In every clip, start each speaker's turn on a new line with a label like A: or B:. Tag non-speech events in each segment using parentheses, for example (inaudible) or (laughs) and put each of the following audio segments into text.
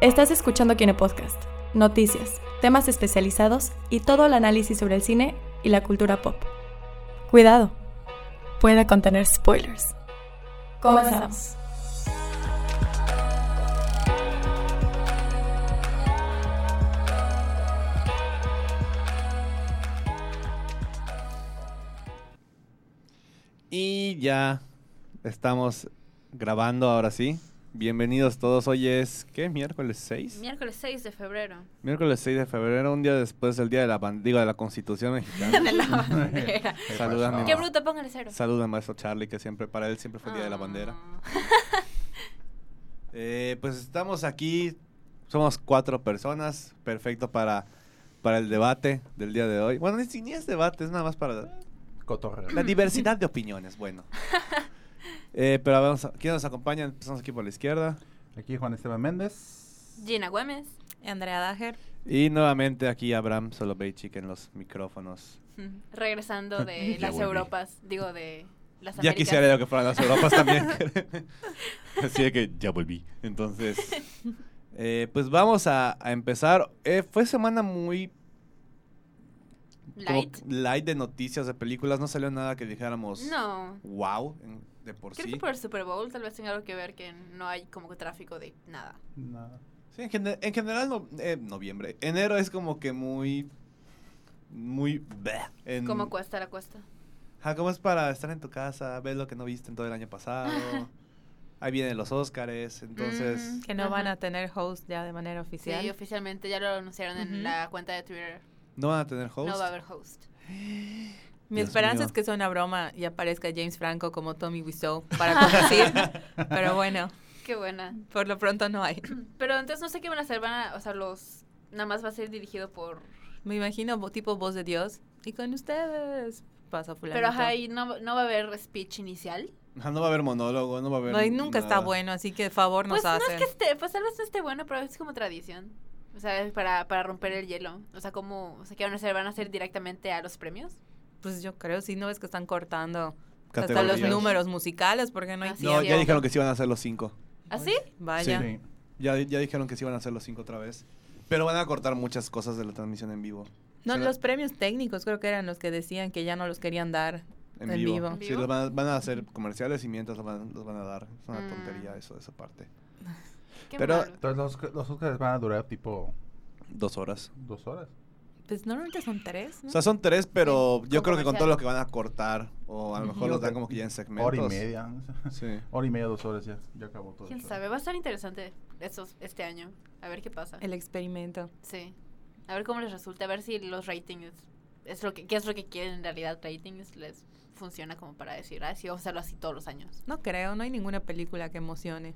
A: Estás escuchando Kine Podcast, noticias, temas especializados y todo el análisis sobre el cine y la cultura pop. Cuidado, puede contener spoilers. Comenzamos.
B: Y ya estamos grabando ahora sí. Bienvenidos todos. Hoy es, ¿qué? ¿Miércoles 6?
C: Miércoles 6 de
D: (laughs)
C: febrero.
B: Miércoles 6 de febrero, un día después del Día de la Ban- digo, de la Constitución
C: (laughs)
B: Mexicana.
C: de la bandera.
B: Saluda a mi
C: (laughs) Qué
B: ma-
C: bruto, póngale cero.
B: Saluda al maestro Charlie, que siempre para él siempre fue el Día de la
C: Ah.
B: Bandera. Eh, pues estamos aquí, somos cuatro personas, perfecto para, para el debate del día de hoy. Bueno, ni, si- ni es debate, es nada más para (clears throat)
E: cotorreo.
B: la diversidad de opiniones, bueno. Eh, pero vamos, a- ¿quién nos acompaña? Empezamos aquí por la izquierda.
E: Aquí Juan Esteban Méndez.
C: Gina Güemes. (laughs)
D: Andrea Dager.
B: Y nuevamente aquí Abraham Soloveitchik en los micrófonos.
C: Regresando
B: (laughs)
C: de
E: Ya
C: las
E: volví.
C: Europas. Digo, de las
B: Ya
C: Américas.
B: quisiera yo que fueran las Europas también.
C: (laughs)
B: (laughs) Así de que ya volví. Entonces, eh, pues vamos a, a empezar. Eh, fue semana muy como
C: Light.
B: light de noticias, de películas. No salió nada que dijéramos
C: No.
B: wow en- de por
C: Creo
B: sí.
C: que por el Super Bowl tal vez tenga algo que ver que no hay como que tráfico de nada.
E: Nada.
B: Sí, en, gene- en general, no, eh, noviembre. Enero es como que muy... Muy... bleh, en-
C: Como cuesta la cuesta.
B: Ajá, ¿cómo es para estar en tu casa, ver lo que no viste en todo el año pasado? Ahí vienen los Óscares, entonces...
C: Mm.
D: Que no van
C: Ajá.
D: a tener host ya de manera oficial.
C: Sí, oficialmente ya lo anunciaron en
D: Ujú.
C: la cuenta de Twitter.
B: ¿No van a tener host?
C: No va a haber host.
D: Mi
B: Dios
D: esperanza
B: mío.
D: es que sea una broma y aparezca James Franco como
C: (laughs)
D: Tommy Wiseau para conducir. pero bueno,
C: Qué buena.
D: por lo pronto no hay.
C: Pero entonces no sé qué van a hacer. Van a, o sea, los... Nada más va a ser dirigido por...
D: Me imagino vo- tipo voz de Dios. Y con ustedes pasa fulano.
C: Pero ajá, y no, no va a haber speech inicial.
B: Ajá, no va a haber monólogo, no va a haber...
D: nunca está
B: nada.
D: bueno, así que favor nos
C: Pues no
D: hacen.
C: es que esté, pues tal vez no esté bueno, pero es como tradición. O sea, es para, para romper el hielo. O sea, como, o sea, que van a hacer, van a hacer directamente a los premios.
D: Pues yo creo, si no es que están cortando hasta los
B: Categorías.
D: números musicales porque no hay
C: Ah, sí,
B: No,
C: es
B: ya
C: cierto.
B: dijeron que sí van a hacer los cinco.
C: ¿Así?
D: Vaya.
E: Sí.
B: Ya, ya dijeron que sí van a hacer los cinco otra vez. Pero van a cortar muchas cosas de la transmisión en vivo.
D: No,
B: Será-
D: los premios técnicos creo que eran los que decían que ya no los querían dar.
B: En,
D: en
B: vivo.
D: vivo.
C: ¿En
B: Sí,
C: vivo?
B: los van, a- van a hacer comerciales y mientras los van, los van a dar. Es una
C: Mm.
B: tontería eso de esa parte.
C: Qué
B: Pero-
C: malo.
E: Entonces los, los Óscares van a durar tipo
B: Dos horas.
E: dos horas.
D: Pues normalmente son tres. ¿no?
B: O sea, son tres, pero
C: Sí,
B: yo
C: con
B: creo que con
C: comercial.
B: todo lo que van a cortar, o a lo
D: Ujú.
B: mejor los dan como que ya en segmentos.
E: Hora y media. (laughs) no sé.
B: Sí.
E: Hora y media, dos horas ya. Ya acabó todo.
C: ¿Quién
E: el show.
C: sabe? Va a estar interesante estos, este año. A ver qué pasa.
D: El experimento.
C: Sí. A ver cómo les resulta. A ver si los ratings, es lo que, qué es lo que quieren en realidad. Ratings les funciona como para decir, ah, sí, vamos a hacerlo así todos los años.
D: No creo, no hay ninguna película que emocione.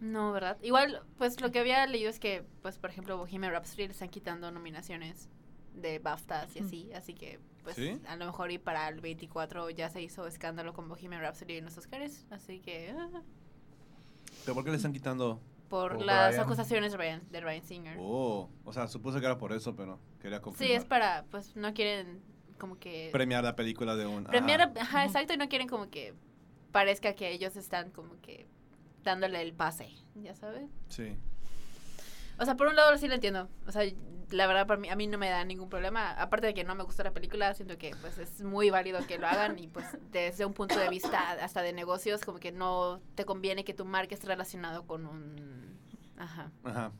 C: No, ¿verdad? Igual, pues lo que había leído es que, pues por ejemplo, Bohemian Rhapsody le están quitando nominaciones de BAFTAs y
D: Mm.
C: así, así que, pues
B: ¿Sí?
C: a lo mejor y para el 24 ya se hizo escándalo con Bohemian Rhapsody en los Oscars, así que... ah,
B: ¿Pero por qué le están quitando?
C: por
E: Por
C: las
E: Bryan.
C: acusaciones de Brian, de Bryan Singer.
B: Oh, o sea, supuse que era por eso, pero quería confirmar.
C: sí, es para, pues no quieren como que...
B: Premiar la película de un...
C: premiar,
B: Ajá.
C: a- ajá, exacto, y no quieren como que parezca que ellos están como que dándole el pase, ya sabes.
B: Sí.
C: O sea, por un lado sí lo entiendo. O sea, la verdad para mí, a mí no me da ningún problema. Aparte de que no me gustó la película, siento que pues es muy válido que lo hagan y pues desde un punto de vista hasta de negocios como que no te conviene que tu marca esté relacionado con un ajá.
B: Ajá.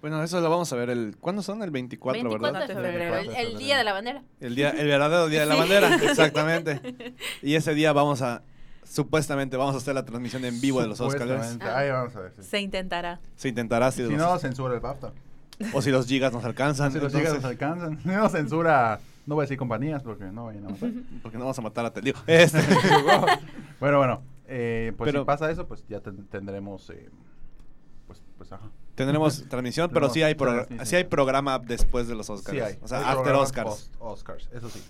B: Bueno, eso lo vamos a ver el... ¿Cuándo son? El 24,
C: 24
B: ¿verdad?
C: de
D: 24 de
C: febrero, el,
E: febrero.
C: el día de la bandera.
B: El día, el verdadero día de
C: (laughs)
B: la bandera, exactamente. Y ese día vamos a... Supuestamente vamos a hacer la transmisión en vivo de los Oscars.
E: Supuestamente.
C: Ah.
E: Ahí vamos a ver. sí.
D: Se intentará.
B: Se intentará si,
E: Si
B: los-
E: no, censura el BAFTA.
B: o si los gigas nos alcanzan.
E: Si los
B: entonces-
E: chicas nos alcanzan. (laughs) No, censura. No voy a decir compañías porque no vayan a matar.
B: (laughs) Porque no
E: (laughs)
B: vamos a matar a Telio. Este.
E: bueno, bueno. eh, pues
B: Pero-
E: si pasa eso, pues ya ten- tendremos. eh, pues, pues ajá.
B: Tendremos transmisión, pero
E: Tenemos
B: sí hay, pro-
E: transmisión.
B: sí hay programa después de los Oscars.
E: Sí hay.
B: O sea,
E: Hay
B: after
E: programa
B: Oscars.
E: post Oscars, eso sí.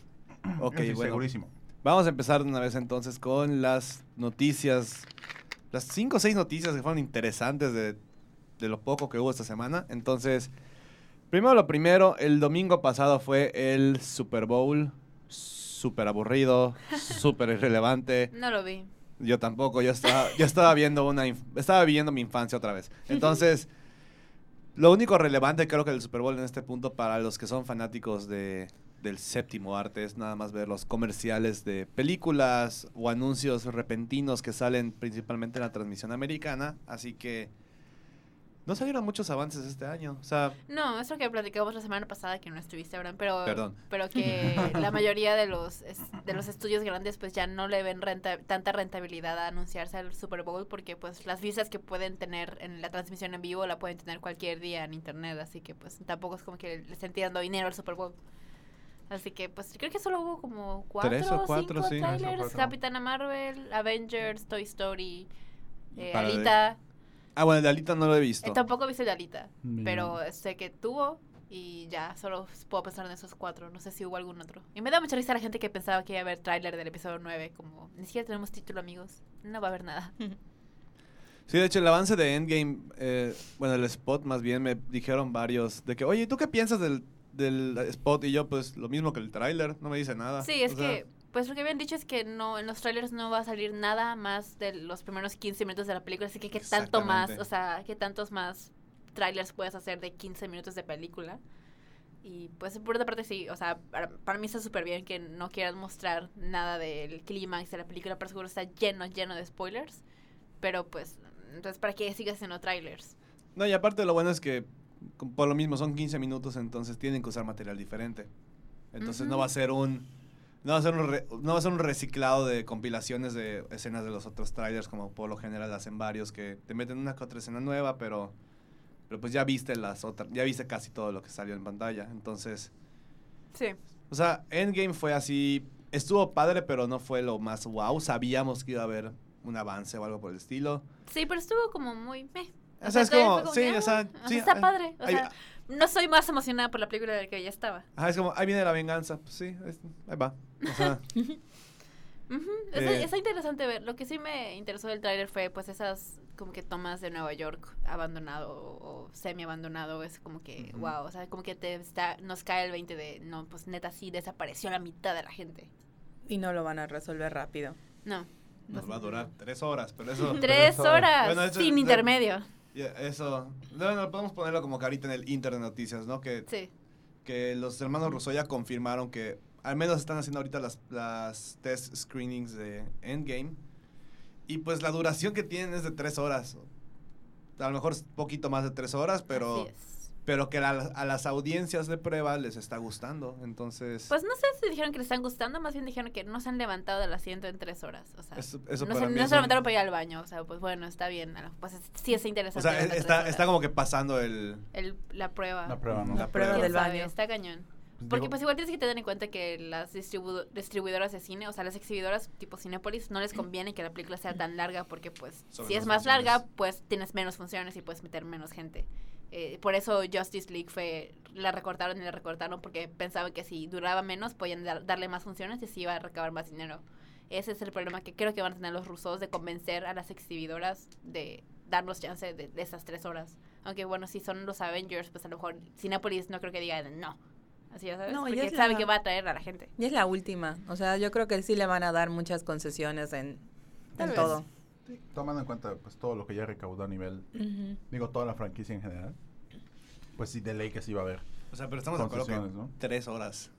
B: Ok,
E: Eso sí,
B: bueno.
E: Segurísimo.
B: Vamos a empezar de una vez entonces con las noticias. Las cinco o seis noticias que fueron interesantes de, de lo poco que hubo esta semana. Entonces, primero lo primero, el domingo pasado fue el Super Bowl. Súper aburrido, súper irrelevante.
C: No lo vi.
B: Yo tampoco, yo estaba, yo estaba viendo una inf- estaba viviendo mi infancia otra vez. Entonces, lo único relevante creo que del Super Bowl en este punto para los que son fanáticos de, del séptimo arte es nada más ver los comerciales de películas o anuncios repentinos que salen principalmente en la transmisión americana, así que no salieron muchos avances este año, o sea,
C: No, es lo que platicamos la semana pasada que no estuviste, Abraham, pero,
B: Perdón.
C: pero que la
B: (laughs)
C: mayoría de los es- de los estudios grandes pues ya no le ven renta- tanta rentabilidad a anunciarse al Super Bowl porque pues las vistas que pueden tener en la transmisión en vivo la pueden tener cualquier día en internet, así que pues tampoco es como que le estén tirando dinero al Super Bowl. Así que pues creo que solo hubo como cuatro,
B: Tres o cuatro,
C: cinco
B: sí. Tres o
C: trailers,
E: cuatro.
C: Capitana Marvel, Avengers, Toy Story, eh,
B: Para de-
C: Alita.
B: ah bueno, el de Alita no lo he
C: Eh,
B: visto.
C: tampoco vi Alita,
E: Ni-
C: pero sé que tuvo y ya, solo puedo pensar en esos cuatro, no sé si hubo algún otro. Y me da mucha risa la gente que pensaba que iba a haber tráiler del episodio 9, como, ni siquiera tenemos título, amigos, no va a haber nada.
B: Sí, de hecho, el avance de Endgame, eh, bueno, el spot más bien, me dijeron varios de que, oye, ¿tú qué piensas del, del spot? Y yo, pues, lo mismo que el tráiler, no me dice nada.
C: Sí, es
B: O sea,
C: que, pues lo que habían dicho es que no, en los trailers no va a salir nada más de los primeros 15 minutos de la película, así que qué tanto más,
B: Exactamente.
C: o sea, qué tantos más trailers puedes hacer de 15 minutos de película. Y pues por otra parte sí, o sea, para, para mí está súper bien que no quieran mostrar nada del clímax de la película, pero seguro está lleno, lleno de spoilers. Pero pues, entonces, ¿para qué sigas haciendo trailers?
B: No, y aparte lo bueno es que, com- por lo mismo, son 15 minutos, entonces tienen que usar material diferente. Entonces no
C: Ujú.
B: va a ser un... No va, a ser un re- no va a ser un reciclado de compilaciones de escenas de los otros trailers, como por lo general hacen varios, que te meten una que otra escena nueva, pero, pero pues ya viste las otras, ya viste casi todo lo que salió en pantalla. Entonces,
C: Sí.
B: O sea, Endgame fue así. Estuvo padre, pero no fue lo más wow. Sabíamos que iba a haber un avance o algo por el estilo.
C: Sí, pero estuvo como muy... meh.
B: O sea, es
C: todavía
B: como.
C: fue
B: Sí,
C: que,
B: o sea.
C: ah,
B: sí,
C: está
B: ah,
C: padre. O
B: ahí-
C: sea, no soy más emocionada por la película de la que ya estaba.
B: ajá, es como, ahí viene la venganza. Pues sí, es- ahí va. O
C: (laughs)
B: sea,
C: Ujú, Está,
B: Eh,
C: está interesante ver. Lo que sí me interesó del tráiler fue pues esas como que tomas de Nueva York abandonado o, semi abandonado. Es como que,
B: Ujú.
C: wow, o sea, como que te está, nos cae el 20 de, no, pues neta sí desapareció la mitad de la gente.
D: Y no lo van a resolver rápido.
C: No.
B: nos va a durar tres horas, pero eso.
C: (laughs)
B: (laughs)
C: Tres
E: eso-
C: horas
B: Bueno, eso-
C: sin
B: eso-
C: intermedio.
B: ya, eso. No, no, podemos ponerlo como que ahorita en el Inter de Noticias, ¿no? Que,
C: Sí.
B: que los hermanos Russo ya confirmaron que al menos están haciendo ahorita las, las test screenings de Endgame. Y pues la duración que tienen es de tres horas. A lo mejor es poquito más de tres horas, pero,
C: así es.
B: pero que la- a las audiencias de prueba les está gustando. Entonces,
C: Pues no sé si dijeron que le están gustando, más bien dijeron que no se han levantado del asiento en tres horas. O sea,
B: eso, eso
C: no, se,
B: para mí
C: no
B: es
C: se
B: un-
C: levantaron para ir al baño. O sea, pues bueno, está bien. a lo- Pues es- sí es
B: O
C: interesante.
B: sea,
C: ver
B: es-
C: las tres
B: está,
C: horas.
B: está como que pasando el...
C: El- la prueba.
E: La prueba, ¿no?
B: La
D: La prueba
B: prueba.
C: ¿Quién
D: del
C: sabe?
D: baño.
C: Está cañón.
E: Pues
C: Porque
E: digo,
C: pues igual tienes que tener en cuenta que las distribu- distribuidoras de cine, o sea, las exhibidoras tipo Cinepolis, no les conviene que la película sea tan larga porque pues
B: Sobre
C: si es
B: las
C: más
B: funciones.
C: larga, pues tienes menos funciones y puedes meter menos gente. Eh, por eso Justice League fue, la recortaron y la recortaron porque pensaban que si duraba menos podían dar- darle más funciones y así iba a recabar más dinero. Ese es el problema que creo que van a tener los rusos de convencer a las exhibidoras de darnos chance de, de esas tres horas. Aunque bueno, si son los Avengers, pues a lo mejor Cinepolis no creo que diga no. Así ya sabes,
D: No, ya
C: porque
D: es
C: sabe
D: la-
C: que va a atraer a la gente.
D: Y es la última. O sea, yo creo que sí le van a dar muchas concesiones en,
C: Tal
D: en
C: vez.
D: todo.
E: sí, tomando en cuenta pues todo lo que ya recaudó a nivel, digo, toda la franquicia en general, pues sí, de ley que sí va a haber.
B: O sea, pero estamos de acuerdo que
E: Concesiones, ¿no?
B: tres horas.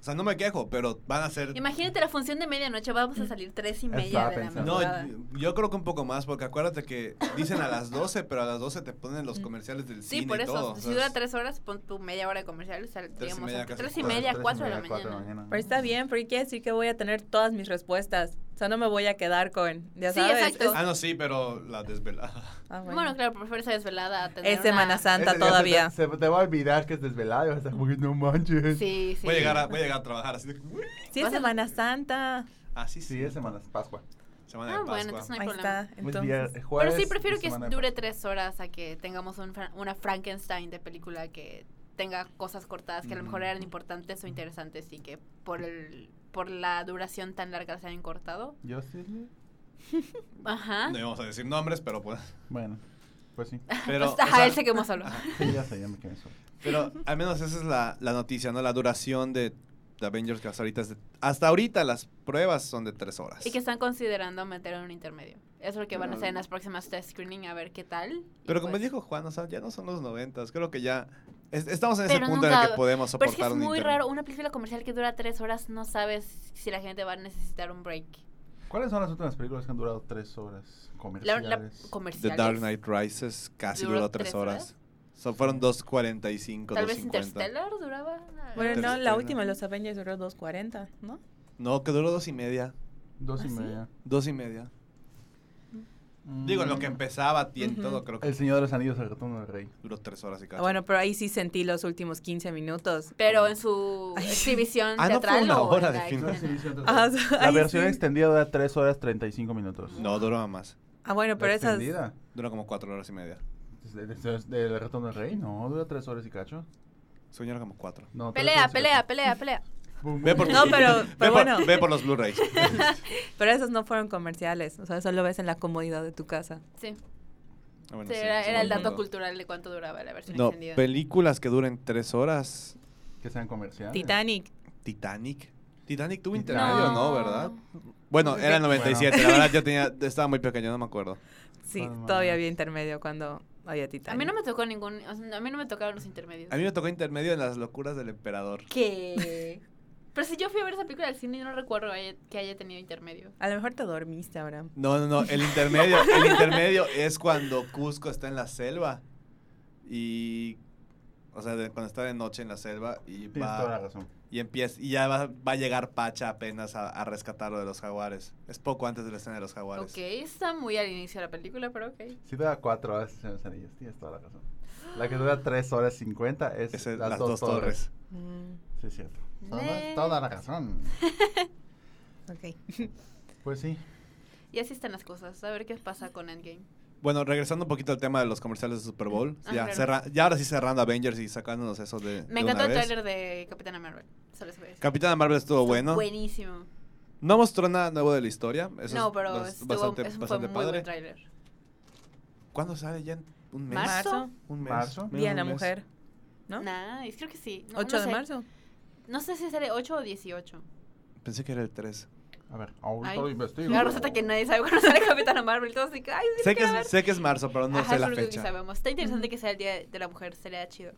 B: O sea, no me quejo, pero van a ser...
C: Imagínate la función de medianoche, vamos a salir tres y media
E: Estaba
C: de la
E: pensando.
B: No,
C: madrugada.
B: yo, yo creo que un poco más, porque acuérdate que dicen a las 12, pero a las 12 te ponen los comerciales del
C: Mm. Sí,
B: cine
C: por
B: y
C: eso,
B: todo. o
C: si
B: sea,
C: dura
B: es-
C: tres horas, pon tu media hora de comercial, saldríamos
B: media,
C: entre
B: casi
C: tres y
B: cuatro.
C: media,
E: Tres y
C: cuatro de la
E: media, cuatro
C: mañana.
D: Pero está bien, porque quiere decir que voy a tener todas mis respuestas. O sea, no me voy a quedar con, ya
C: Sí,
D: sabes.
C: exacto.
B: Ah, no, sí, pero la desvelada.
D: Ah, bueno.
C: Bueno, claro, prefiero esa desvelada a tener
D: es Semana
C: una-
D: Santa
E: Ese día
D: todavía.
E: Se te, se te va a olvidar que es desvelado, o sea, como que no manches.
C: Sí, sí.
B: Voy, a llegar a, voy a llegar a trabajar así de...
D: Sí, es
C: Vas a-
D: Semana Santa.
B: Así
E: Sí, es Semana Pascua.
B: Semana
C: Ah,
B: de
C: bueno,
B: Pascua.
C: entonces no hay
D: Ahí
C: problema.
D: está.
E: Es
D: Entonces,
E: vier-
C: Pero
E: jueves
C: sí,
E: y
C: prefiero que
E: Semana de
C: dure
E: Pascua.
C: tres horas a que tengamos un fra- una Frankenstein de película que tenga cosas cortadas que a lo mejor
B: Mm.
C: eran importantes o interesantes y que por el por la duración tan larga se hayan cortado. Pues,
E: Yo sí.
C: Ajá.
B: No íbamos a decir nombres, pero pues...
E: Bueno, pues sí.
B: Pero,
C: (laughs) Pues,
B: o
C: ajá,
B: sea,
C: él se quemó solo.
E: Sí, ya sé, ya me quedé solo.
B: pero al menos esa es la, la noticia, ¿no? La duración de de Avengers, que hasta ahorita, es de- hasta ahorita las pruebas son de tres horas.
C: Y que están considerando meter un intermedio. Eso es lo que van a hacer en las próximas test screening, a ver qué tal. y
B: Pero como
C: pues-
B: dijo Juan, o sea, ya no son los noventas. Creo que ya es- estamos en ese
C: Pero
B: punto en el
C: nunca-
B: que podemos
C: Pero
B: soportar
C: es que es
B: un
C: muy
B: internet.
C: raro, una película comercial que dura tres horas, no sabes si la gente va a necesitar un break.
E: ¿Cuáles son las últimas películas que han durado tres horas
C: La,
E: comerciales?
C: la
B: The
C: comercial.
B: Dark Knight Rises casi
C: ¿Duró
B: duró, tres
C: tres
B: horas. So, fueron 2.45,
C: Tal vez
B: 2.50.
C: Interstellar duraba. ah,
F: Bueno,
B: Inter-
F: no,
B: Interstellar.
F: la última de los Avengers duró 2.40, ¿no?
B: No, que duró dos y media.
E: Dos y
F: ¿Ah, sí?
E: media.
B: Dos y media.
E: Mm.
B: Digo, en lo que empezaba y en
F: Ujú.
B: todo, creo que
E: El Señor de los Anillos, el retorno del rey.
B: duró tres horas y cacho.
D: Ah, Bueno, pero ahí sí sentí los últimos 15 minutos.
C: Pero en su
D: Ay, sí.
C: exhibición
B: Ah, no fue
C: teatral.
B: una
C: o
B: hora
C: en
B: de
C: la
B: film.
C: externa.
D: Ah, o sea,
E: La
D: ahí
E: versión
D: sí.
E: extendida dura tres horas 35 minutos.
B: no, duró más.
D: Ah, bueno,
E: La
D: pero esas...
E: extendida.
B: Duró como cuatro horas y media.
E: Desde- desde- del retorno del rey, no, dura tres horas y cacho.
B: Soñaron como cuatro.
E: No, tres
C: Pelea,
E: horas y
C: pelea,
E: cacho.
C: pelea, pelea.
E: Bum,
B: Ve
E: bum,
B: por,
E: bum.
D: No,
B: tu- (laughs)
D: pero-
B: ve
D: pero
B: por-
D: bueno.
B: ve por los
C: (laughs)
B: Blu-rays. Ah,
D: Pero esas no fueron comerciales. O sea, eso lo ves en la comodidad de tu casa.
C: Sí,
B: Ah, bueno,
C: sí,
B: sí,
C: era,
B: sí,
C: era el
B: bueno,
C: dato
B: no.
C: cultural de cuánto duraba la versión
B: No,
C: extendida.
B: películas que duren tres horas.
E: Que sean
B: Ah.
E: comerciales.
D: Titanic.
B: Titanic. Titanic tuvo
E: Titanic.
B: intermedio, ¿no?
C: No.
B: ¿Verdad? Bueno, era el 97. La verdad, yo tenía, estaba muy pequeño, no me acuerdo.
D: Sí,
E: Ah, no
D: todavía
E: mames.
D: había intermedio cuando había Titanic.
C: A mí no me tocó ningún. o sea, a mí no me tocaron los intermedios.
B: A mí me tocó intermedio en Las locuras del emperador.
C: ¿Qué? (laughs) Pero si yo fui a ver esa película del cine, yo no recuerdo haya- que haya tenido intermedio.
D: A lo mejor te dormiste ahora.
B: No, no, no.
C: (laughs)
B: El intermedio, el intermedio es cuando Cusco está en la selva y, o sea, de- cuando está de noche en la selva y
E: Tienes toda la
B: va
E: razón.
B: y empieza y ya va, va a llegar Pacha apenas a, a rescatarlo de los jaguares. Es poco antes de la escena de los jaguares.
C: Ok, está muy al inicio de la película, pero ok.
E: Si dura cuatro horas, el Señor de los Anillos, tienes toda la razón. La que dura tres horas 50 es,
B: Es el- las, dos, torres.
D: Mm,
E: Sí, es cierto.
C: Ne.
E: Toda, toda
C: (laughs)
E: la razón.
D: ok.
E: Pues sí.
C: Y así están las cosas. A ver qué pasa con Endgame.
B: Bueno, regresando un poquito al tema de los comerciales de Super Bowl.
C: Ah,
B: ya,
C: claro.
B: cerra- ya ahora sí cerrando Avengers y sacándonos eso de. de
C: Me encantó
B: una
C: el
B: vez.
C: tráiler de Capitana Marvel. Solo les voy a decir.
B: Capitana Marvel estuvo
C: Estuvo
B: bueno.
C: Buenísimo.
B: No mostró nada nuevo de la historia. Eso
C: no,
B: es
C: pero
B: bas-
C: estuvo,
B: bastante,
C: es- fue
B: bastante
C: muy
B: padre.
C: buen tráiler.
B: ¿Cuándo sale ya? en ¿Un mes?
C: ¿Marzo?
B: ¿Un mes?
E: Marzo.
B: Menos
D: Día de
B: de
D: la
B: un mes.
D: mujer. ¿No?
C: Nice, creo que sí. No,
D: 8
C: no
D: de
C: sé.
D: marzo.
C: No sé si sale 8 o 18.
B: Pensé que era el 3.
E: A ver, ahorita
C: Ay.
E: lo investigo.
C: La receta que nadie sabe cuándo sale (laughs) Capitana Marvel. Todos así que, ay, sí,
B: Sé
C: lo
B: que,
C: quiero ver.
B: es, sé que es marzo, pero no
C: Ajá,
B: sé
C: es
B: la
C: lo único que
B: fecha.
C: sabemos. Está interesante
D: Ujú.
C: que sea el Día de la Mujer. Sería chido.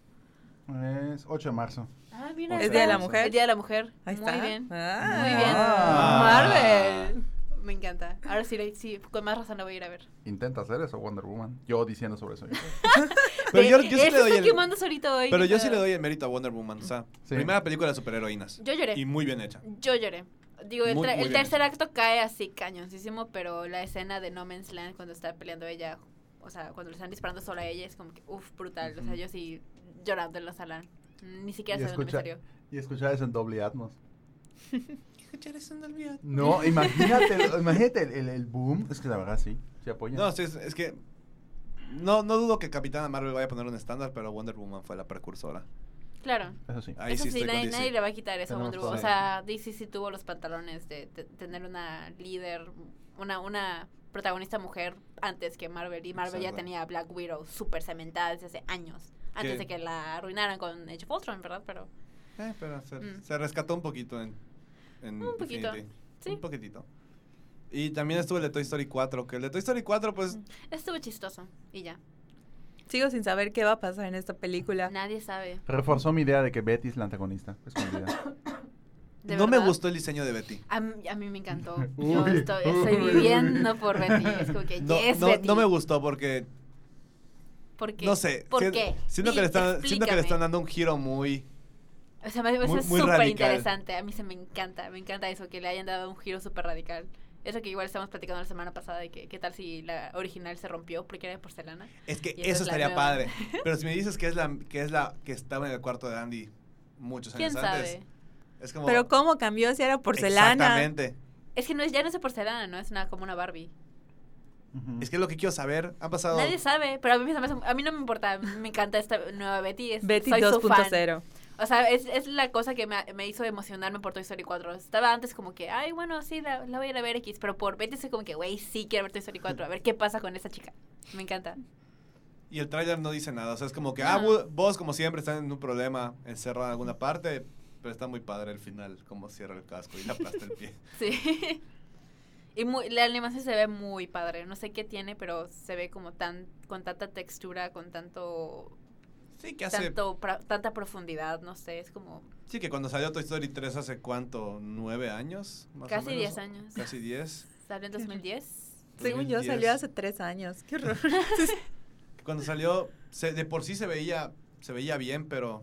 E: Es 8 de marzo.
C: Ah, mira.
D: ¿Es
C: está.
D: Día de la Mujer?
C: El Día de la Mujer.
D: Ahí
C: muy
D: está.
C: bien.
D: Ah.
C: Muy bien.
B: Ah.
C: Marvel. Me encanta. Ahora sí, la- sí, con más razón la voy a ir a ver.
E: Intenta hacer eso, Wonder Woman. Yo diciendo
C: (laughs)
E: sobre eso.
B: Pero yo,
C: Él
B: yo sí
C: se
B: le doy
C: está
B: el,
C: quemando solito hoy,
B: pero
C: qué
B: yo sí
C: pedo.
B: le doy el mérito a Wonder Woman. O sea,
E: Sí.
B: primera película de superheroínas.
C: Yo lloré.
B: Y muy bien hecha.
C: Yo lloré. Digo, el,
B: Muy,
C: tra-
B: muy
C: el
B: bien
C: tercer acto cae así cañoncísimo, pero la escena de No Man's Land cuando está peleando ella, o sea, cuando le están disparando solo a ella, es como que, uff, brutal. O sea,
E: Ujú.
C: yo sí llorando en la sala. Ni siquiera
E: Y
C: sé dónde me
E: escucha-
C: salió.
E: Y escuchar eso en doble Atmos. No, imagínate, imagínate el, el- el boom. Es que la verdad sí. Se apoyan.
B: No, sí, es, es que. No, no dudo que Capitana Marvel vaya a poner un estándar, pero Wonder Woman fue la precursora.
C: Claro.
E: Eso sí.
B: Ahí
C: eso
B: sí
C: sí,
B: estoy con
C: nadie,
B: DC.
C: nadie le va a quitar eso a
E: Tenemos
C: Wonder Woman. O
E: todo.
C: sea, DC sí tuvo los pantalones de, te- tener una líder, una, una protagonista mujer antes que Marvel. Y Marvel ya
B: Exacto.
C: tenía a Black Widow súper cementada desde hace años. Antes
B: Que-
C: de que la arruinaran con Age of Ultron, ¿verdad? Pero
B: Eh, pero se,
C: Mm.
B: se rescató un poquito en. en
C: Un poquito,
B: Infinity.
C: sí.
B: Un poquitito. Y también estuvo el de Toy Story 4, que el de Toy Story 4, pues.
C: estuvo chistoso. Y ya.
D: Sigo sin saber qué va a pasar en esta película.
C: Nadie sabe.
E: Reforzó mi idea de que Betty es la antagonista. Escondida.
C: de
B: no me
C: verdad.
B: gustó el diseño de Betty.
C: A, mí- a mí me
E: (laughs)
C: encantó.
E: Uy,
C: Yo estoy, estoy
E: uy.
C: viviendo por Betty. Es como que,
B: No,
C: Ah, yes,
B: no,
C: Betty.
B: no me gustó porque
C: ¿Por qué?
B: No sé.
C: ¿Por
B: sien-
C: qué?
B: Siento que,
C: Di,
B: le están, siento que le están
C: explícame.
B: dando un giro muy.
C: O sea, me parece
B: Muy- muy
C: súper
B: radical.
C: interesante. A mí se me encanta, me encanta eso, que le hayan dado un giro súper radical. Eso que igual estábamos platicando la semana pasada de que qué tal si la original se rompió porque era de porcelana.
B: Es que
C: Y esa
B: eso
C: es la
B: estaría
C: nueva. (laughs)
B: padre. Pero si me dices que es la que es la que estaba en el cuarto de Andy muchos
C: ¿Quién
B: años
C: sabe?
B: antes. Es como
D: Pero ¿cómo cambió si era porcelana?
B: Exactamente.
C: Es que no es, ya no es de porcelana, ¿no? Es una, como una Barbie.
E: Ujú.
B: Es que es lo que quiero saber. Han pasado
C: Nadie sabe, pero a mí, se me hace- a mí no me importa. Me encanta esta nueva Betty. es-
D: Betty
C: soy su fan.
D: 2.0.
C: O sea, es, es la cosa que me, me hizo emocionarme por Toy Story 4. Estaba antes como que, ay, bueno, sí, la, la voy a ir a ver X, pero por Betty soy como que, güey, sí, quiero ver Toy Story 4, a ver qué pasa con esa chica. Me encanta.
B: y el tráiler no dice nada. O sea, es como que ah,
C: No.
B: vo- vos como siempre están en un problema encerrado en alguna parte. Pero está muy padre el final, cómo cierra el casco y le aplasta el
C: (laughs)
B: pie.
C: Sí. Y muy- la animación se ve muy padre. No sé qué tiene, pero se ve como tan con tanta textura, con tanto
B: Sí, que hace.
C: tanto pra- tanta profundidad, no sé, es como
B: Sí, que cuando salió Toy Story 3 hace cuánto, nueve años. Más o
C: Casi
B: menos?
C: 10 años.
B: Casi 10.
C: salió en 2010.
D: Según yo,
B: 2010.
D: salió hace tres años. Qué horror.
B: Cuando salió, se- de por sí se veía, se veía bien, pero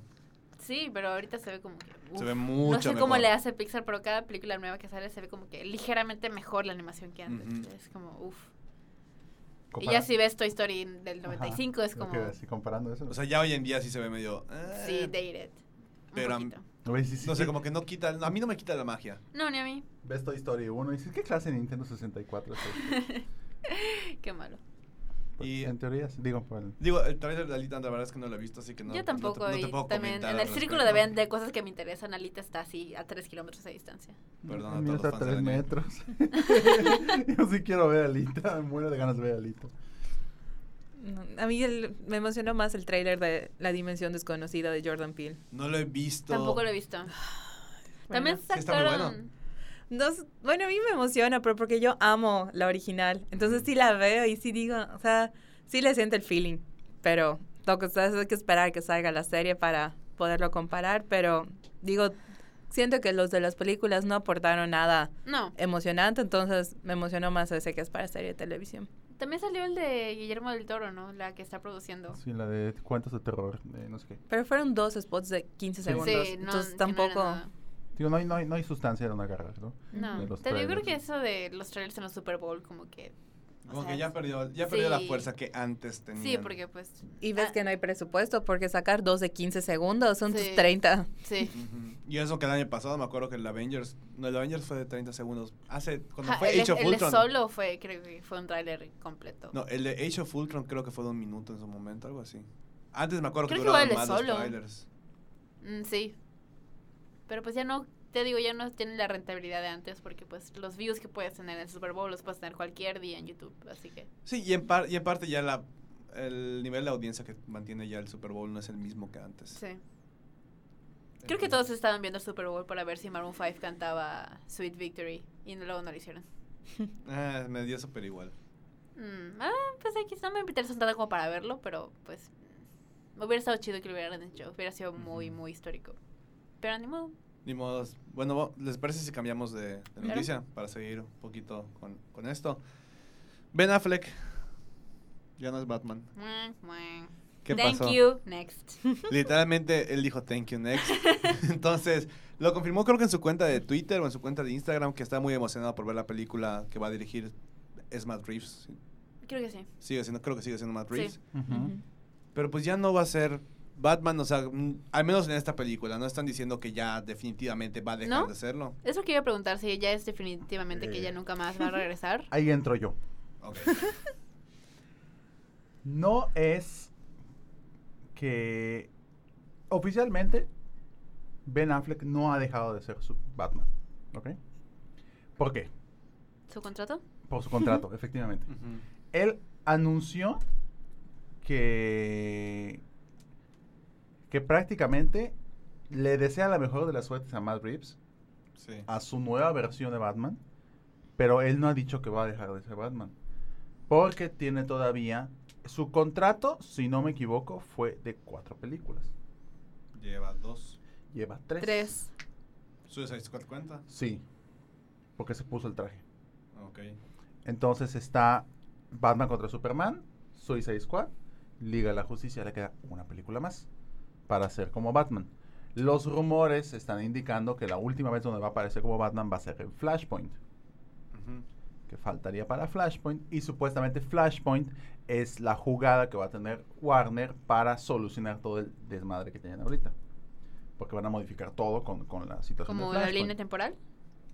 C: Sí, pero ahorita se ve como que uf.
B: se ve
C: no
B: mucho
C: sé cómo
B: mejor.
C: le hace Pixar, pero cada película nueva que sale se ve como que ligeramente mejor la animación que antes.
B: Ujú.
C: Es como, uff. Y
E: Compara-
C: ya si ves Toy Story del
E: Ajá,
C: 95 es
E: lo que
C: como,
E: iba a decir, comparando eso.
B: O sea, ya hoy en día sí se ve medio. eh,
C: sí, dated. Un
B: pero a mí-
C: poquito.
E: Oye, sí, sí,
B: No
E: sí.
B: sé, como que no quita. A mí no me quita la magia.
C: No, ni a mí.
E: Ves Toy Story 1 y dices, ¿qué clase de Nintendo 64 es esto?
C: Qué malo.
B: (laughs)
E: Pues,
B: Y-
E: En teoría, sí, digo, pues,
B: Digo, el trailer de Alita, la verdad es que no lo he visto, así que no. no
C: Yo
B: te-
C: tampoco.
B: no te
C: y
B: puedo
C: también
B: comentar
C: en
B: al
C: el círculo de,
B: respecto.
C: ven- de cosas que me interesan, Alita está así a 3 kilómetros de distancia.
B: Perdón a
E: Mira,
B: todos los
E: está a
B: fans de
E: tres
B: anime.
E: metros. (laughs) Yo sí quiero ver a Alita, me muero de ganas de ver a Alita.
D: No, A mí el- me emocionó más el tráiler de La Dimensión Desconocida de Jordan Peele.
B: No lo he visto.
C: Tampoco lo he visto. También
B: Sí, está muy bueno.
C: sacaron-
D: No s- bueno, a mí me emociona, pero porque yo amo la original. Entonces sí la veo y sí digo, o sea, sí le siento el feeling. Pero toca, o sea, hay que esperar que salga la serie para poderlo comparar. Pero digo, siento que los de las películas no aportaron nada
C: No,
D: emocionante, entonces me emocionó más ese que es para serie de televisión.
C: también salió el de Guillermo del Toro, ¿no? La que está produciendo.
E: Sí, la de cuentos de terror, de no sé qué.
D: Pero fueron dos spots de 15
E: Sí.
D: segundos,
C: Sí, no,
D: entonces
C: que no era
D: tampoco...
C: nada.
E: Digo, no hay, no hay, no hay sustancia en una carrera, ¿no?
C: No,
E: de los
C: te digo, creo
E: trailers.
C: que eso de los trailers en los Super Bowl, como que. o
B: Como
C: sea,
B: que ya perdió, ya perdió la
C: sí.
B: fuerza que antes tenía.
C: Sí, porque pues.
D: Y ves
C: Ah.
D: que no hay presupuesto porque sacar dos de 15 segundos son
C: Sí.
D: tus 30.
C: Sí.
B: Ujú. Y eso que el año pasado me acuerdo que el Avengers, no, el Avengers fue de 30 segundos. Hace cuando
C: Ja,
B: fue
C: el,
B: Age of
C: el
B: Ultron.
C: solo fue, creo que fue un tráiler completo.
B: No, el de Age of Ultron creo que fue de un minuto en su momento, algo así. Antes me acuerdo que
C: Creo que
B: duraban
C: igual
B: más
C: el
B: los
C: solo.
B: trailers.
C: Mm, sí. Pero pues ya no, te digo, ya no tienen la rentabilidad de antes porque pues los views que puedes tener en el Super Bowl los puedes tener cualquier día en YouTube, así que.
B: Sí, y en, par- y en parte ya la, el nivel de audiencia que mantiene ya el Super Bowl no es el mismo que antes.
C: Sí. Creo que todos estaban viendo el Super Bowl para ver si Maroon 5 cantaba Sweet Victory y luego no lo hicieron.
B: Ah, me dio súper igual.
C: Mm, ah, pues aquí no me interesa tanto como para verlo, pero pues mm, hubiera estado chido que lo hubieran hecho. Hubiera sido muy,
B: Ujú.
C: muy histórico. Pero ni modo.
B: Ni modos. Bueno, bo- ¿les parece si cambiamos de, de
F: Claro.
B: noticia para seguir un poquito con, con esto? Ben Affleck ya no es Batman.
C: Mua, mua.
B: ¿Qué
C: Thank
B: pasó?
C: you, next. (laughs)
B: Literalmente él dijo thank you next. (laughs) Entonces, lo confirmó creo que en su cuenta de Twitter o en su cuenta de Instagram que está muy emocionado por ver la película que va a dirigir es Matt Reeves.
C: Creo que sí.
B: Sigue siendo, creo que sigue siendo Matt
C: Sí.
B: Reeves.
E: Ujú.
B: Pero pues ya no va a ser Batman, o sea, mm, al menos en esta película, no están diciendo que ya definitivamente va a dejar
C: ¿No?
B: de serlo.
C: Eso que iba a preguntar si ya es definitivamente que
E: Eh.
C: ya nunca más va a regresar.
E: Ahí entro yo.
C: (laughs)
B: Ok.
E: No es que oficialmente Ben Affleck no ha dejado de ser su Batman, ¿ok? ¿Por qué?
C: ¿Su contrato?
E: Por su contrato, efectivamente.
B: Ujú.
E: Él anunció que que prácticamente le desea la mejor de las suertes a Matt Reeves
B: Sí.
E: a su nueva versión de Batman, pero él no ha dicho que va a dejar de ser Batman. Porque tiene todavía su contrato, si no me equivoco, fue de cuatro películas.
B: Lleva dos.
E: Lleva tres.
D: Tres.
B: Suicide Squad cuenta.
E: Sí. Porque se puso el traje.
B: Ok.
E: Entonces está Batman contra Superman, Suicide Squad, Liga de la Justicia, le queda una película más para ser como Batman. Los rumores están indicando que la última vez donde va a aparecer como Batman va a ser en Flashpoint.
B: Ujú.
E: que faltaría para Flashpoint y supuestamente Flashpoint es la jugada que va a tener Warner para solucionar todo el desmadre que tienen ahorita. Porque van a modificar todo con, con la
B: Pues
E: situación
C: ¿Como
E: de
C: la
E: Flashpoint.
C: línea temporal?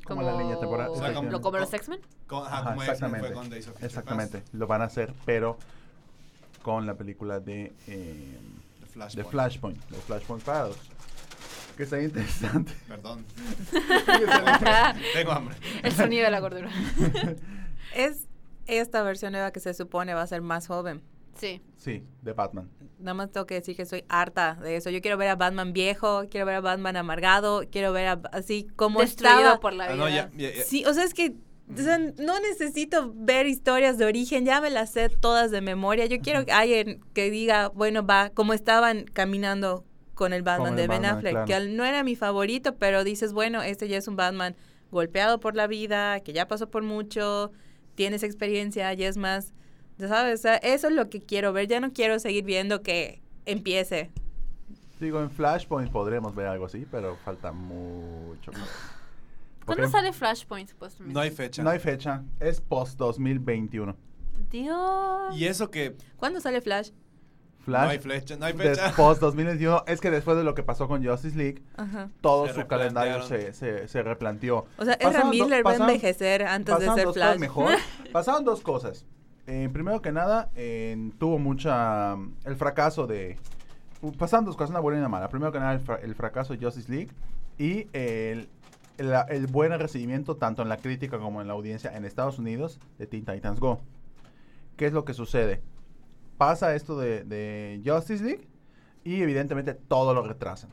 E: Como la línea temporal,
C: lo-
B: exactamente.
C: ¿Como los X-Men?
B: Con, ajá,
E: Ajá,
B: como X-Men
E: exactamente.
B: fue con Days of Future
E: exactamente. Lo van a hacer, pero con la película de, eh,
B: Past. The Flash.
E: de Flashpoint, de Flashpoint Paradox. Que está interesante. (laughs)
B: Perdón.
E: Está
B: Tengo hambre. Tengo hambre.
C: El sonido
B: (laughs)
C: de la gordura.
D: Es esta versión nueva que se supone va a ser más joven.
C: Sí.
E: Sí, de Batman.
D: Nada más tengo que decir que estoy harta de eso. Yo quiero ver a Batman viejo, quiero ver a Batman amargado, quiero ver a- así como
C: Destruido
D: estaba.
C: por la
B: Ah,
C: vida.
B: no, ya, ya-
E: Eh,
B: ya.
D: Sí, o sea, es que o sea, no necesito ver historias de origen, ya me las sé todas de memoria. Yo quiero que alguien que diga, bueno, va, como estaban caminando con el Batman
E: Con el
D: de Ben
E: Batman,
D: Affleck,
E: claro.
D: que al- no era mi favorito, pero dices, bueno, este ya es un Batman golpeado por la vida, que ya pasó por mucho, tienes experiencia, ya es más, ya sabes, o sea, eso es lo que quiero ver, ya no quiero seguir viendo que empiece.
E: Digo, en Flashpoint podremos ver algo así, pero falta mucho. más.
C: ¿Cuándo
E: Porque
C: sale Flashpoint, supuestamente?
B: No hay fecha.
E: No hay fecha. Es post-2021.
C: Dios.
B: y eso que
D: ¿Cuándo sale Flash?
E: Flash.
B: no hay flecha, no hay
E: des-
B: fecha.
E: Post-2021. Es que después de lo que pasó con Justice League,
D: Ajá.
E: todo
B: Se
E: su calendario se,
B: replantearon.
E: se, se replanteó.
D: O sea, Ezra
E: Pasaron do-
D: Miller va a
E: pasaron-
D: envejecer antes de
E: pasaron
D: ser
E: dos
D: Flash.
E: cosas
D: (laughs)
E: mejor. pasaron dos cosas. Eh, primero que nada, en- tuvo mucha... mm, El fracaso de... u- Pasaron dos cosas, una buena y una mala. Primero que nada, el, fra- el fracaso de Justice League y el, el, el buen recibimiento tanto en la crítica como en la audiencia en Estados Unidos de Teen Titans Go. ¿Qué es lo que sucede? Pasa esto de, de Justice League y evidentemente todo lo retrasan.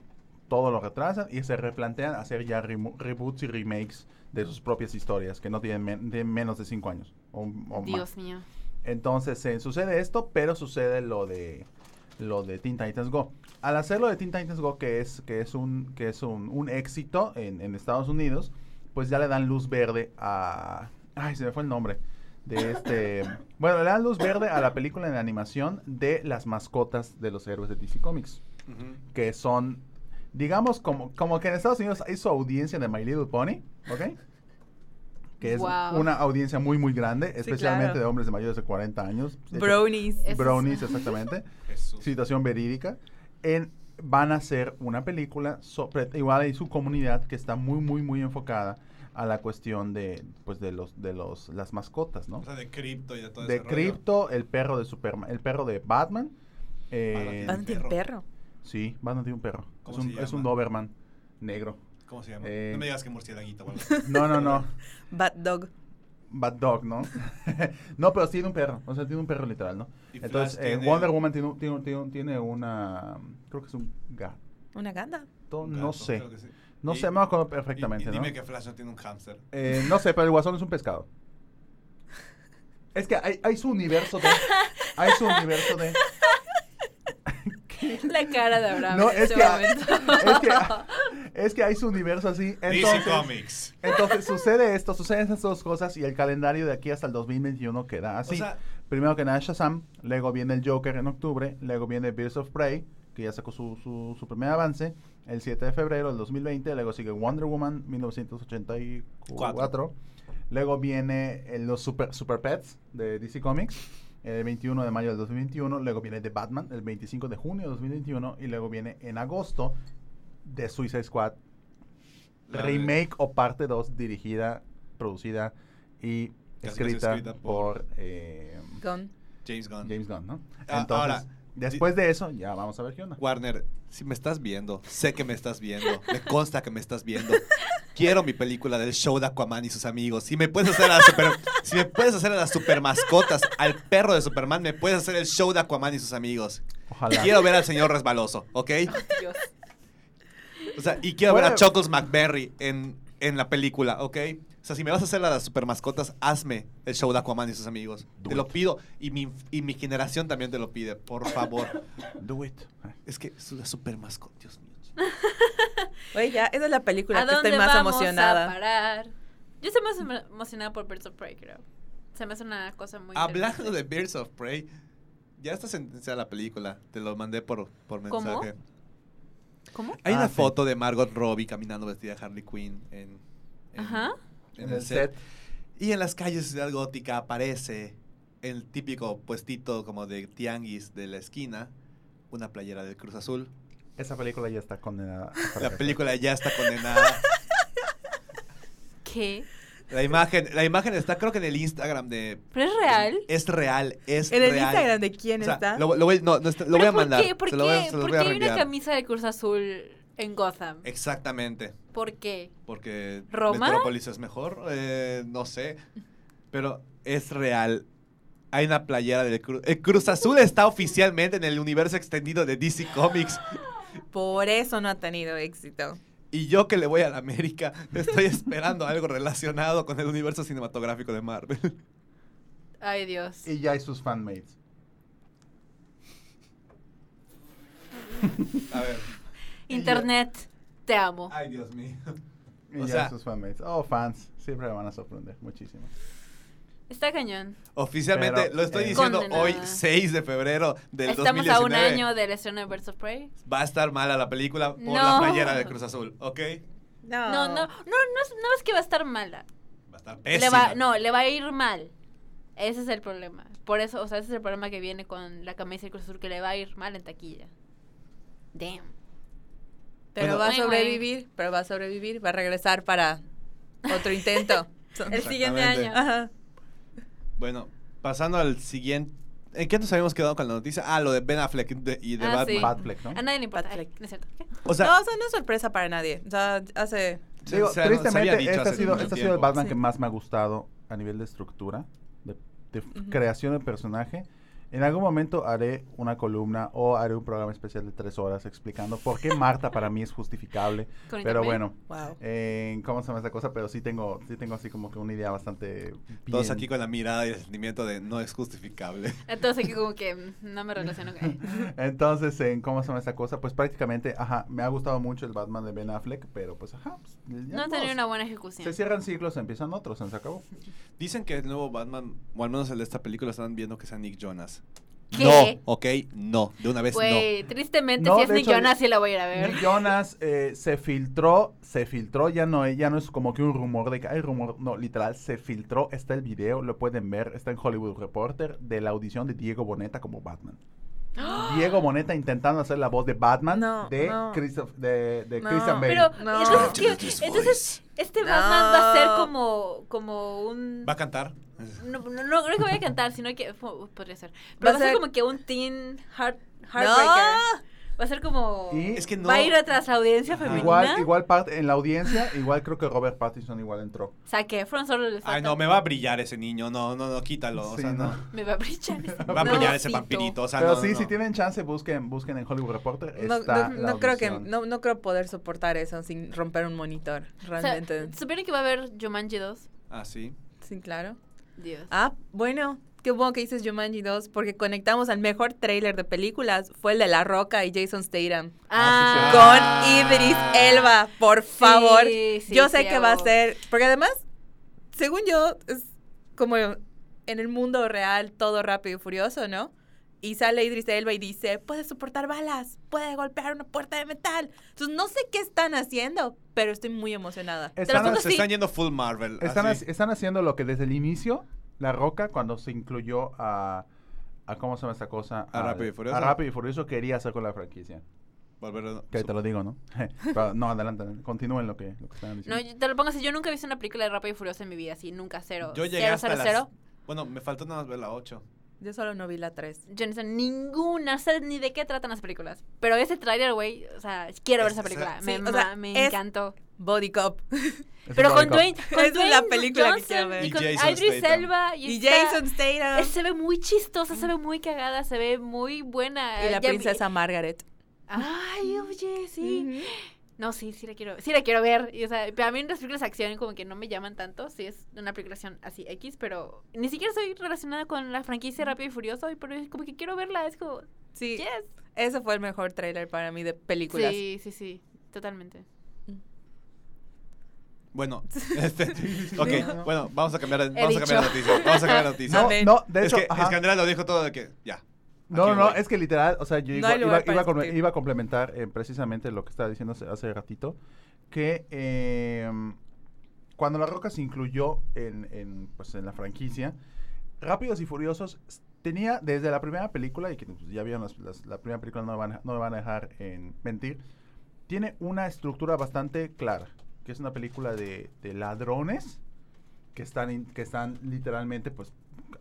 E: Todo lo retrasan y se replantean hacer ya remo- reboots y remakes de sus propias historias que no tienen men- de menos de 5 años. o- o más.
C: Dios mío.
E: Entonces eh, sucede esto, pero sucede lo de lo de Teen Titans Go. Al hacer lo de Teen Titans Go, que es, que es un, que es un, un éxito en, en Estados Unidos, pues ya le dan luz verde a. Ay, se me fue el nombre. De este. (laughs) bueno, le dan luz verde a la película en animación de las mascotas de los héroes de DC Comics.
B: (laughs) Ujú.
E: Que son. Digamos, como, como que en Estados Unidos hay su audiencia de My Little Pony, ¿ok? Que es
C: Wow.
E: una audiencia muy, muy grande, especialmente
D: claro.
E: de hombres de mayores de 40 años. De hecho,
D: Brownies.
C: Eso es-
E: Brownies, exactamente.
B: Jesús.
E: Situación verídica. En, van a hacer una película sobre. Igual hay su comunidad que está muy, muy, muy enfocada a la cuestión de, pues, de los, de los, las mascotas, ¿no?
B: O sea, de cripto y de todo
E: De
B: ese rollo.
E: Crypto, el perro de Superman, el perro de Batman. eh,
B: Batman.
D: Batman tiene
B: perro.
D: perro.
E: sí, Batman tiene un perro. Es
B: ¿Cómo
E: un,
B: se
E: es un
B: llama?
E: Doberman
B: (laughs)
E: negro.
B: ¿Cómo se llama?
E: Eh.
B: No me digas que murcielaguito, güey.
E: No, no, no.
D: Bat Dog.
E: Bad Dog, ¿no? (laughs) no, pero tiene un perro. O sea, tiene un perro literal, ¿no?
B: Y Flash
E: Entonces, eh,
B: tiene-
E: Wonder Woman tiene, un- tiene, un- tiene un- tiene una. Creo que es un gato.
D: Una ganda.
B: un
E: no
B: gato,
E: sé.
B: creo que sí.
E: No
B: Y-
E: sé, me acuerdo
B: y-
E: perfectamente,
B: y dime
E: ¿no?
B: que Flash no tiene un hámster.
E: Eh, no sé, pero el guasón es un pescado. Es que hay, hay su universo de. Hay su universo de.
C: La cara de Abraham.
E: No,
C: en
E: es
C: este
E: que,
C: momento.
E: es que. Es que hay su universo así.
B: DC
E: Entonces,
B: Comics.
E: entonces sucede esto, suceden esas dos cosas y el calendario de aquí hasta el 2021 queda así.
B: O sea,
E: Primero que nada Shazam, luego viene el Joker en octubre, luego viene Birds of Prey, que ya sacó su, su, su primer avance, el 7 de febrero del 2020, luego sigue Wonder Woman 1984,
B: Cuatro.
E: luego viene eh, los Super, Super Pets de DC Comics, el 21 de mayo del 2021, luego viene The Batman el 25 de junio del 2021 y luego viene en agosto de Suicide Squad,
B: la de-
E: remake o parte 2 dirigida, producida y...
B: Casi casi
E: Escrita,
B: escrita
E: por,
B: por-
E: eh,
D: Con.
B: James Gunn.
E: James Gunn, ¿no?
B: Ah,
E: Entonces,
B: ahora,
E: después de eso, ya vamos a ver qué onda.
B: Warner, si me estás viendo, sé que me estás viendo, me consta que me estás viendo. Quiero mi película del show de Aquaman y sus amigos. Si me puedes hacer a las super, si me puedes hacer a las super mascotas, al perro de Superman, me puedes hacer el show de Aquaman y sus amigos.
E: Ojalá.
B: Quiero ver al señor resbaloso, ¿ok?
C: Dios.
B: O sea, y quiero ver a
E: Bueno.
B: Chuckles McBerry en, en la película, ¿ok? O sea, si me vas a hacer a las super mascotas, hazme el show de Aquaman y sus amigos.
E: Do
B: te
E: it.
B: lo pido. Y mi, y mi generación también te lo pide, por favor.
E: Do it.
B: Es que es una super mascota, Dios mío.
D: Oye, ya, esa es la película
C: ¿A
D: que
C: dónde
D: estoy más
C: vamos a
D: emocionada.
C: parar? Yo estoy más emo- emocionada por Birds of Prey, creo. Se me hace una cosa muy
B: Hablando de
C: interesante.
B: Birds of Prey, ya está sentenciada la película. Te lo mandé por, por
C: ¿Cómo?
B: mensaje.
C: ¿Cómo?
B: Hay
E: Ah,
B: una
E: sí.
B: foto de Margot Robbie caminando vestida de Harley Quinn en, en-
C: Ajá.
B: en el set. Y en las calles de Ciudad Gótica aparece el típico puestito como de tianguis de la esquina, una playera del Cruz Azul.
E: Esa película ya está condenada.
B: La película ya está condenada.
C: ¿Qué? (laughs)
B: La imagen, la imagen está creo que en el Instagram de...
C: ¿Pero es real?
B: Es real, es
D: ¿En el
B: real.
D: Instagram de quién
B: O sea,
D: está?
B: Lo, lo voy, no, no está- lo voy
C: ¿Pero
B: a mandar.
C: ¿Por qué? ¿Por
B: se lo voy a-
C: qué?
B: se lo
C: ¿Por
B: voy
C: qué
B: a
C: hay una
B: reenviar. Eh.
C: camisa de Cruz Azul en Gotham?
B: Exactamente,
C: ¿Por qué?
B: porque
C: ¿Roma?
B: Metrópolis es mejor, eh, no sé, pero es real. Hay una playera del Cruz. El Cruz Azul está oficialmente en el universo extendido de DC Comics.
D: Por eso no ha tenido éxito.
B: Y yo que le voy a la América, estoy esperando algo relacionado con el universo cinematográfico de Marvel.
C: Ay, Dios.
B: Eh,
E: Y ya hay sus fanmates.
B: A ver.
C: Internet, te amo.
B: eh, Ay, Dios mío.
E: Y
B: O
E: ya
B: sea-
E: hay sus fanmates. Oh, fans. Siempre me van a sorprender muchísimo.
C: Está cañón.
B: Oficialmente
E: Pero,
B: lo estoy
E: eh,
B: diciendo
C: Condenada.
B: hoy, 6 de febrero del
C: Estamos
B: 2019.
C: a un año del estreno de Birds of Prey.
B: Va a estar mala la película por
C: No.
B: la playera de Cruz Azul, ¿ok?
F: No.
C: No, no, no, no, es, no es que va a estar mala.
B: Va a estar
C: Le
B: pésima.
C: va, no, le va a ir mal. Ese es el problema. Por eso, o sea, ese es el problema que viene con la camisa de Cruz Azul, que le va a ir mal en taquilla. Damn.
B: Bueno.
D: Pero va a
C: Ay, güey.
D: sobrevivir, pero va a sobrevivir, va a regresar para
C: (laughs)
D: otro intento. Son-
F: El siguiente
B: Exactamente.
F: año.
D: Ajá.
B: Bueno, pasando al siguiente. ¿En qué nos habíamos quedado con la noticia? Ah, lo de Ben Affleck de- y de
C: Ah, sí.
B: Batman.
E: Bad Fleck, ¿no?
C: A nadie le importa.
D: Patrick.
C: Ay, no es cierto. ¿Qué?
B: O sea,
D: no, o sea, no es sorpresa para nadie. O sea, hace...
B: se-
E: Digo,
B: se- se había
E: tristemente,
B: dicho
E: este, ha
B: hace
E: sido,
B: mucho
E: este ha sido el
B: tiempo.
E: Batman
D: Sí.
E: que más me ha gustado a nivel de estructura, de, de f-
D: Ujú.
E: creación de personaje. En algún momento haré una columna o haré un programa especial de tres horas explicando por qué Marta para mí
C: (laughs)
E: es justificable.
C: Con
E: Pero
C: internet.
E: bueno,
D: Wow.
E: eh, ¿cómo se llama esta cosa? Pero sí tengo, sí tengo así como que una idea bastante
B: Todos
E: bien.
B: aquí con la mirada y el sentimiento de no es justificable. (laughs)
C: Entonces aquí como que mm, no me relaciono con
E: (laughs) (laughs) Entonces, en ¿cómo se llama esta cosa? Pues prácticamente, ajá, me ha gustado mucho el Batman de Ben Affleck, pero pues ajá. pues, ya
C: No han
E: todos-
C: tenido una buena ejecución.
E: Se cierran ciclos, empiezan otros, se acabó.
B: Dicen que el nuevo Batman, o al menos el de esta película, están viendo que sea Nick Jonas.
C: ¿Qué? Pues,
B: No, ok, no. De una vez
C: Güey, tristemente,
E: pues No,
C: si es
E: de
C: Nick
E: hecho,
C: Jonas, sí la voy a ir a ver.
E: Nick Jonas eh, se filtró, se filtró, ya no, ya no es como que un rumor de que hay rumor, no, literal, se filtró, está el video, lo pueden ver, está en Hollywood Reporter, de la audición de Diego Boneta como Batman. Diego Boneta intentando hacer la voz de Batman
F: No,
E: de,
F: no.
E: Christoph- de, de
F: No.
E: Christian Bale.
C: Pero
D: No.
C: entonces,
B: no.
C: ¿qué? entonces este Batman va a ser como, como un...
B: Va a cantar.
C: No, no, no creo que vaya a cantar, sino que... fu- Podría ser.
D: Va
C: Pero
D: a
C: va a ser
D: ser-
C: como que un teen heart, heartbreaker.
D: No.
C: Va a ser como...
E: Y-
B: Es que no.
C: Va a ir atrás la audiencia
B: Ajá.
C: femenina.
E: Igual, igual part- en la audiencia, igual creo que Robert Pattinson igual entró.
C: Saque, Front solo le falta.
B: Ay, no, me va a brillar ese niño. No, no, no, quítalo. o
E: Sí,
B: sea, no.
C: Me va a brillar. ese-
B: Va a brillar ese
C: Diosito.
B: vampirito. O sea,
E: Pero
B: no,
E: sí,
B: no,
E: si
B: no.
E: tienen chance, busquen, busquen en Hollywood Reporter.
D: No,
E: Está
D: no-
E: la
D: no creo que,
E: audición.
D: no, no creo poder soportar eso sin romper un monitor,
C: O sea,
D: realmente.
C: ¿supieron que va a haber Jumanji 2?
B: Ah, sí.
D: sí, claro.
C: Dios.
D: Ah, bueno, qué bueno que dices Jumanji 2, porque conectamos al mejor tráiler de películas, fue el de La Roca y Jason Statham.
E: Ah,
D: Con
B: Ah.
D: Idris Elba, por favor.
C: Sí, sí,
D: yo sé
C: sí,
D: que
C: a
D: va a
C: huevo.
D: ser, porque además, según yo, es como en el mundo real todo rápido y furioso, ¿no? Y sale Idris Elba y dice, puede soportar balas, puede golpear una puerta de metal. Entonces, no sé qué están haciendo, pero estoy muy emocionada.
E: Están,
C: pongo
B: Se
C: así.
B: están yendo full Marvel.
E: están,
B: así.
E: ha- están haciendo lo que desde el inicio, La Roca, cuando se incluyó a. a ¿Cómo se llama esta cosa?
B: ¿A
E: Al-
B: Rápido y Furioso?
E: A Rápido y Furioso quería hacer con la franquicia.
B: Volver-
E: Que te lo digo, ¿no? (laughs) Pero, no, adelante, adelante, continúen lo que, lo que están
C: No,
E: diciendo.
C: yo te lo pongo así. Yo nunca he visto una película de Rápido y Furioso en mi vida, así, nunca, cero.
B: Yo llegué
C: cero,
B: hasta
C: cero,
B: las-
C: cero.
B: Bueno, me faltó nada más ver la 8.
D: Yo solo no vi la 3.
C: Yo no sé ninguna, no sé ni de qué tratan las películas. Pero ese tráiler, güey, o sea, quiero ver
B: Es-
C: esa película.
B: esa-
C: me
D: Sí,
C: ma-
D: o sea,
C: me
D: es-
C: encantó.
D: Body Cop.
C: Pero con Dwayne, con
D: (laughs) Esa es
C: Dwayne
D: la película que
C: Johnson
D: quiero ver.
C: y
B: Y
C: con
B: Jason
C: Idris
B: Statham.
C: Elba y,
D: Y,
C: está-
D: Jason Statham.
C: eh, se ve muy chistosa, se ve muy cagada, se ve muy buena.
D: Y la
C: Ya vi-
D: princesa Margaret.
C: Ay, oye, sí. No, sí, sí la quiero, sí la quiero ver. Y, o sea, pero a mí las películas de acción como que no me llaman tanto, sí es una película de acción así X, pero ni siquiera soy relacionada con la franquicia Rápido y Furioso, y pero es como que quiero verla, es como,
D: Sí,
C: yes.
D: ese fue el mejor tráiler para mí de películas.
C: Sí, sí, sí, totalmente.
B: Bueno, este, ok, bueno, vamos a cambiar, de-
C: He
B: vamos a cambiar de noticia. Vamos a cambiar de noticia.
E: No,
D: Amén.
E: no, de
B: es,
E: hecho,
B: que,
E: ajá.
B: es que Andrea lo dijo todo de que, ya.
E: No,
B: Aquí
E: no,
B: voy.
E: es que literal, o sea, yo
D: No
E: iba,
D: hay lugar
E: iba-
D: para
E: iba a com-
D: discutir.
E: iba a complementar eh, precisamente lo que estaba diciendo hace, hace ratito, que em, cuando La Roca se incluyó en, en, pues, en la franquicia, Rápidos y Furiosos s- tenía desde la primera película, y que pues, ya vieron las- las- la primera película, no me, van, no me van a dejar en mentir, tiene una estructura bastante clara, que es una película de, de ladrones que están, in- que están literalmente pues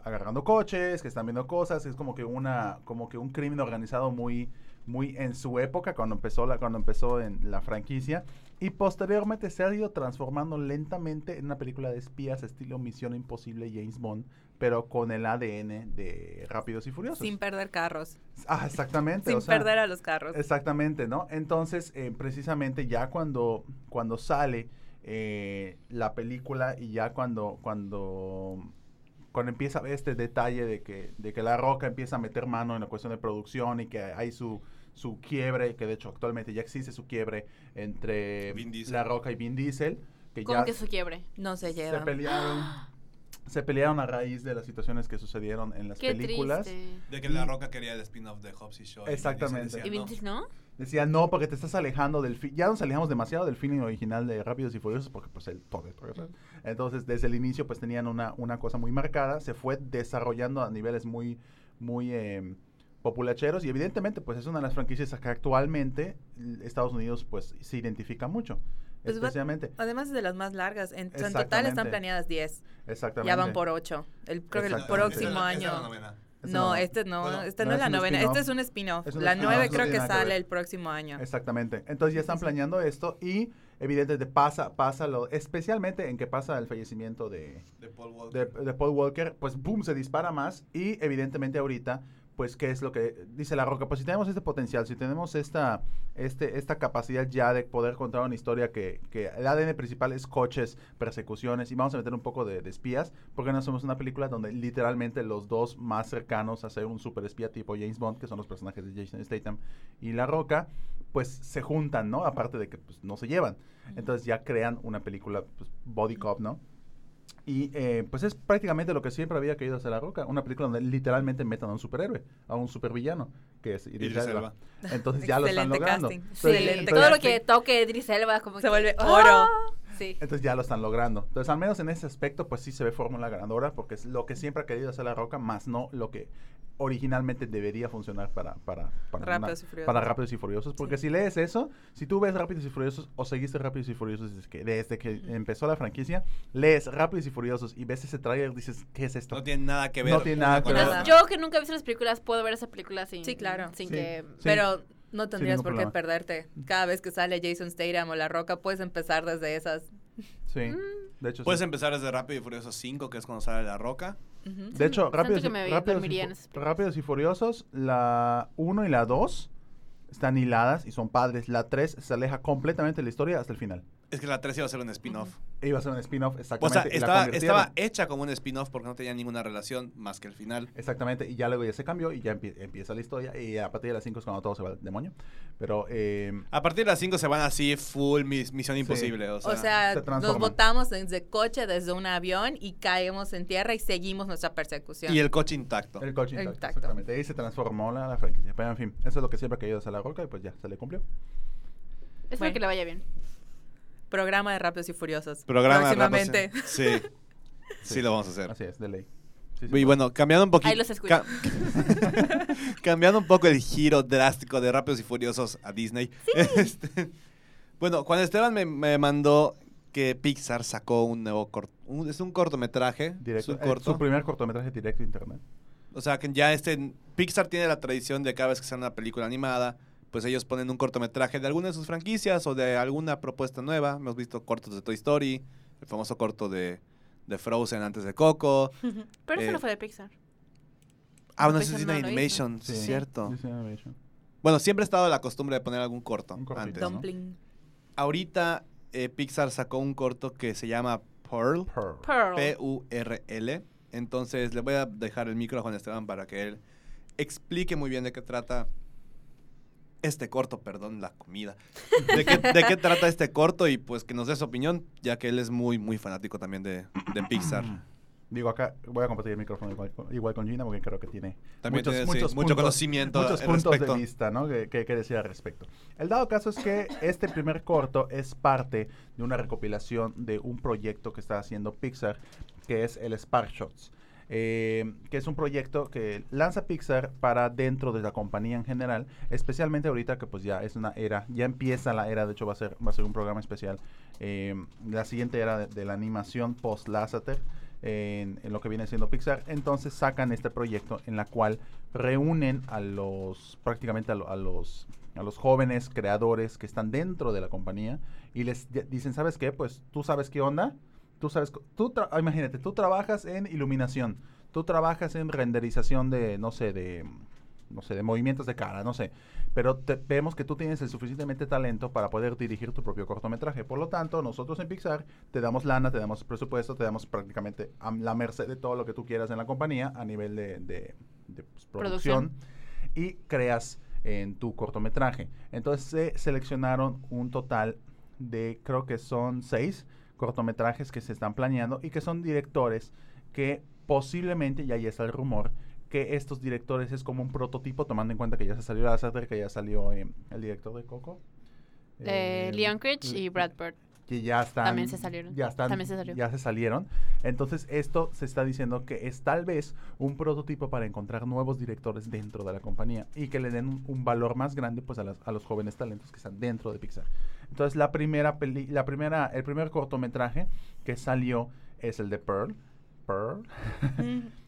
E: agarrando coches, que están viendo cosas, es como que una como que un crimen organizado muy muy en su época cuando empezó la cuando empezó en la franquicia y posteriormente se ha ido transformando lentamente en una película de espías estilo Misión Imposible James Bond, pero con el ADN de Rápidos y Furiosos.
D: Sin perder carros.
E: ah, exactamente,
D: Sin
E: o sea,
D: perder a los carros.
E: Exactamente, ¿no? Entonces, eh, precisamente ya cuando, cuando sale eh, la película y ya cuando, cuando, cuando empieza a ver este detalle de que, de que La Roca empieza a meter mano en la cuestión de producción y que hay su, su quiebre, que de hecho actualmente ya existe su quiebre entre
B: Vin Diesel.
E: La Roca y Vin Diesel, que
C: Como
E: ya
C: que su quiebre.
D: No se
E: se
D: llevan.
E: pelearon. Se pelearon a raíz de las situaciones que sucedieron en las
C: Qué
E: películas.
C: triste.
G: De que La Roca quería el spin-off de Hobbs y Shaw. y
E: Exactamente.
G: Vin Diesel
C: ¿Y
G: decía,
C: Vintage no?
E: Decía, no, porque te estás alejando del... fi- Ya nos alejamos demasiado del feeling original de Rápidos y Furiosos porque pues el todo. todo, todo. Entonces, desde el inicio pues tenían una, una cosa muy marcada. Se fue desarrollando a niveles muy, muy eh, populacheros y evidentemente pues es una de las franquicias que actualmente l- Estados Unidos pues se identifica mucho.
D: Pues, va-
E: especialmente.
D: Además es de las más largas. En, en total están
E: Exactamente.
D: planeadas 10.
E: Exactamente.
D: Ya van por 8. El, creo que el
G: "Esa-
D: próximo
G: esa- esa
D: año.
G: es la novena".
E: Es
D: no,
E: una-
D: este no,
G: Bueno,
D: este no,
E: no,
D: es
E: es
D: la
E: un
D: novena,
E: spin-off.
D: este es un spin-off.
E: Es un
D: la
E: spin-off,
D: 9
E: no
D: creo
E: tiene
D: que
E: nada que
D: sale
E: ver.
D: el próximo año.
E: Exactamente. Entonces ya están planeando esto y evidentemente pasa, pasa lo... Especialmente en que pasa el fallecimiento de...
G: De Paul
E: de,
G: Walker.
E: de Paul Walker, pues boom, se dispara más y evidentemente ahorita, pues qué es lo que dice La Roca, pues si tenemos este potencial, si tenemos esta, este, esta capacidad ya de poder contar una historia que, que el ADN principal es coches, persecuciones y vamos a meter un poco de, de espías, porque no hacemos una película donde literalmente los dos más cercanos a ser un super espía tipo James Bond, que son los personajes de Jason Statham y La Roca, pues se juntan, ¿no? Aparte de que pues, no se llevan. Entonces ya crean una película, pues, Body Cop, ¿no? Y eh, pues es prácticamente lo que siempre había querido hacer La Roca, una película donde literalmente metan a un superhéroe, a un supervillano, que es Idris
B: Idris
E: Elba.
B: elba.
E: Entonces ya lo están
D: Excelente
E: logrando.
D: casting.
C: Sí,
E: Entonces-
D: Excelente
E: entonces-
C: todo lo que toque Idris Elba como
D: Se
C: que-
D: vuelve
C: ¡Ah!
D: oro.
C: Sí.
E: Entonces ya lo están logrando. Entonces, al menos en ese aspecto, pues sí se ve fórmula ganadora, porque es lo que siempre ha querido hacer La Roca, más no lo que originalmente debería funcionar para, para, para, una-
D: Rápidos y Furiosos.
E: para Rápidos y Furiosos. Porque
D: Sí.
E: si lees eso, si tú ves Rápidos y Furiosos o seguiste Rápidos y Furiosos desde que, desde que empezó la franquicia, lees Rápidos y Furiosos y ves ese tráiler, dices, ¿qué es esto?
B: No tiene nada que ver.
E: No tiene nada
B: una con
E: que
B: la
E: ver.
B: otra.
D: Nada.
C: Yo que nunca he visto las películas, puedo ver esa película sin,
D: Sí, claro.
C: sin
E: Sí.
C: que...
E: Sí.
D: Pero no tendrías
E: ningún
D: por qué
E: problema.
D: perderte. Cada vez que sale Jason Statham o La Roca, puedes empezar desde esas.
E: Sí.
C: Mm.
E: De hecho,
B: Puedes
E: sí.
B: empezar desde Rápido y Furioso 5, que es cuando sale La Roca.
D: Ujú.
E: De hecho,
C: Siento
E: Rápidos,
C: que
E: y-
C: me
E: Rápidos y,
C: dormiría en
E: Fu-
C: esas películas.
E: Rápidos y Furiosos, la 1 y la 2 están hiladas y son padres. La 3 se aleja completamente de la historia hasta el final.
B: Es que la 3 iba a ser un spin-off.
E: Iba a ser un spin-off,
B: O
E: exactamente.
B: sea,
E: y la
B: estaba,
E: convirtieron.
B: estaba hecha como un spin-off porque no tenía ninguna relación más que el final.
E: Exactamente, y ya luego ya se cambió y ya empie- empieza la historia. Y a partir de las 5 es cuando todo se va al demonio. Pero eh,
B: A partir de las 5 se van así, full mis- Misión Imposible. O sea,
D: O sea,
E: se
D: nos
E: transforman.
D: botamos desde coche, desde un avión y caemos en tierra y seguimos nuestra persecución.
B: y el coche intacto.
E: el coche intacto,
D: Intacto.
E: Exactamente, ahí se transformó la, la franquicia. Pero en fin, eso es lo que siempre ha querido hacer la roca y pues ya se le cumplió.
C: Espero
D: Bueno.
C: que le vaya (laughs) bien.
D: Programa de Rápidos y Furiosos.
B: Programa de rapas-
D: Próximamente.
B: Sí.
E: (laughs)
B: Sí, lo vamos a hacer.
E: Así es, de ley. Sí, sí,
B: Y bueno, cambiando un poquito.
C: Ahí los escucho.
B: (laughs) cambiando un poco el giro drástico de Rápidos y Furiosos a Disney. (laughs) Este, bueno, Juan Esteban me, me mandó que Pixar sacó un nuevo cort- un- es un cortometraje.
E: Directo,
B: es un
E: eh,
B: corto.
E: su primer cortometraje directo a internet.
B: O sea, que ya este. Pixar tiene la tradición de cada vez que sale una película animada, pues ellos ponen un cortometraje de alguna de sus franquicias o de alguna propuesta nueva. Hemos visto cortos de Toy Story, el famoso corto de, de Frozen antes de Coco.
C: Pero eso
B: Eh,
C: no fue de Pixar.
B: Ah, no,
C: Pixar
B: eso es
C: no
B: Disney
C: lo hizo.
B: Animation, sí, es cierto.
E: Disney Animation.
B: Bueno, siempre he estado la costumbre de poner algún corto
E: Un cortito.
B: antes. ¿no?
D: Dumpling.
B: Ahorita eh, Pixar sacó un corto que se llama Pearl,
E: Pearl.
C: Pearl.
B: P-U-R-L. Entonces le voy a dejar el micro a Juan Esteban para que él explique muy bien de qué trata este corto, perdón, la comida. De qué, de qué trata este corto y pues que nos dé su opinión, ya que él es muy, muy fanático también de, de Pixar.
E: Digo, acá voy a compartir el micrófono igual, con- igual con Gina porque creo que tiene
B: También tiene, sí, mucho conocimiento
E: muchos
B: al
E: puntos
B: respecto.
E: de vista ¿no? que, que, que decir al respecto. El dado caso es que este primer corto es parte de una recopilación de un proyecto que está haciendo Pixar que es el Spark Shots. eh, que es un proyecto que lanza Pixar para dentro de la compañía en general, especialmente ahorita que pues ya es una era, ya empieza la era, de hecho va a ser, va a ser un programa especial, eh, la siguiente era de, de la animación post-Lasseter, en, en lo que viene siendo Pixar. Entonces sacan este proyecto en la cual reúnen a los, prácticamente a, lo- a los, a los jóvenes creadores que están dentro de la compañía y les di- dicen, ¿sabes qué? Pues tú sabes qué onda. Tú sabes, co- tú tra- ah, imagínate, tú trabajas en iluminación, tú trabajas en renderización de, no sé, de, no sé, de movimientos de cara, no sé. Pero te- vemos que tú tienes el suficientemente talento para poder dirigir tu propio cortometraje. Por lo tanto, nosotros en Pixar te damos lana, te damos presupuesto, te damos prácticamente a la merced de todo lo que tú quieras en la compañía a nivel de, de- de, pues, producción.
C: Producción.
E: Y creas en tu cortometraje. Entonces se seleccionaron un total de, creo que son seis cortometrajes que se están planeando y que son directores que posiblemente, y ahí está el rumor, que estos directores es como un prototipo, tomando en cuenta que ya se salió Lasseter, que ya salió eh, el director de Coco.
C: Eh,
E: eh,
C: Leon Critch y Brad Bird.
E: que ya están
C: También se salieron.
E: ya están
C: También se salió.
E: ya se salieron entonces esto se está diciendo que es tal vez un prototipo para encontrar nuevos directores dentro de la compañía y que le den un, un valor más grande pues a, las- a los jóvenes talentos que están dentro de Pixar entonces la primera peli- la primera el primer cortometraje que salió es el de Pearl Pearl
C: Mm.
E: (laughs)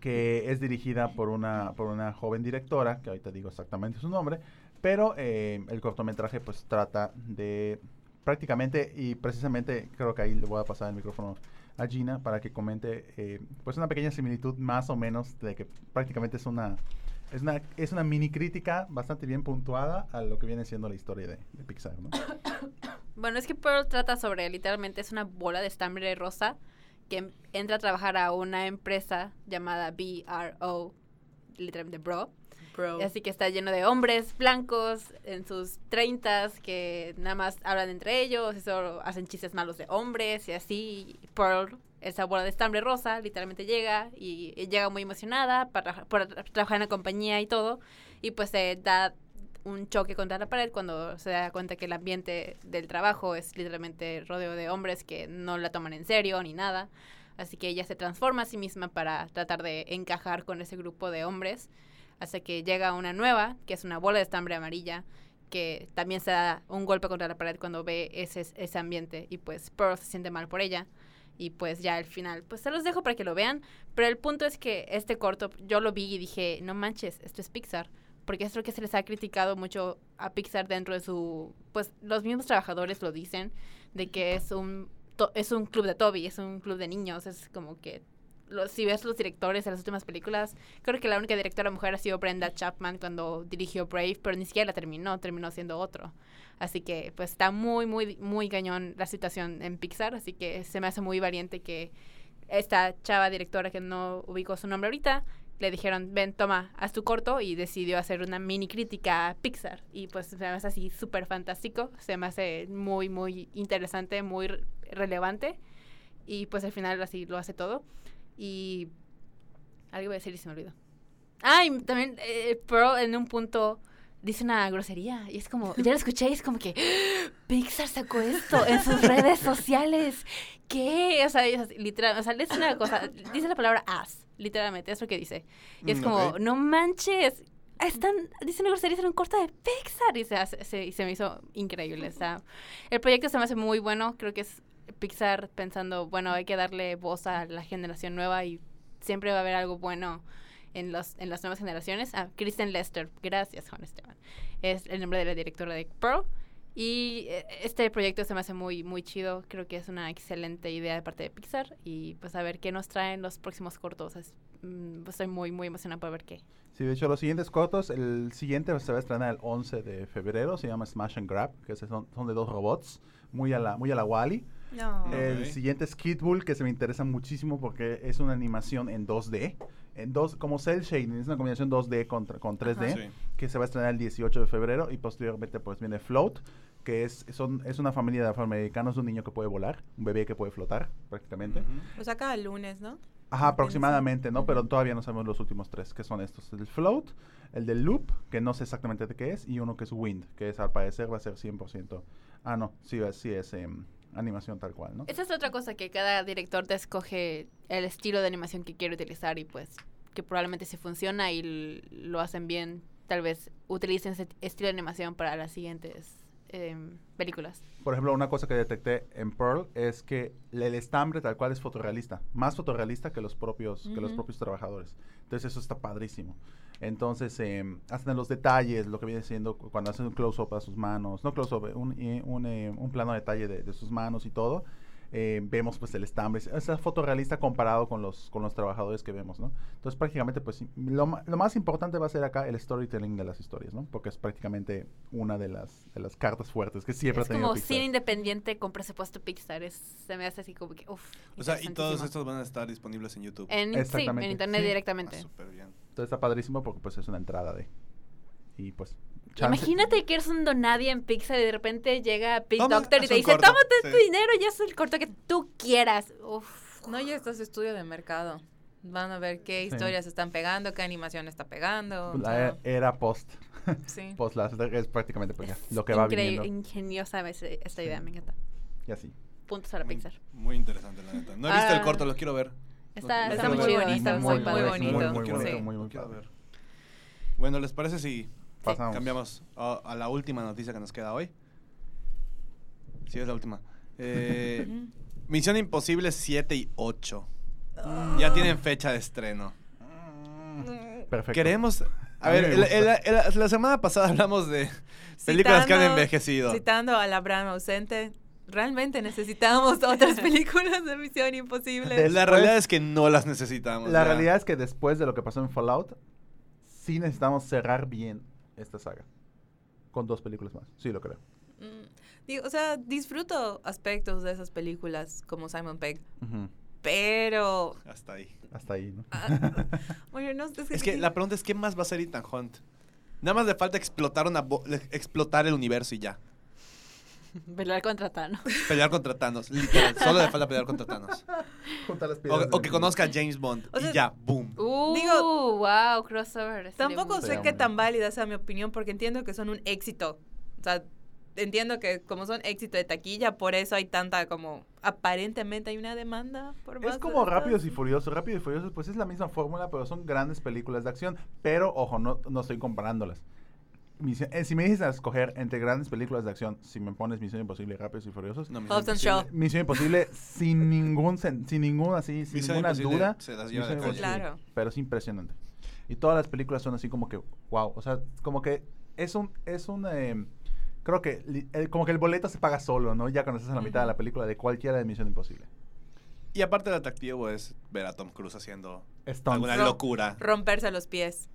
E: que es dirigida por una, por una joven directora, que ahorita digo exactamente su nombre, pero eh, el cortometraje pues trata de prácticamente y precisamente creo que ahí le voy a pasar el micrófono a Gina para que comente eh, pues una pequeña similitud más o menos de que prácticamente es una es una, es una mini crítica bastante bien puntuada a lo que viene siendo la historia de, de Pixar, ¿no?
C: Bueno, es que Pearl trata sobre, literalmente, es una bola de estambre rosa que em- entra a trabajar a una empresa llamada BRO, literalmente Bro.
D: Bro.
C: Así que está lleno de hombres blancos en sus treintas que nada más hablan entre ellos y solo hacen chistes malos de hombres y así. Pearl, esa bola de estambre rosa, literalmente llega y, y llega muy emocionada para, para tra- trabajar en la compañía y todo. Y pues se da un choque contra la pared cuando se da cuenta que el ambiente del trabajo es literalmente rodeo de hombres que no la toman en serio ni nada. Así que ella se transforma a sí misma para tratar de encajar con ese grupo de hombres hasta que llega una nueva, que es una bola de estambre amarilla, que también se da un golpe contra la pared cuando ve ese, ese ambiente y pues Pearl se siente mal por ella. Y pues ya al final, pues se los dejo para que lo vean, pero el punto es que este corto yo lo vi y dije, no manches, esto es Pixar, porque es lo que se les ha criticado mucho a Pixar dentro de su, pues los mismos trabajadores lo dicen, de que es un, to- es un club de Toby, es un club de niños, es como que los- si ves los directores de las últimas películas, creo que la única directora mujer ha sido Brenda Chapman cuando dirigió Brave, pero ni siquiera la terminó, terminó siendo otro. Así que pues está muy, muy, muy cañón la situación en Pixar, así que se me hace muy valiente que esta chava directora que no ubicó su nombre ahorita, le dijeron, ven, toma, haz tu corto y decidió hacer una mini crítica a Pixar. Y pues se me hace así súper fantástico, se me hace muy, muy interesante, muy re- relevante. Y pues al final así lo hace todo. Y algo iba a decir y se me olvidó. Ah, y también eh, Pearl en un punto dice una grosería. Y es como, ya lo escuché y es como que ¡Ah! Pixar sacó esto en sus redes sociales. ¿Qué? O sea, es así, literal, o sea, es una cosa, dice la palabra ass, literalmente, es lo que dice. Y es
B: Mm,
C: como,
B: ok.
C: no manches, están diciendo groserías en un corto de Pixar. Y se, hace- se- y se me hizo increíble. O sea, el proyecto se me hace muy bueno. Creo que es Pixar pensando, bueno, hay que darle voz a la generación nueva y siempre va a haber algo bueno en, los, en las nuevas generaciones. Ah, Kristen Lester, gracias Juan Esteban, es el nombre de la directora de Pearl. Y eh, este proyecto se me hace muy, muy chido. Creo que es una excelente idea de parte de Pixar. Y pues a ver qué nos traen los próximos cortos. Es- mm, estoy muy, muy emocionada por ver qué.
E: Sí, de hecho, los siguientes cortos, el siguiente se va a estrenar el 11 de febrero, se llama Smash and Grab, que se- son, son de dos robots, muy a la, muy a la Wally.
D: No.
G: Eh,
E: El
G: Ok.
E: siguiente es Kid Bull, que se me interesa muchísimo porque es una animación en 2D, en dos, como cel shading, es una combinación 2D contra, con 3D,
G: Sí.
E: que se va a estrenar el 18 de febrero y posteriormente pues viene Float, que es, son, es una familia de afroamericanos, un niño que puede volar, un bebé que puede flotar prácticamente.
G: Ujú.
F: Lo saca el lunes, ¿no?
E: Ajá, aproximadamente, ¿no? Pero todavía no sabemos los últimos tres, que son estos. El float, el del loop, que no sé exactamente de qué es, y uno que es wind, que es al parecer va a ser 100%. Ah, no, sí, es- sí es em, animación tal cual, ¿no?
C: Esa es otra cosa que cada director te escoge el estilo de animación que quiere utilizar y pues que probablemente si funciona y l- lo hacen bien, tal vez utilicen ese estilo de animación para las siguientes eh, películas.
E: Por ejemplo, una cosa que detecté en Pearl es que el el estambre tal cual es fotorrealista, más fotorrealista que los propios, que los
C: Ujú.
E: propios trabajadores. Entonces eso está padrísimo. Entonces, em, hasta en los detalles, lo que viene siendo cu- cuando hacen un close-up a sus manos, no close-up, un, eh, un, eh, un plano de detalle de, de sus manos y todo, eh, vemos pues el estambre. Es- Es fotorrealista comparado con los, con los trabajadores que vemos, ¿no? Entonces prácticamente pues sí, lo, ma- lo más importante va a ser acá el storytelling de las historias, ¿no? Porque es prácticamente una de las, de las cartas fuertes que siempre
C: es
E: ha tenido
C: como
E: Pixar.
C: cine independiente con presupuesto Pixar. es- se me hace así como que, uff.
B: O sea, y todos estos van a estar disponibles en YouTube.
C: En, sí, en
E: Exactamente.
C: internet
E: Sí.
B: Ah,
C: directamente.
B: súper bien.
E: Entonces está padrísimo porque pues es una entrada de... Y pues... chance-
C: Imagínate que eres un donadie en Pixar y de repente llega Pig
B: Toma,
C: Doctor y
B: haz
C: te
B: un
C: dice,
B: corto.
C: tómate
B: Sí.
C: tu dinero y haz el corto que tú quieras. Uf.
D: No, ya estás estudio de mercado. Van a ver qué
E: Sí.
D: historias están pegando, qué animación está pegando. o
E: La
D: sea,
E: e- era post.
D: sí.
E: Post las es prácticamente pues, ya, lo que va
C: Increíble-
E: viniendo.
C: Ingeniosa ese- esta idea, me encanta.
E: Y así.
C: Puntos a la
B: Muy-
C: Pixar.
B: Muy interesante, la neta. No he visto el
C: Ah.
B: corto, lo quiero ver.
C: Está,
B: Lo
C: está
B: quiero
C: muy
B: ver.
C: chido,
D: bonito,
C: está
D: muy
C: muy padre.
D: bonito.
B: Lo quiero
E: Muy
B: ver,
D: bonito,
B: lo
E: muy, muy
B: quiero
E: padre.
B: ver. Bueno, ¿les parece si
E: Pasamos.
B: cambiamos a, a la última noticia que nos queda hoy? Sí, es la última.
C: (laughs)
B: Eh, Misión Imposible 7 y 8.
C: Ah.
B: Ya tienen fecha de estreno.
E: Perfecto.
B: Queremos. A
E: A mí
B: ver,
E: me
B: el-
E: gusta.
B: el- el- la semana pasada hablamos de películas que han
D: Citando-
B: envejecido.
D: Citando a la Bran ausente, realmente necesitamos otras películas de Misión Imposible.
E: De-
B: La
E: Después-
B: realidad es que no las necesitamos.
E: La
B: ya.
E: realidad es que después de lo que pasó en Fallout, sí necesitamos cerrar bien esta saga. Con dos películas más. Sí, lo creo.
D: Mm, digo, o sea, disfruto aspectos de esas películas como Simon Pegg,
E: Ujú.
D: pero...
B: Hasta ahí.
E: Hasta ahí, ¿no?
D: ah, bueno, no sé,
B: Es que la pregunta es: ¿qué más va a ser Ethan Hunt? Nada más le falta explotar, una bo- le- explotar el universo y ya. (laughs)
C: Velar contra Thanos.
B: Pelear contra Thanos, literal. Solo le falta pelear contra Thanos.
E: (laughs) Juntar las piedras
B: O,
E: del-
B: o que conozca a James Bond
D: O sea,
B: y ya, boom.
C: Uh,
D: Digo-
C: wow, crossover. estaría muy
D: Tampoco sé
E: Sí,
D: qué
E: hombre.
D: tan válida sea mi opinión porque entiendo que son un éxito. O sea, entiendo que como son éxito de taquilla, por eso hay tanta como aparentemente hay una demanda por más
E: Es
D: de
E: como
D: estas.
E: Rápidos y Furiosos. Rápidos y Furiosos, pues es la misma fórmula, pero son grandes películas de acción. Pero, ojo, no, no estoy comparándolas. Misión- eh, si me dices a escoger entre grandes películas de acción, si me pones Misión Imposible y Rápidos y Furiosos,
B: No, Misión
D: Hobbs and Shaw.
B: Imposible-
E: Misión Imposible sin ningún, sen- sin ningún así, sin
B: Misión
E: ninguna
B: Imposible
E: duda.
B: se las lleva de
E: Misión
B: calle.
E: Imposible,
D: Claro.
E: Pero es impresionante. Y todas las películas son así como que, wow, o sea, como que es un, es un, eh, creo que, li- el- como que el boleto se paga solo, ¿no? Ya cuando estás a la mitad de la película de cualquiera de Misión Imposible.
B: Y aparte, el atractivo es ver a Tom Cruise haciendo
E: Stunts,
B: alguna
D: Ro-
B: locura
D: Romperse los pies.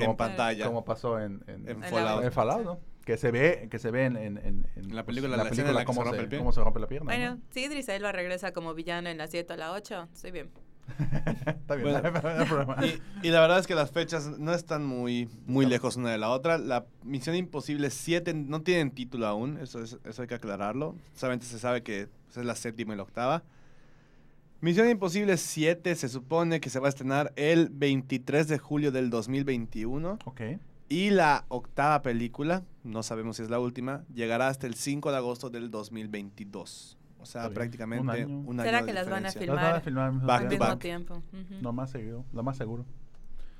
B: en
E: como,
B: pantalla.
E: como pasó en, en,
B: En
E: en
B: Fallout.
E: Fallout, ¿no? Que se ve, que se ve en, en- en- en,
B: la
E: pues,
B: película, la escena en la que se
E: cómo,
B: rompe el pie.
E: cómo se rompe la pierna.
D: Bueno, si Idris Elba regresa como villano en la 7 o la 8, estoy bien.
E: ¿no? (laughs) Está bien,
B: Bueno.
E: (laughs) no hay problema.
B: Y, y la verdad es que las fechas no están muy, muy lejos una de la otra. La Misión Imposible 7 no tienen título aún, eso, es- eso hay que aclararlo. Solamente se sabe que pues, es la séptima y la octava. Misión Imposible 7 se supone que se va a estrenar el 23 de julio del 2021.
E: Ok.
B: Y la octava película, no sabemos si es la última, llegará hasta el 5 de agosto del 2022. O sea,
E: Está bien.
B: prácticamente
E: Un
B: un
E: año.
B: año.
D: ¿Será
B: de
D: que las van a
B: diferencia.
D: Filmar.
E: Las van a filmar al mismo
B: Back
D: Al
B: to
E: tiempo.
D: mismo
B: back.
D: tiempo. ujú.
E: Lo más seguro, lo más seguro.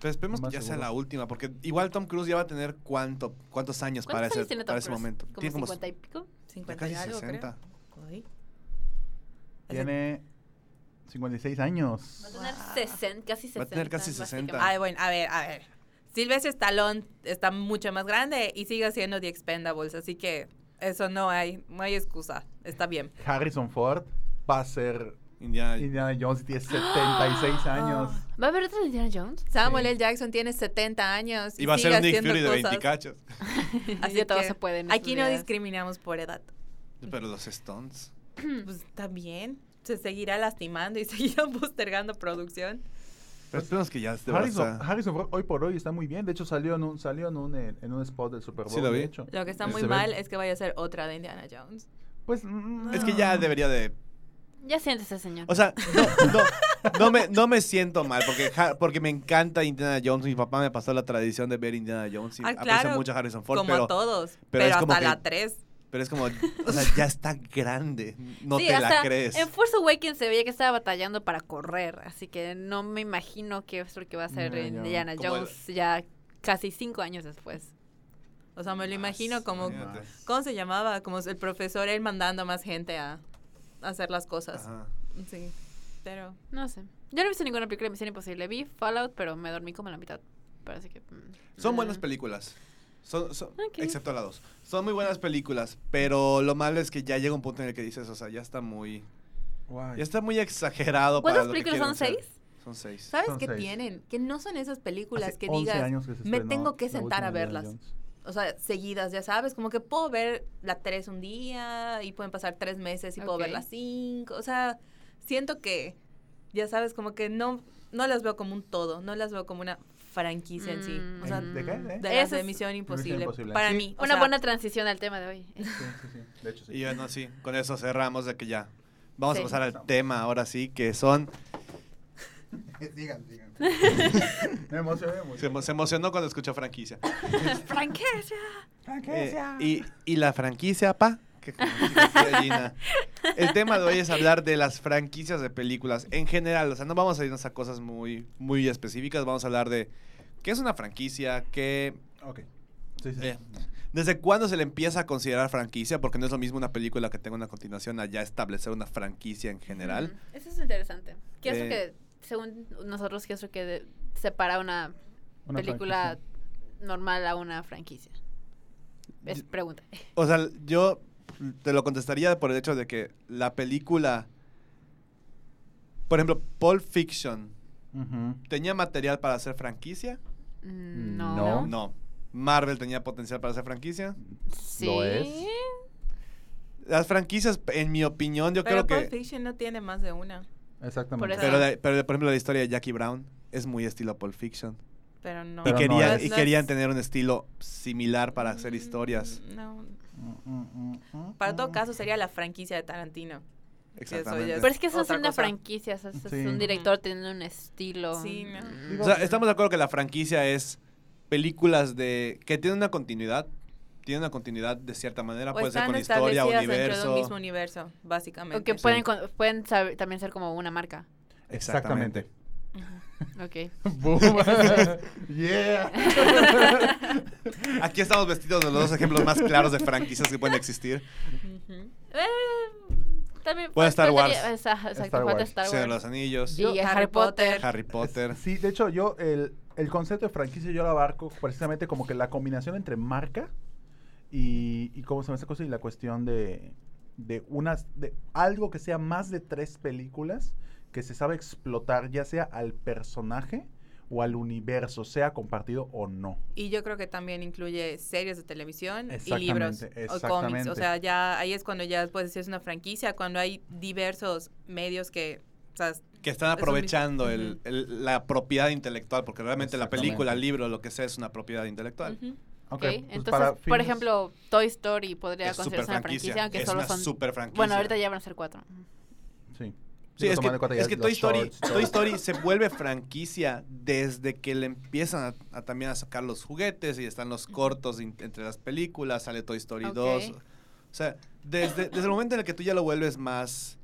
B: Pero esperemos
E: Más
B: que ya sea
E: seguro.
B: la última, porque igual Tom Cruise ya va a tener cuánto, cuántos años para
C: ¿Cuántos
B: ese,
C: años tiene Tom
B: para ese
C: Cruise?
B: momento.
C: ¿Como
B: tiene como
C: 50 y pico?
D: 50
B: ya casi
D: y algo,
B: 60.
D: creo. Uy.
E: Tiene 56
C: Va a
E: años.
C: tener
D: Wow.
C: 60, casi 60.
B: Va a tener casi 60.
C: básicamente.
D: Ay, bueno, a ver, a ver. Sylvester Stallone está mucho más grande y sigue siendo The Expendables, así que eso no hay, no hay excusa. Está bien.
E: Harrison Ford va a ser
B: Indiana-
E: Indiana Jones y tiene
D: (gasps)
E: 76 años.
C: ¿Va a haber otra de Indiana Jones?
D: Samuel L. Jackson tiene 70 años.
B: Y va a ser
D: sigue
B: un Nick
D: haciendo
B: Fury de 20
D: cosas.
B: cachos.
D: Así
C: Ya todo
D: que
C: se puede en este
D: Aquí
C: estos
D: no
C: días.
D: discriminamos por edad.
B: Pero los Stones.
D: Pues está bien. Se seguirá lastimando y (laughs) seguirán postergando producción.
E: Pues,
B: Pero esperemos que ya de verdad
E: Harrison,
B: sea-
E: Harrison Ford hoy por hoy está muy bien. De hecho, salió en un, salió en un, eh, en un spot del Super
B: Sí,
E: Bowl.
B: lo vi.
E: De hecho.
D: Lo que está
E: Se
D: muy
E: ve-
D: mal es que vaya a ser otra de Indiana Jones.
E: Pues. mm,
B: Es que ya debería de...
C: Ya siéntese, señor.
B: O sea, no, no, no me, no me siento mal, porque, Har- porque me encanta Indiana Jones. Mi papá me pasó la tradición de ver Indiana Jones. Y
D: Ah,
B: aprecio
D: claro,
B: mucho a Harrison Ford,
D: como a
B: pero,
D: todos. Pero,
B: pero es como
D: hasta
B: que-
D: la 3.
B: pero es como... O
D: (laughs)
B: sea, ya está grande. No
C: Sí,
B: te
C: hasta
B: la crees.
C: En Force Awakens se veía que estaba batallando para correr, así que no me imagino qué es lo que va a hacer
E: Indiana
C: Indiana
E: Jones.
B: Como el-
C: Jones ya casi cinco años después.
D: O sea, me lo imagino como,
H: Imagínate.
D: ¿cómo se llamaba? Como el profesor, él mandando más gente a, a hacer las cosas.
H: Ajá.
D: Sí, pero...
C: No sé. Yo no he visto ninguna película de Misión Imposible. Vi Fallout, pero me dormí como a la mitad. Parece que. mm,
B: Son
C: mm.
B: buenas películas. Son, son-
C: Ok.
B: Excepto la dos. Son muy buenas películas, pero lo malo es que ya llega un punto en el que dices, o sea, ya está muy...
E: Guay.
B: Ya está muy exagerado. para
C: ¿Cuántas
B: lo que
C: películas son?
B: quieren
C: ¿Seis?
B: hacer. Son seis.
D: ¿Sabes
E: Son
D: qué
E: seis.
D: tienen? Que no son esas películas
E: Hace
D: que
E: 11
D: digas,
E: años que se
D: me
E: estrenó
D: tengo que
E: la
D: sentar a
E: última de
D: verlas.
E: Indiana
D: (laughs)
E: Jones.
D: o sea, seguidas, ya sabes, como que puedo ver la 3 un día y pueden pasar 3 meses y puedo ver
C: Ok.
D: la 5, o sea, siento que, ya sabes, como que no, no las veo como un todo, no las veo como una franquicia en sí, o sea,
E: Mm. ¿De qué, eh?
D: de las
C: Eso
D: de
C: es
D: Misión Imposible,
E: Imposible.
D: para
E: Sí.
D: mí. o
C: Una
D: sea,
C: buena transición al tema de
D: (laughs)
C: hoy.
E: Sí, sí, sí. De hecho, sí.
B: Y
E: (laughs)
B: bueno, sí, con eso cerramos de que ya. Vamos
C: Sí.
B: a pasar al tema ahora sí, que son...
E: digan, digan.
D: (laughs)
E: me emocioné
B: Se,
E: mucho.
B: emo- se emocionó cuando escuchó franquicia.
C: ¡Franquicia!
B: Eh, y, y la franquicia, pa. que como dijo tía Gina. El tema de hoy es hablar de las franquicias de películas en general. O sea, no vamos a irnos a cosas muy, muy específicas. Vamos a hablar de qué es una franquicia, qué,
E: Ok. Sí, sí.
B: Eh, desde cuándo se le empieza a considerar franquicia, porque no es lo mismo una película que tenga una continuación a ya establecer una franquicia en general.
C: Mm, Eso es interesante. ¿Qué es lo
B: Eh,
C: que, según nosotros, qué es lo que de- separa una,
E: Una
C: película
E: franquicia.
C: normal a una franquicia? Es pregunta. (laughs)
B: O sea, yo te lo contestaría por el hecho de que la película, por ejemplo, Pulp Fiction,
E: Ujú.
B: ¿tenía material para hacer franquicia?
C: Mm, No.
E: No.
B: No. Marvel tenía potencial para ser franquicia.
C: Sí.
E: Lo es.
B: Las franquicias, en mi opinión, yo
D: pero
B: creo
D: Pulp
B: que.
D: Fiction no tiene más de una,
C: Por
E: Exactamente.
C: eso-
B: Pero, de- pero de- por ejemplo, la historia de Jackie Brown es muy estilo Pulp Fiction.
D: pero no.
B: y
E: Pero no
B: querían,
E: es.
B: y querían tener un estilo similar para hacer historias.
D: Mm, No,
E: Mm, mm, mm, mm,
D: para todo
E: mm.
D: caso sería la franquicia de Tarantino. eso ya
B: Exactamente.
D: es-
C: Pero es que eso es
D: Otra
C: una
D: cosa.
C: franquicia, o sea, es
E: Sí.
C: un director teniendo un estilo.
D: Sí, no.
C: Mm.
B: O sea, estamos de acuerdo que la franquicia es películas de que tienen una continuidad. Tienen una continuidad de cierta manera.
D: O
B: Ah, Puede ser
D: están
B: con historia,
D: establecidas dentro de
B: universo.
D: un mismo universo, básicamente.
C: O que pueden, con- pueden saber- también ser como una
D: (laughs)
C: marca.
E: Exactamente.
C: Ok. (laughs)
E: Boom. (laughs) yeah. (laughs)
B: Aquí estamos vestidos de los dos ejemplos más claros de franquicias que pueden existir.
D: pues, Ujú.
C: Eh, también
B: Puede Star Wars.
C: faltaría- esa- Exacto,
E: Star
C: falta
E: Wars.
C: Star
B: Señor de los
C: Wars.
B: Anillos,
C: Y
D: Yo-
C: Harry Potter.
B: Harry Potter.
E: Sí, de hecho, yo el, el concepto de franquicia yo lo abarco precisamente como que la combinación entre marca y, y cómo se llama esa cosa y la cuestión de, de unas de algo que sea más de tres películas que se sabe explotar ya sea al personaje o al universo, sea compartido o no.
D: Y yo creo que también incluye series de televisión y
E: Exactamente,
D: libros o cómics. O
E: exactamente.
D: sea, ya ahí es cuando ya puedes decir es una franquicia, cuando hay diversos medios que, o sea,
B: Que están
D: Eso mismo.
B: aprovechando el-
D: Ujú.
B: el- la propiedad intelectual, porque realmente la
E: Exactamente.
B: película, el libro, lo que sea, es una propiedad intelectual.
D: ujú.
E: Ok,
C: Ok,
E: pues
C: Entonces,
E: para
C: por
E: fines-
C: ejemplo, Toy Story podría
B: Es súper
C: considerarse una franquicia,
B: franquicia.
C: aunque
B: es
C: solo
B: una
C: son.
B: super franquicia.
C: Bueno, ahorita ya van a ser cuatro.
E: Sí.
B: Sí,
E: Digo,
B: es que,
E: tomando en cuenta ya
B: es que
E: los
B: Toy, Story,
E: shorts, todo.
B: Toy Story se vuelve franquicia desde que le empiezan a, a también a sacar los juguetes y están los cortos in- entre las películas, sale Toy Story
C: Ok.
B: 2. O sea, desde, desde el momento en el que tú ya lo vuelves más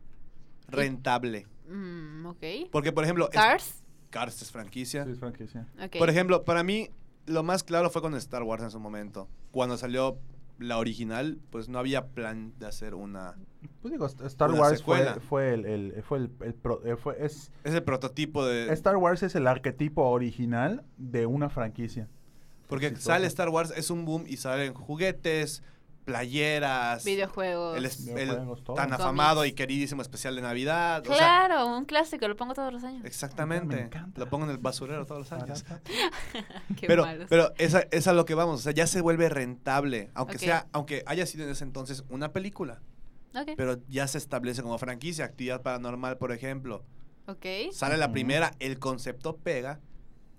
B: rentable.
C: Mm, ok.
B: Porque, por ejemplo, es-
C: Cars.
B: Cars es franquicia.
E: Sí, es franquicia.
C: Ok.
B: Por ejemplo, para mí lo más claro fue con Star Wars en su momento. Cuando salió la original, pues no había plan de hacer una...
E: Pues digo, Star
B: Una
E: Wars fue,
B: secuela.
E: fue el, el- fue el, el pro- eh, fue- es,
B: Es el prototipo de...
E: Star Wars es el arquetipo original de una franquicia.
B: porque
E: exitosa.
B: sale Star Wars, es un boom y salen juguetes, playeras,
C: Videojuegos.
B: el, es- el
E: Videojuegos, todo.
B: tan afamado
C: Cómics.
B: y queridísimo especial de Navidad. o sea, eh,
C: claro, un clásico, lo pongo todos los años.
E: Me
B: exactamente.
E: encanta.
B: Lo pongo en el basurero todos los años.
C: Qué
B: Pero,
C: malos.
B: pero esa, es a lo que vamos. O sea, ya se vuelve rentable, aunque,
C: Ok.
B: sea, aunque haya sido en ese entonces una película.
C: Ok.
B: Pero ya se establece como franquicia. Actividad paranormal, por ejemplo.
C: ok.
B: Sale la
E: Ujú.
B: primera, el concepto pega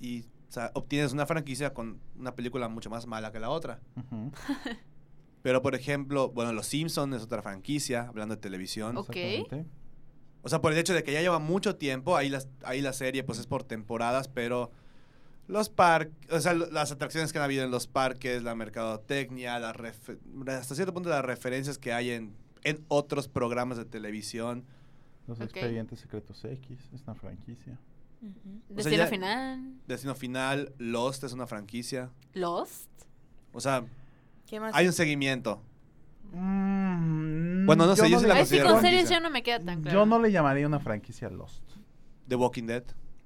B: y o sea, obtienes una franquicia con una película mucho más mala que la otra.
E: Ujú.
B: Pero, por ejemplo, bueno, Los Simpsons es otra franquicia, hablando de televisión.
C: Ok.
E: Exactamente.
B: O sea, por el hecho de que ya lleva mucho tiempo, ahí, las, ahí la serie pues es por temporadas, pero los parques, o sea, lo- las atracciones que han habido en los parques, la mercadotecnia, las refe- hasta cierto punto las referencias que hay en, en otros programas de televisión.
E: Los
C: Ok.
E: expedientes secretos X es una franquicia.
B: sea,
C: Destino
B: ya-
C: final.
B: Destino Final, Lost es una franquicia.
C: Lost.
B: O sea,
D: ¿Qué
C: Ah,
D: más?
B: Hay un seguimiento.
E: Mm,
B: Bueno, no sé, yo sí
E: le
B: la
C: Ahí sí,
B: considero
C: con series
B: franquicia.
C: ya no me queda tan claro.
E: Yo no le llamaría una franquicia Lost.
B: The Walking Dead.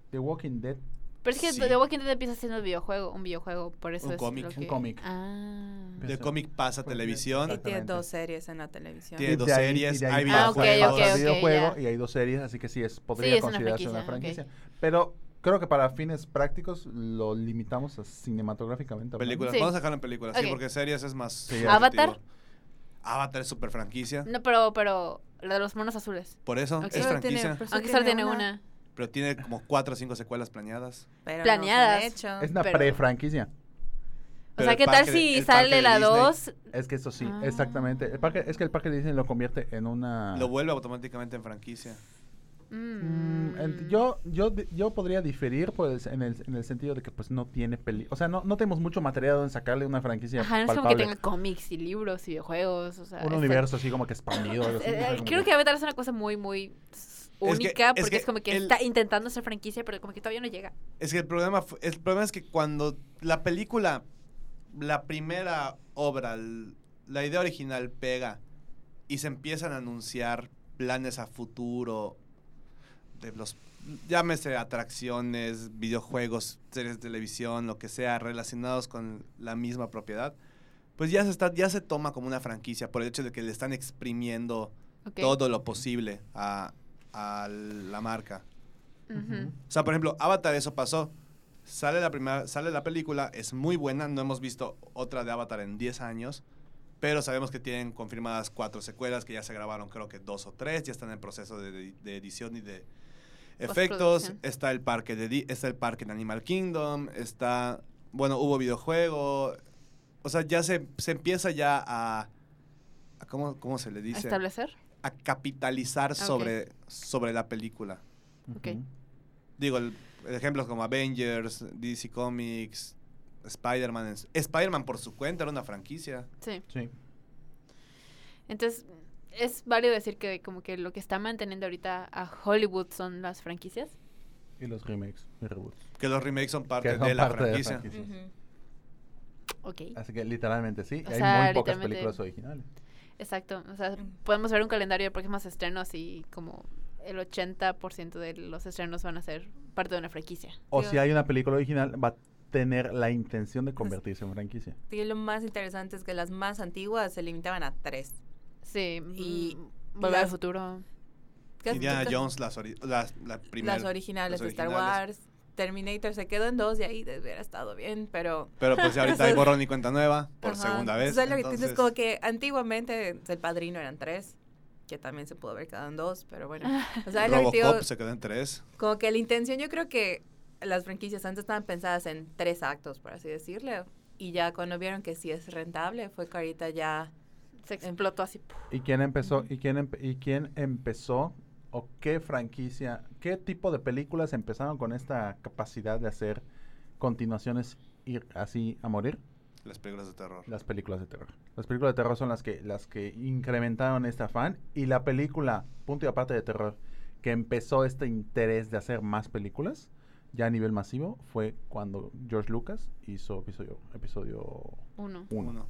E: The Walking Dead,
C: Pero es que
B: Sí.
C: The Walking Dead empieza siendo un videojuego, un videojuego, por eso
B: Un
C: es
B: cómic,
C: lo
B: un
C: que-
E: cómic.
C: Ah.
B: De
E: Eso.
B: cómic pasa a
I: Y
B: televisión.
I: tiene
E: Exactamente.
I: dos series en la televisión.
B: Tiene
E: Y
B: dos
E: de ahí-
B: series,
E: y de ahí
B: hay
E: pasa-
C: videojuegos. Ah, ok,
E: pasa
C: ok, ok,
E: videojuego
C: ya.
E: y hay dos series, así que sí, es, podría
C: es una
E: considerarse una
C: franquicia,
E: franquicia.
C: ok.
E: Pero creo que para fines prácticos lo limitamos a cinematográficamente. hablando.
B: Películas.
C: Sí.
B: Vamos a dejarlo en películas, sí,
C: Ok.
B: porque series es más. subjetivo.
C: ¿Avatar?
B: Avatar es super franquicia.
C: No, pero, pero, la de los monos azules.
B: Por eso
C: Ok.
B: es
C: Solo
B: franquicia.
D: Pero sí
C: Aunque solo
D: tiene
C: tiene
D: una.
C: una.
B: Pero tiene como cuatro o cinco secuelas planeadas.
I: Pero
C: Planeadas.
I: No se han
E: Es
I: hecho.
E: una
C: pero-
E: pre-franquicia.
C: O
B: Pero
C: sea,
B: el
C: ¿qué tal
B: parque de-
C: si
B: el parque
C: sale
B: de
C: la
B: Disney
C: 2?
E: Es que eso sí,
C: Ah.
E: exactamente. El parque, es que el parque de Disney lo convierte en una...
B: Lo vuelve automáticamente en franquicia.
E: Mm, ent- yo, yo, di- yo podría diferir pues en el, en el sentido de que pues no tiene peli... O sea, no, no tenemos mucho material en sacarle una franquicia
C: Ajá, no es como que
E: palpable.
C: tenga cómics y libros y videojuegos, o sea...
E: Un
C: está-
E: universo así como que expandido. algo así,
C: Eh,
E: no sé,
C: eh,
E: como
C: creo
E: que-
C: que Avatar es una cosa muy, muy s-
B: que-
C: única,
B: es
C: porque es,
B: que
C: como que
B: el-
C: está intentando ser franquicia, pero como que todavía no llega.
B: Es que el problema, fu- el problema es que cuando la película, la primera obra, l- la idea original pega y se empiezan a anunciar planes a futuro de los, llámese atracciones, videojuegos, series de televisión, lo que sea, relacionados con la misma propiedad, pues ya se, está, ya se toma como una franquicia por el hecho de que le están exprimiendo
C: Ok.
B: todo lo posible a- a la marca.
C: Ujú.
B: O sea, por ejemplo, Avatar, eso pasó. Sale la, primera, sale la película, es muy buena. No hemos visto otra de Avatar en 10 años. Pero sabemos que tienen confirmadas cuatro secuelas que ya se grabaron, creo que dos o tres. Ya están en proceso de, de- de edición y de efectos.
C: Postproducción.
B: Está el, parque de, Di- está el parque en Animal Kingdom. Está. Bueno, hubo videojuego. O sea, ya se, se empieza ya a. a ¿cómo, ¿Cómo se le
C: ¿A
B: dice?
C: ¿Establecer?
B: A capitalizar
C: Ah, ok.
B: sobre, sobre la película.
E: Ujú.
C: Ok.
B: Digo, el- ejemplos como Avengers, DC Comics, Spider-Man. es- Spider-Man por su cuenta era una franquicia.
C: Sí.
E: Sí.
C: Entonces, es válido decir que como que lo que está manteniendo ahorita a Hollywood son las franquicias.
E: Y los remakes y reboots.
B: Que los remakes son parte,
E: que son
B: de, la
E: parte de la
B: franquicia.
E: franquicia.
D: Ujú.
C: Ok.
E: Así que literalmente sí.
C: O
E: hay
C: sea,
E: muy pocas
C: literalmente-
E: películas originales.
C: Exacto. O sea,
D: Mm.
C: podemos ver un calendario de próximos estrenos y como el 80% de los estrenos van a ser parte de una franquicia.
E: O
D: Sí,
E: si
D: o-
E: hay una película original, va a tener la intención de
C: Pues
E: convertirse en franquicia.
D: Y lo más interesante es que las más antiguas se limitaban a tres.
C: Sí.
D: Y-
C: mm, Volver al
D: las-
C: futuro.
D: Casi-
B: Indiana
D: casi-
B: Jones, las, ori- las, la primera.
D: Las originales de
B: las
D: Star
B: originales.
D: Wars. Terminator se quedó en dos y ahí hubiera estado bien, pero...
B: Pero pues ya ahorita
D: (laughs)
B: hay borrón y cuenta nueva por
D: Ajá.
B: segunda vez.
D: Entonces, es lo que-
B: entonces,
D: entonces, como que antiguamente El Padrino eran tres, que también se pudo haber quedado en dos, pero bueno. O sea, es lo que te digo,
B: Robocop se quedó en tres.
D: como que la intención, yo creo que las franquicias antes estaban pensadas en tres actos, por así decirlo. Y ya cuando vieron que sí es rentable, fue que ahorita ya...
C: Se explotó así. ¡puf!
E: ¿Y quién empezó? ¿Y quién, empe- ¿Y quién empezó? ¿O qué franquicia? ¿Qué tipo de películas empezaron con esta capacidad de hacer continuaciones ir así a morir?
B: Las películas de terror.
E: Las películas de terror. Las películas de terror son las que, las que incrementaron este afán. Y la película, punto y aparte de terror, que empezó este interés de hacer más películas, ya a nivel masivo, fue cuando George Lucas hizo episodio 1. Episodio
C: Uno.
E: uno.
B: Uno.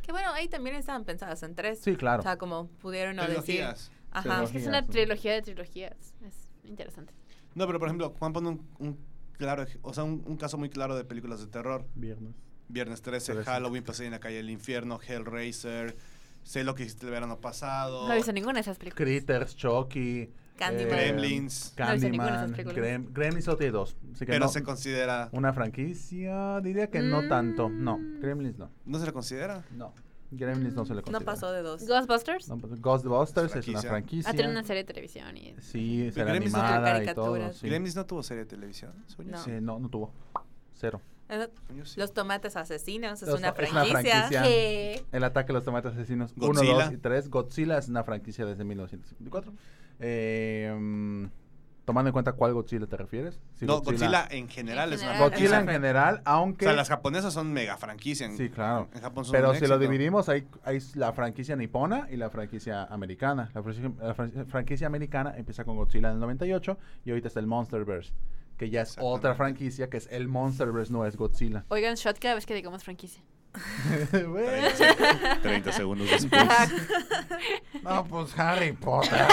D: Que bueno, ahí también estaban pensadas en tres.
E: Sí, claro.
D: O sea, como pudieron no decir...
B: Trilogías.
D: Ajá.
C: Es que es una trilogía de trilogías. Es interesante.
B: No, pero por ejemplo, Juan pone un, un claro, ej- o sea, un- un caso muy claro de películas de terror.
E: Viernes.
B: Viernes 13,
E: Trece.
B: Halloween, Paseo en la calle del infierno, Hellraiser, sé lo que hiciste el verano pasado,
C: No he visto ninguna de esas películas.
E: Critters, Chucky, eh,
D: Candyman.
B: Gremlins,
C: No he visto ninguna de esas
E: Candyman,
C: películas.
E: Grem- Gremlins solo tiene dos. Así que
B: pero
E: no,
B: se considera,
E: una franquicia, diría que no tanto. No,
C: Mm.
E: Gremlins no.
B: no se la considera.
E: No, Gremlins no se le
D: No
E: considera.
D: pasó de dos.
C: Ghostbusters.
E: No, pues, Ghostbusters es una
B: Franquicia.
E: franquicia.
C: Ah, tiene una serie de televisión y...
E: Sí, será
B: Gremlins no
E: animada
D: tuvo
E: y todo.
D: caricaturas.
E: Sí.
B: Gremlins no tuvo serie de televisión, según yo
D: No.
B: sí,
E: Sí, no, no tuvo. Cero.
D: Eh,
B: según yo sí.
D: Los tomates asesinos es
E: Los-
D: una
E: es una
D: franquicia.
E: franquicia.
D: ¿Qué?
E: El ataque a los tomates asesinos
B: Godzilla.
E: 1, 2 y 3. Godzilla es una franquicia desde 1954. Eh, mm, tomando en cuenta cuál Godzilla te refieres. Si
B: No, Godzilla en general
C: En
B: es una
C: general.
B: franquicia.
E: Godzilla en general,
B: O
E: aunque...
B: sea, las japonesas son mega franquicia. En,
E: Sí, claro.
B: En Japón son
E: Pero
B: un
E: si lo
B: éxito. (laughs)
E: dividimos, hay, hay la franquicia nipona y la franquicia americana. La, franquicia- la fran- franquicia americana empieza con Godzilla en el 98 y ahorita está el Monsterverse, que ya es otra
B: Exactamente.
E: franquicia que es el Monsterverse, no es Godzilla.
B: (laughs)
C: Oigan, shot cada vez que digamos franquicia.
E: Güey.
B: 30, segundos después.
E: No, pues Harry Potter.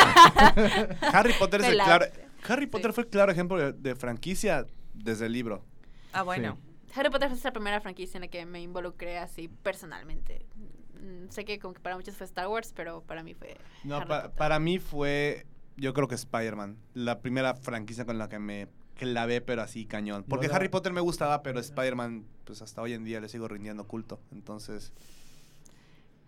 B: Harry Potter es
C: Me
B: el
C: la-
B: claro. Harry Potter fue el claro ejemplo de, de franquicia desde el libro.
J: Ah, bueno.
C: Harry Potter es la primera franquicia en la que me involucré así personalmente. Mm, Sé que como que para muchos fue Star Wars, pero para mí fue
B: No,
C: Harry
B: pa-
C: Potter.
B: para mí fue, yo creo que Spider-Man, la primera franquicia con la que me clavé, pero así cañón. Porque
E: la-
B: Harry Potter me gustaba, pero Spider-Man, pues hasta hoy en día le sigo rindiendo culto. Entonces,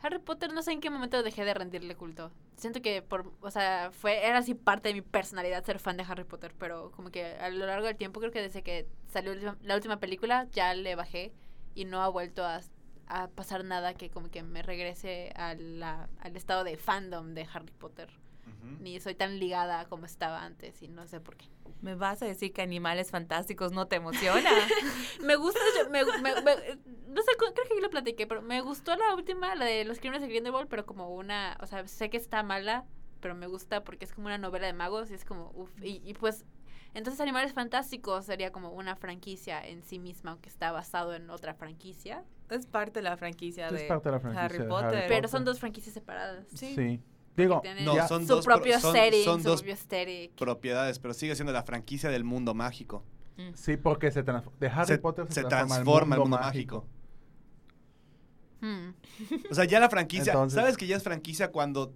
C: Harry Potter no sé en qué momento dejé de rendirle culto. Siento que por, o sea, fue era así parte de mi personalidad ser fan de Harry Potter, pero como que a lo largo del tiempo creo que desde que salió la última- la última película ya le bajé y no ha vuelto a, a pasar nada que como que me regrese a la- al estado de fandom de Harry Potter. Ni soy tan ligada como estaba antes y no sé por qué.
D: ¿Me vas a decir que animales fantásticos no te (laughs) emociona?
C: Me gusta, me- me- me- no sé, cu- creo que yo lo platiqué, pero me gustó la última, la de los crímenes de Grindelwald, pero como una, o sea, sé que está mala, pero me gusta porque es como una novela de magos y es como, uff, y, y pues, entonces Animales Fantásticos sería como una franquicia en sí misma, aunque está basado en otra franquicia,
D: es parte de la franquicia
E: Es
D: de
E: parte de la franquicia
D: Harry
E: de Harry
D: Potter.
E: Potter.
C: pero son dos franquicias separadas.
E: Sí. Digo,
C: Porque tienen
B: no,
E: ya-
B: son
C: su
B: dos pro-
C: propio
B: son-
C: setting,
B: son
C: su
B: dos
C: propio aesthetic.
B: propiedades, pero sigue siendo la franquicia del mundo mágico.
E: sí, porque se transf- de Harry
B: se,
E: Potter se,
B: se
E: transforma,
B: transforma el mundo mágico.
E: Mm.
C: Hmm.
B: O sea, ya la franquicia,
E: Entonces-
B: ¿sabes que ya es franquicia cuando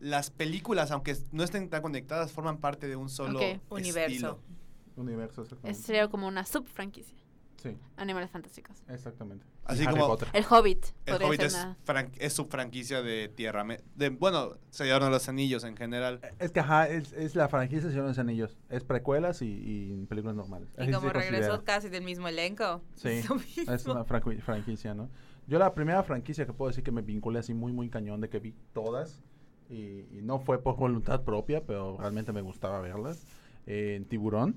B: las películas, aunque no estén tan conectadas, forman parte de un solo
C: Ok.
B: universo?
D: Universo.
E: Universo,
C: Es-
E: exactamente.
C: sería como una subfranquicia,
E: Sí,
C: Animales Fantásticos.
E: exactamente. Y
B: Así
E: Harry
B: como-
E: Poster.
C: El Hobbit.
B: El
C: podría
B: Hobbit
C: ser
B: es,
C: una-
B: fran- es su franquicia de Tierra. Me- de- bueno, se llevaron los anillos en general.
E: Es que ajá, es, es la franquicia de Señor de los Anillos. Es precuelas y, y películas normales. Así
D: Y
E: se
D: como regresó
E: considera.
D: casi del mismo elenco.
E: Sí,
D: es (laughs) lo mismo.
E: es una franqui- franquicia, ¿no? Yo la primera franquicia que puedo decir que me vinculé así muy, muy cañón de que vi todas y, y no fue por voluntad propia, pero realmente me gustaba verlas. Eh, tiburón,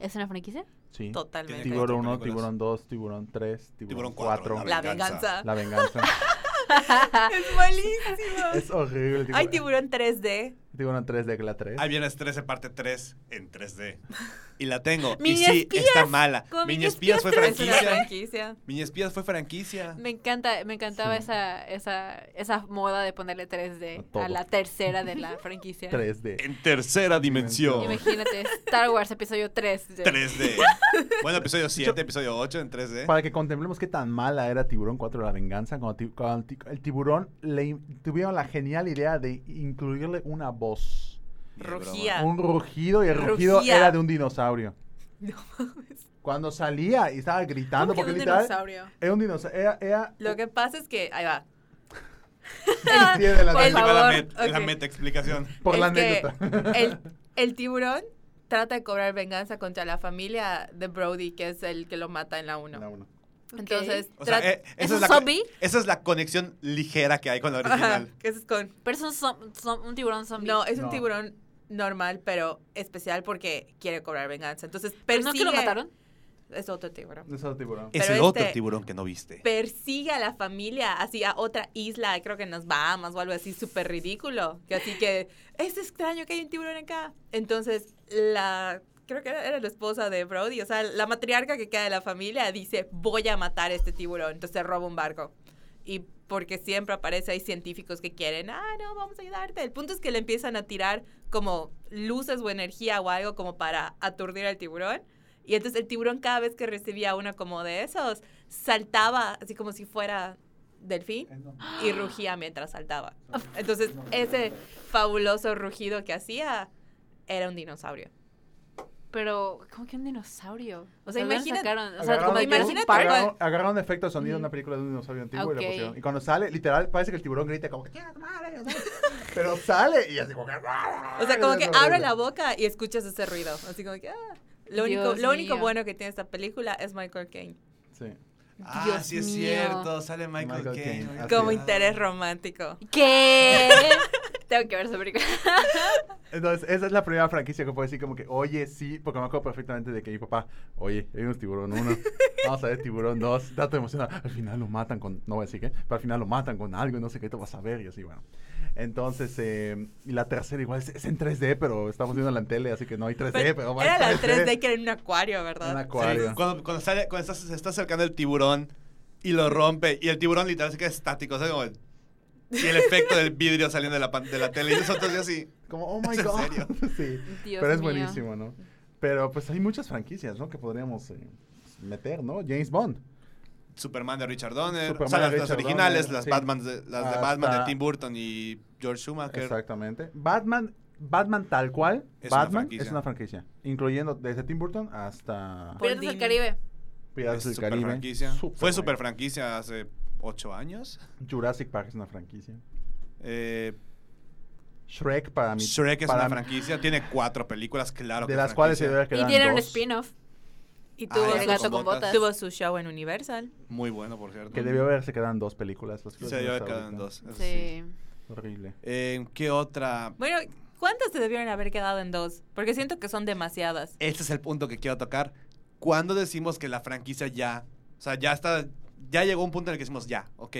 C: ¿Es una franquicia?
E: sí.
D: Totalmente.
B: Tiene
E: Tiburón
B: cuatro
E: 1,
B: películas.
E: Tiburón 2, Tiburón 3,
B: Tiburón
E: Tiburón
B: cuatro,
E: 4.
B: la
D: La venganza.
E: La venganza.
D: (laughs) Es malísimo.
E: (laughs) es horrible.
D: Hay tiburón 3D.
E: Tiburón 3 de la 3.
B: Ahí vienes 13 parte 3 en 3D. Y la tengo. y
C: Mini
B: sí,
C: espías.
B: está mala.
C: Como
B: Mini
C: mini
B: espías fue
D: Es una
B: franquicia.
D: franquicia.
B: Mini espías fue franquicia.
C: Me encanta, me encantaba
E: Sí.
C: esa, esa, esa moda de ponerle 3D
E: A todo.
C: a, la tercera de la
E: (laughs)
C: franquicia.
E: 3D.
B: En tercera dimensión.
E: Dimensión.
C: Imagínate, Star Wars episodio 3.
B: 3D. Bueno, episodio 7, episodio 8 en 3D.
E: Para que contemplemos qué tan mala era Tiburón 4 la venganza, cuando, ti- cuando ti- el tiburón le in- tuvieron la genial idea de incluirle una voz.
B: Ni de broma.
D: Rugía.
E: Un rugido y el rugido
D: Rugía.
E: era de un dinosaurio. Cuando salía y estaba gritando, porque literal era un dinosaurio. Era, era
D: Lo que pasa es que, ahí
E: (laughs)
D: va.
E: el pie de la
B: Ahí
D: Por
B: va
E: nariz,
B: la
D: favor,
B: met- la
D: ok.
B: meta explicación.
E: por la
D: es que
B: (laughs)
E: anécdota. (laughs)
D: El, el tiburón trata de cobrar venganza contra la familia de Brody, que es el que lo mata en la 1.
E: La uno.
D: Entonces,
B: O sea,
D: trat-
B: eh,
C: ¿Es
B: esa,
C: un
B: es la co-
C: zombie?
B: esa es la conexión ligera que hay con la
D: Ajá,
B: original.
D: que es con
C: Pero es un, zom- zom- un tiburón zombie.
D: No, es un
E: No.
D: tiburón normal, pero especial porque quiere cobrar venganza. Entonces,
C: ¿Pero
D: persigue...
C: no que lo mataron?
D: Es otro tiburón.
E: Es el tiburón.
B: Es
D: Pero
B: el otro
D: este-
B: tiburón que no viste.
D: Persigue a la familia, así a otra isla, creo que en las Bahamas o algo así, súper ridículo. Que así que, es extraño que hay un tiburón acá. Entonces, la... Creo que era era la esposa de Brody, o sea, la matriarca que queda de la familia dice, voy a matar a este tiburón. Entonces roba un barco. Y porque siempre aparece, hay científicos que quieren, ah, no, vamos a ayudarte. El punto es que le empiezan a tirar como luces o energía o algo como para aturdir al tiburón. Y entonces el tiburón cada vez que recibía uno como de esos, saltaba así como si fuera delfín y rugía mientras saltaba. Entonces ese fabuloso rugido que hacía era un dinosaurio.
C: Pero, ¿cómo que un dinosaurio? O sea,
D: sea,
C: imagínate.
D: imagina-
C: Sacaron? O sea,
E: Agarraron
C: como
E: un-
C: de Jurassic
D: imagínate-
C: Park.
E: agarraron, agarraron un efecto de sonido de una película de un dinosaurio antiguo y
C: Ok.
E: lo pusieron. Y cuando sale, literal, parece que el tiburón grita como, "¡Chinga tu madre!",
D: (laughs)
E: o sea, pero sale y así como que... "Ah,
D: O sea, como que abre la boca y escuchas ese ruido. Así como que, ah. Lo único,
C: Dios
D: lo único
C: mío.
D: bueno que tiene esta película es Michael Caine.
E: Sí.
B: Ah,
C: Dios
B: sí es
C: mío.
B: cierto. Sale Michael,
E: Michael
B: Caine.
E: Caine, así
D: Como
E: es.
D: interés romántico.
C: ¿Qué? (laughs) Tengo que ver esa película.
E: Entonces, esa es la primera franquicia que puedo decir como que, oye, sí, porque me acuerdo perfectamente de que mi papá, oye, hay unos tiburón 1, vamos a ver tiburón 2, dato emocional, al final lo matan con, no voy a decir qué, pero al final lo matan con algo y no sé qué te vas a ver y así, bueno. Entonces, eh, y la tercera igual es, es en 3D, pero estamos viendo la en tele, así que no hay 3D, Pues pero,
D: Pero
E: bueno,
D: era la 3D que era en un acuario, ¿verdad?
E: Un
B: Sí,
E: acuario.
B: cuando, cuando sale, cuando estás- se está acercando el tiburón y lo rompe. Y el tiburón literal se queda estático. O sea, como el, y el efecto del vidrio saliendo de la, pan- de la tele. Y nosotros ya así.
E: Como, oh my
B: (laughs) ¿Es en
E: god.
B: serio?
E: (laughs) sí.
C: Dios
E: Pero es
C: mío.
E: buenísimo, ¿no? Pero pues hay muchas franquicias, ¿no? Que podríamos eh, meter, ¿no? James Bond.
B: Superman de Richard Donner.
E: Superman
B: o sea,
E: de
B: las, las
E: Richard
B: originales,
E: Donner,
B: las,
E: sí.
B: Batman de, las de
E: Hasta-
B: Batman de Tim Burton y George Schumacher.
E: Exactamente. Batman, Batman tal cual.
B: Es una
E: Batman
B: franquicia.
E: es una franquicia. Incluyendo desde Tim Burton hasta
C: Piratas del
D: Holding.
C: Caribe.
E: Piratas
B: Es
E: del
B: super
E: Caribe.
B: franquicia. Fue super
E: franquicia.
B: franquicia hace ocho años.
E: Jurassic Park es una franquicia.
B: Eh,
E: Shrek para mí.
B: Shrek es
E: para
B: una
E: mí-
B: franquicia. Tiene cuatro películas, claro.
E: De
B: que es
E: las cuales se
B: franquicia.
E: debe quedar.
C: Y tiene un
E: dos,
C: spin-off.
D: Y
B: Ah,
D: tuvo,
B: el
D: su-
B: gato con botas.
D: tuvo su show en Universal.
B: Muy bueno, por cierto.
E: Que debió haberse quedado en dos películas. las que
B: Se debió haber
E: hasta
B: quedado en
E: ahorita.
B: dos. eso sí.
C: Sí.
E: Horrible.
B: Eh, ¿Qué otra?
D: Bueno, ¿cuántas se debieron haber quedado en dos? Porque siento que son demasiadas.
B: Este es el punto que quiero tocar. ¿Cuándo decimos que la franquicia ya? O sea, ya está. Ya llegó un punto en el que decimos ya, ok.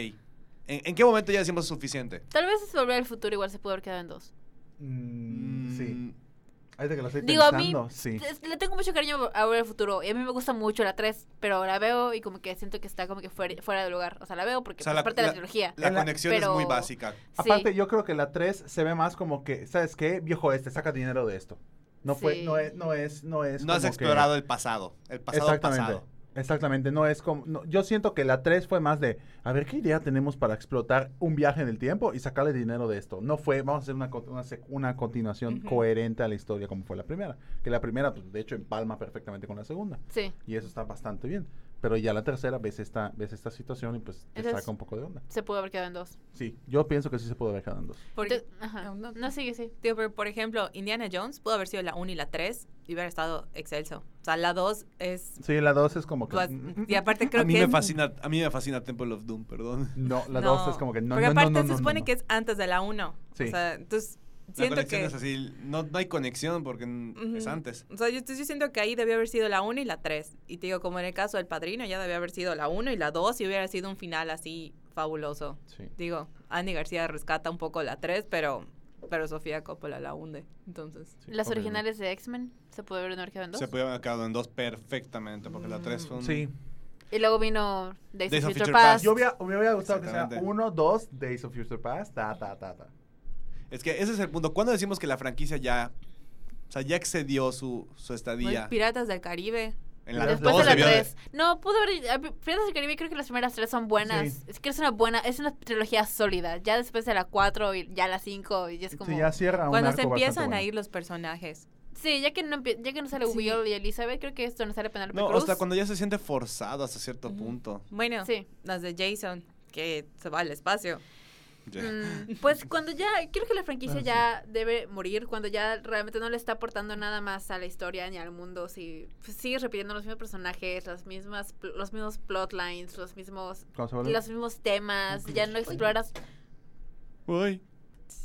B: ¿En, en qué momento ya decimos suficiente?
C: Tal vez Volver al Futuro igual se pudo haber quedado en dos.
E: Mm, sí.
B: Mm,
E: Ahorita que lo estoy
C: Digo, a mí
E: pensando, sí.
C: es- le tengo mucho cariño a Volver al Futuro. Y a mí me gusta mucho la 3, pero la veo y como que siento que está como que fuera, fuera de lugar. O sea, la veo porque
B: O sea,
C: es
B: la-
C: parte de la trilogía.
B: La
E: En la-
B: conexión
C: pero-
B: es muy básica.
E: Aparte,
C: sí.
E: yo creo que la 3 se ve más como que, ¿sabes qué? Viejo este, saca dinero de esto. No fue,
C: Sí.
E: no es, no es, no es.
B: no has
E: como que-
B: explorado el pasado. El pasado
E: Exactamente.
B: pasado.
E: Exactamente, no es como. no, yo siento que la 3 fue más de. A ver, ¿qué idea tenemos para explotar un viaje en el tiempo y sacarle dinero de esto? No fue. Vamos a hacer una, co- una, sec- una continuación
D: Ujú.
E: coherente a la historia como fue la primera. Que la primera, pues, de hecho, empalma perfectamente con la segunda.
C: Sí.
E: Y eso está bastante bien. Pero ya la tercera ves esta, ves esta situación y pues te
C: Entonces-
E: saca un poco de onda.
C: Se pudo haber quedado en dos.
E: Sí, yo pienso que sí se puede haber quedado en dos.
D: Porque-
C: Entonces, ajá.
D: No, no.
C: No, sigue, sí.
D: Tío, pero por ejemplo, Indiana Jones pudo haber sido la 1 y la 3 y hubiera estado excelso. O sea, la 2 es...
E: Sí, la 2 es como que.
D: bas-
E: mm, mm, (laughs)
D: Y aparte creo
B: a mí
D: que
B: me
D: es-
B: fascina, a mí me fascina Temple of Doom, perdón.
E: No, la
D: no,
E: 2 es como que no.
D: Porque
E: no, no,
D: aparte
E: no,
D: se
E: no,
D: supone
E: no.
D: que es antes de la 1.
E: Sí.
D: O sea, entonces
B: La
D: siento
B: conexión
D: que...
B: es así, no, no hay conexión porque n- es
D: Ujú.
B: antes.
D: O sea, yo, yo siento que ahí debió haber sido la 1 y la 3. Y te digo, como en el caso del padrino, ya debió haber sido la 1 y la 2 y hubiera sido un final así fabuloso.
E: Sí.
D: Digo, Andy García rescata un poco la 3, pero, pero Sofía Coppola la hunde. Entonces,
E: Sí,
C: Las
E: obviamente.
C: originales de X-Men se pudo haber quedado en dos.
B: Se podían haber quedado en dos perfectamente porque la tres fue un...
E: Sí,
C: Y luego vino Days,
B: Days
C: of
B: of
C: Future
B: Future
C: Past.
B: Past.
E: Yo hubiera, me hubiera gustado que sea
B: Exactamente.
E: 1, 2, Days of Future Past, ta, ta, ta, ta.
B: Es que ese es el punto. ¿Cuándo decimos que la franquicia ya... O sea, ya excedió su, su
D: bueno,
B: estadía?
D: Piratas del Caribe.
B: En la
C: Pues Después
B: dos
C: de la
B: debió
C: 3. No, pudo haber. a- Piratas del Caribe, creo que las primeras tres son buenas.
E: Sí.
C: Es que es una buena. Es una trilogía sólida. Ya después de la 4 y ya la 5. Y ya es como.
E: Sí, ya cierra un
D: Cuando
E: arco
D: se empiezan
E: bastante
D: a ir los personajes.
C: Sí, ya que no, empie- ya que no sale
D: Sí.
C: Will y Elizabeth, creo que esto no sale Penelope
B: No,
C: Cruz.
B: hasta cuando ya se siente forzado hasta cierto punto.
D: Bueno,
C: Sí.
D: las de Jason, que se va al espacio.
B: Ya.
C: (laughs) Mm, pues cuando ya, creo que la franquicia ya debe morir, cuando ya realmente no le está aportando nada más a la historia ni al mundo, si pues, sigues repitiendo los mismos personajes, las mismas, pl- los mismos plotlines, los mismos,
E: bueno. ¿Cómo se vuelve?
C: los mismos temas, ya no exploras,
B: Uy,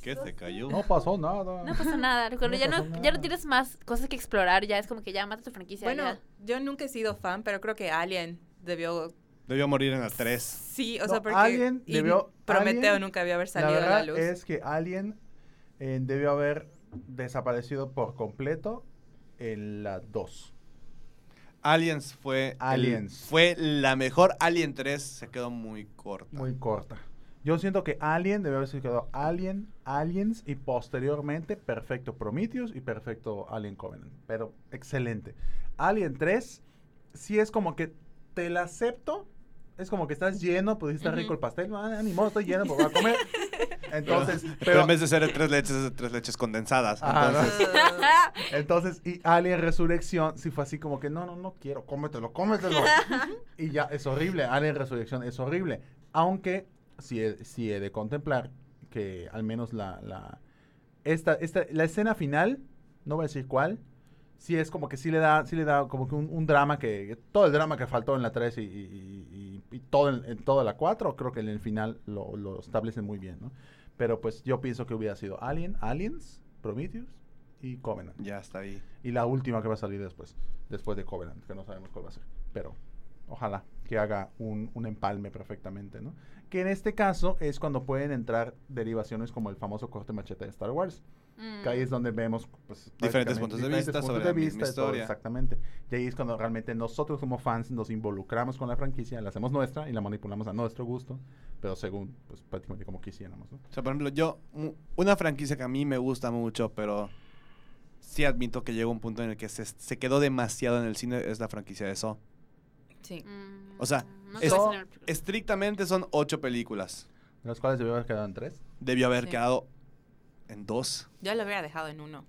B: ¿qué se cayó?
E: No pasó nada.
C: no (laughs) pasa nada, cuando ya
E: pasó
C: no, ya no
E: nada.
C: tienes más cosas que explorar, ya es como que ya mata tu franquicia.
D: Bueno,
C: ya.
D: yo nunca he sido fan, pero creo que Alien debió...
B: Debió morir en la 3.
D: Sí, o
E: No,
D: sea, porque...
E: Alien
D: y
E: debió-
D: Prometeo
E: Alien,
D: nunca debió haber
E: La
D: salido a
E: verdad
D: la luz.
E: es que Alien eh, debió haber desaparecido por completo en la 2.
B: Aliens fue... el-
E: Aliens.
B: fue la mejor. Alien 3 se quedó muy corta.
E: Muy corta. Yo siento que Alien debió haberse quedado Alien, Aliens y posteriormente Perfecto Prometheus y Perfecto Alien Covenant. Pero excelente. Alien 3 sí es como que te la acepto. Es como que estás lleno, pues está rico el pastel. Ah, ni modo, estoy lleno, pues voy a comer. Entonces,
B: (laughs) pero,
E: pero-
B: en vez de ser de tres leches, es de tres leches condensadas.
E: Ajá, ¿no?
B: entonces,
E: Entonces, y Alien Resurrección, si fue así como que, no, no, no quiero, cómetelo, cómetelo. y ya, es horrible, Alien Resurrección es horrible. Aunque, si he, sí he de contemplar que al menos la, la, esta, esta, la escena final, no voy a decir cuál, sí es como que sí le da, sí le da como que un, un drama que, todo el drama que faltó en la 3 y, y- y- y todo en, en toda la 4, creo que en el final lo, lo establecen muy bien, ¿no? Pero pues yo pienso que hubiera sido Alien, Aliens, Prometheus y Covenant.
B: ya está ahí.
E: Y la última que va a salir después, después de Covenant, que no sabemos cuál va a ser. Pero ojalá que haga un, un empalme perfectamente, ¿no? Que en este caso es cuando pueden entrar derivaciones como el famoso corte machete de Star Wars.
C: Mm.
E: Que ahí es donde vemos pues,
B: Diferentes
E: prácticamente
B: puntos de
E: diferentes
B: vista
E: puntos
B: sobre
E: de
B: la misma
E: vista y todo,
B: historia.
E: exactamente. Y ahí es cuando realmente nosotros como fans nos involucramos con la franquicia, la hacemos nuestra y la manipulamos a nuestro gusto, pero según, pues prácticamente como quisiéramos. ¿no?
B: O sea, por ejemplo, yo, u- una franquicia que a mí me gusta mucho, pero sí admito que llegó un punto en el que se, se quedó demasiado en el cine, es la franquicia de Saw.
D: (laughs) Sí.
B: O sea,
C: mm, no
B: es-
C: se va a estrenar.
B: Estrictamente son ocho películas.
E: De las cuales debió haber quedado en tres.
B: Debió haber
D: Sí.
B: quedado en dos.
D: Yo lo hubiera dejado en uno.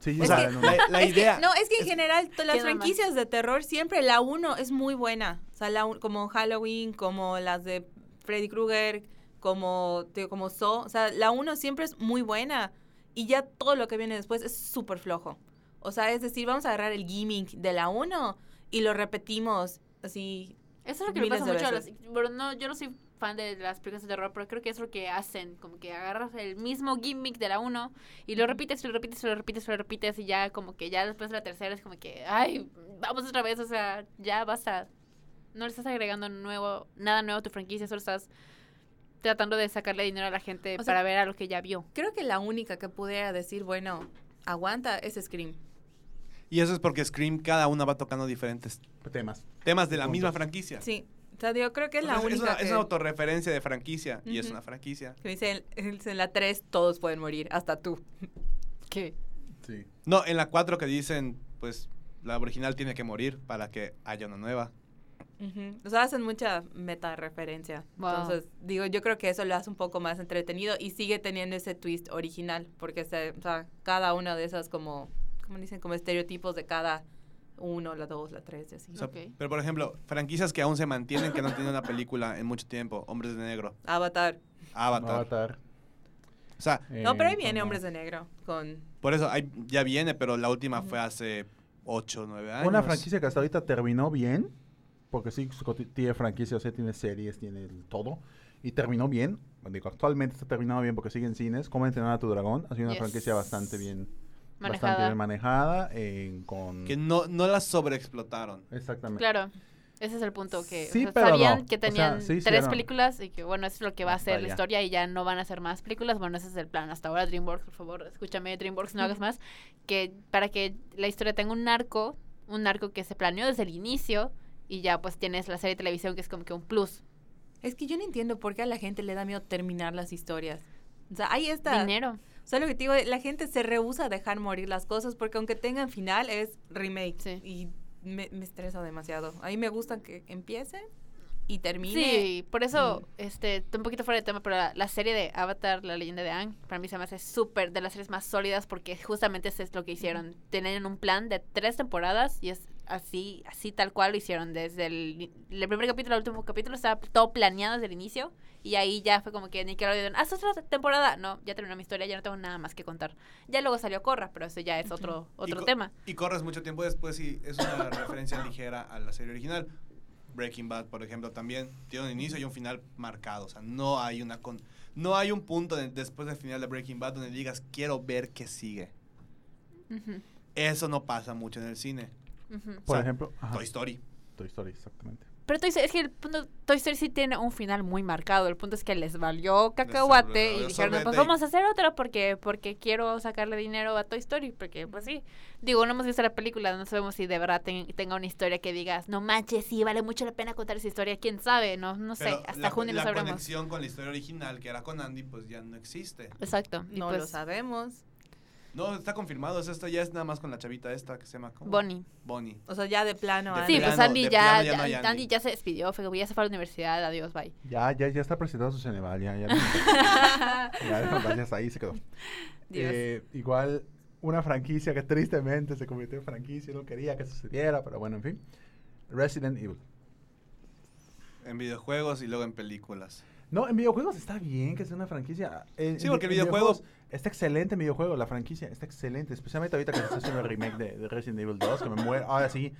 E: Sí,
B: O sea,
E: en una-
B: la, la
D: Es que-
B: idea...
D: no, es que en general to- las
C: Queda mal.
D: franquicias de terror siempre la uno es muy buena. O sea, la un- como Halloween, como las de Freddy Krueger, como, te digo, como Saw. O sea, la uno siempre es muy buena. Y ya todo lo que viene después es súper flojo. O sea, es decir, vamos a agarrar el gimmick de la uno y lo repetimos así.
C: Eso es lo que me
D: Miles
C: pasa
D: de
C: mucho a las... Bueno, no, yo no soy fan de las películas de terror, pero creo que es lo que hacen, como que agarras el mismo gimmick de la 1 y lo repites, y lo repites, y lo repites, y lo repites y ya como que ya después de la tercera es como que, ay, vamos otra vez, o sea, ya basta. No le estás agregando nuevo, nada nuevo a tu franquicia, solo estás tratando de sacarle dinero a la gente
D: O sea,
C: para ver a lo que ya vio.
D: Creo que la única que pudiera decir, bueno, aguanta, es Scream.
B: Y eso es porque Scream cada una va tocando diferentes
E: temas.
B: temas de la
E: Puntos.
B: misma franquicia.
D: Sí. O sea, yo creo que es
B: O sea,
D: la única.
B: una,
D: que...
B: es una autorreferencia de franquicia y es
D: Ujú.
B: una franquicia.
D: que dice, en, en la 3 todos pueden morir, hasta tú. (laughs)
C: ¿Qué?
E: Sí.
B: No, en la 4 que dicen, pues la original tiene que morir para que haya una nueva.
D: Ujú. O sea, hacen mucha meta referencia.
C: Wow.
D: Entonces, digo, yo creo que eso lo hace un poco más entretenido y sigue teniendo ese twist original, porque se- o sea, cada una de esas como, ¿cómo dicen? Como estereotipos de cada uno, la dos, la tres, y así.
B: O sea,
C: Ok.
B: Pero por ejemplo, franquicias que aún se mantienen, que no tienen una película en mucho tiempo, Hombres de Negro,
D: Avatar.
B: Avatar.
E: Avatar.
B: O sea,
D: No, pero ahí
E: eh,
D: viene
E: como-
D: Hombres de Negro con...
B: por eso hay- ya viene, pero la última fue hace 8, 9 años.
E: Una franquicia que hasta ahorita terminó bien, porque sí, su coti- tiene franquicia, o sea, tiene series, tiene el todo, y terminó bien. Bueno, Digo, actualmente está terminado bien porque sigue en cines. ¿Cómo entrenar a tu dragón? Ha sido una
C: Yes.
E: franquicia bastante bien bastante
C: Manejada.
E: bien manejada. en- con...
B: Que no, no la sobreexplotaron.
E: Exactamente.
C: Claro. Ese es el punto que o
E: Sí,
C: sea,
E: pero
C: sabían
E: no.
C: que
E: O sea,
C: tenían
E: sí
C: tres
E: hicieron.
C: películas y que bueno, eso es lo que va a
E: Hasta
C: ser la
E: allá.
C: historia y ya no van a hacer más películas. Bueno, ese es el plan hasta ahora Dreamworks, por favor, escúchame Dreamworks, no hagas más que para que la historia tenga un arco, un arco que se planeó desde el inicio y ya pues tienes la serie de televisión que es como que un plus,
D: Es que yo no entiendo por qué a la gente le da miedo terminar las historias. O sea, hay esta...
C: dinero.
D: O sea, lo que te digo, la gente se rehúsa a dejar morir las cosas porque aunque tengan final es remake.
C: Sí.
D: Y me, me estresa demasiado. A mí me gusta que empiece y termine.
C: Sí, por eso, este, un poquito fuera de tema, pero la, la serie de Avatar, la leyenda de Aang, para mí se me hace súper de las series más sólidas porque justamente eso es lo que hicieron. Tenían un plan de tres temporadas y es así, así tal cual lo hicieron. Desde el, el primer capítulo al último capítulo estaba todo planeado desde el inicio y ahí ya fue como que Nickelodeon, haz otra temporada. No, ya terminó mi historia, ya no tengo nada más que contar. Ya luego salió Corra, pero eso ya es otro,
B: Y
C: otro
B: co-
C: tema.
B: Y corres mucho tiempo después y es
C: (laughs)
B: una referencia ligera a la serie original. Breaking Bad, por ejemplo, también tiene un inicio y un final marcado. O sea, no hay una con, no hay un punto de- después del final de Breaking Bad donde digas quiero ver qué sigue.
C: Ujú,
B: Eso no pasa mucho en el cine.
C: ujú.
E: Por
B: O sea,
E: ejemplo, ajá,
B: Toy Story.
E: Toy Story, exactamente.
C: Pero Toy Story, es que el punto, Toy Story sí tiene un final muy marcado. El punto es que les valió
B: Les
C: cacahuate
B: valió
C: y dijeron, pues
B: sorbete y-
C: vamos a hacer otro porque, porque quiero sacarle dinero a Toy Story. Porque, pues sí, digo, no hemos visto la película, no sabemos si de verdad ten- tenga una historia que digas, no manches, sí, vale mucho la pena contar esa historia, quién sabe, no, no sé,
B: Pero
C: hasta
B: la,
C: junio no
B: la
C: sabremos.
B: conexión con la historia original, que era con Andy, pues ya no existe.
C: Exacto. y
D: No lo
C: pues,
D: sabemos.
B: No, está confirmado. o sea, esto ya es nada más con la chavita esta que se llama... ¿cómo?
C: Bonnie.
B: Bonnie.
D: O sea, ya de plano.
B: Ah, De
D: Ana.
C: Sí,
B: plano,
C: pues Andy
B: de
C: ya,
B: plano ya no hay
C: ya-
B: Andy.
C: Andy ya se despidió, fue como, ya se fue a la universidad, adiós, bye.
E: Ya, ya, ya está presentado su Ceneval, ya,
C: (laughs)
E: ya. ya, de pantallas ahí se quedó.
D: Dios.
E: Eh, igual, una franquicia que tristemente se convirtió en franquicia, no quería que sucediera, pero bueno, en fin. Resident Evil.
B: En videojuegos y luego en películas.
E: No, en videojuegos está bien que sea una franquicia. Eh, En-
B: Sí,
E: en-
B: porque el
E: en
B: videojuego-
E: videojuegos Está excelente en videojuego, la franquicia está excelente. Especialmente ahorita que se está haciendo el remake de, de Resident Evil 2, que me muero. Ahora sí,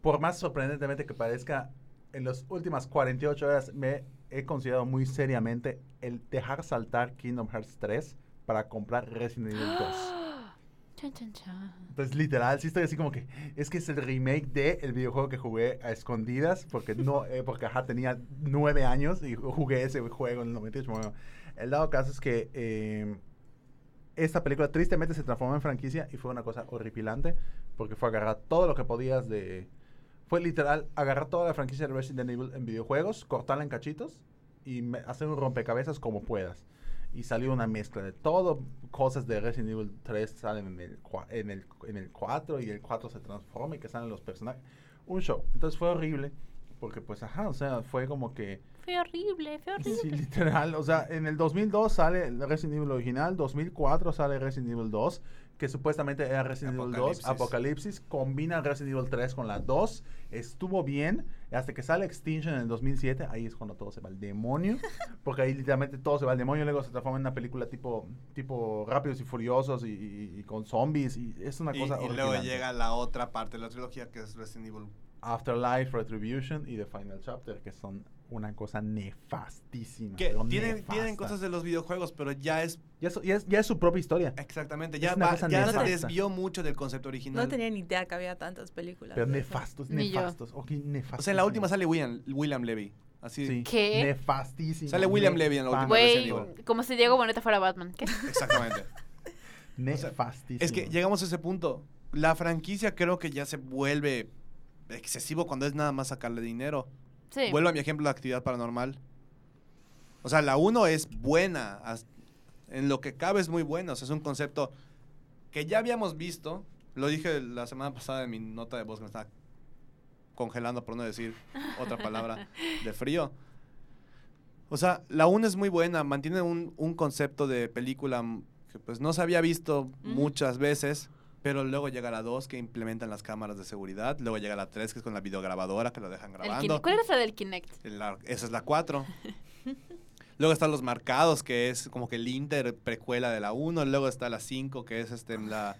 E: por más sorprendentemente que parezca, en las últimas 48 horas me he considerado muy seriamente
B: (gasps)
E: (laughs) el dejar saltar Kingdom Hearts 3 para comprar Resident Evil 2.
C: (gasps) Chan, chan, chan.
E: Entonces, literal, sí estoy así como que es que es el remake de el videojuego que jugué a escondidas porque no, eh, porque ajá, tenía nueve años y jugué ese juego en el 98. Bueno, el dado caso es que eh, esta película tristemente se transformó en franquicia y fue una cosa horripilante porque fue agarrar todo lo que podías de... Fue literal agarrar toda la franquicia de Resident Evil en videojuegos, cortarla en cachitos y me- hacer un rompecabezas como puedas. Y salió una mezcla de todo, cosas de Resident Evil 3 salen en el, cua- en el, en el 4 y el 4 se transforma y que salen los personajes. Un show. Entonces fue horrible porque pues ajá, o sea, fue como que...
C: Fue horrible, fue horrible.
E: Sí, literal. O sea, en el 2002 sale el Resident Evil original, 2004 sale Resident Evil 2, que supuestamente era Resident Evil 2,
B: Apocalipsis.
E: Apocalipsis, combina Resident Evil 3 con la 2, estuvo bien, hasta que sale Extinction en el 2007, ahí es cuando todo se va al demonio, porque ahí literalmente todo se va al demonio, luego se transforma en una película tipo, tipo Rápidos y Furiosos y, y- y con zombies, y es una
B: Y,
E: cosa
B: y luego
E: horripilante.
B: llega la otra parte de la trilogía que es Resident Evil.
E: Afterlife, Retribution y The Final Chapter, que son una cosa nefastísima.
B: Que
E: pero
B: tienen, tienen
E: nefasta.
B: cosas de los videojuegos, pero ya es
E: Ya es, ya es- ya es su propia
C: Eh,
E: historia.
B: exactamente,
E: Es
B: ya,
E: una
B: va-
E: cosa
B: ya se
E: nefasta.
B: desvió mucho del concepto original.
D: No tenía ni idea que había tantas películas.
E: Pero
D: de eso.
E: nefastos,
C: Ni yo.
E: nefastos. Ok, nefastos.
B: o sea, en la última sale William, William Levy. Así.
E: Sí.
C: ¿Qué?
E: Nefastísimo.
B: Sale William Levy en la
E: Ah,
B: última
C: Güey,
B: Resident Evil.
C: como si Diego Boneta fuera Batman. ¿Qué?
B: Exactamente. sea,
E: Nefastísimo.
B: Es que llegamos a ese punto. La franquicia creo que ya se vuelve excesivo cuando es nada más sacarle dinero.
C: Sí.
B: Vuelvo a mi ejemplo de actividad paranormal. O sea, la 1 es buena. as- En lo que cabe es muy buena. O sea, es un concepto que ya habíamos visto. Lo dije la semana pasada en mi nota de voz que me estaba congelando por no decir otra palabra de frío. O sea, la 1 es muy buena. Mantiene un, un concepto de película m- que pues no se había visto muchas veces. Pero luego llega la 2 que implementan las cámaras de seguridad. Luego llega la 3 que es con la videograbadora que lo dejan
C: El
B: grabando.
C: Kinect. ¿Cuál era esa del Kinect?
B: La- esa es la 4. Luego están los marcados, que es como que el Inter precuela de la 1. Luego está la 5, que es este, la,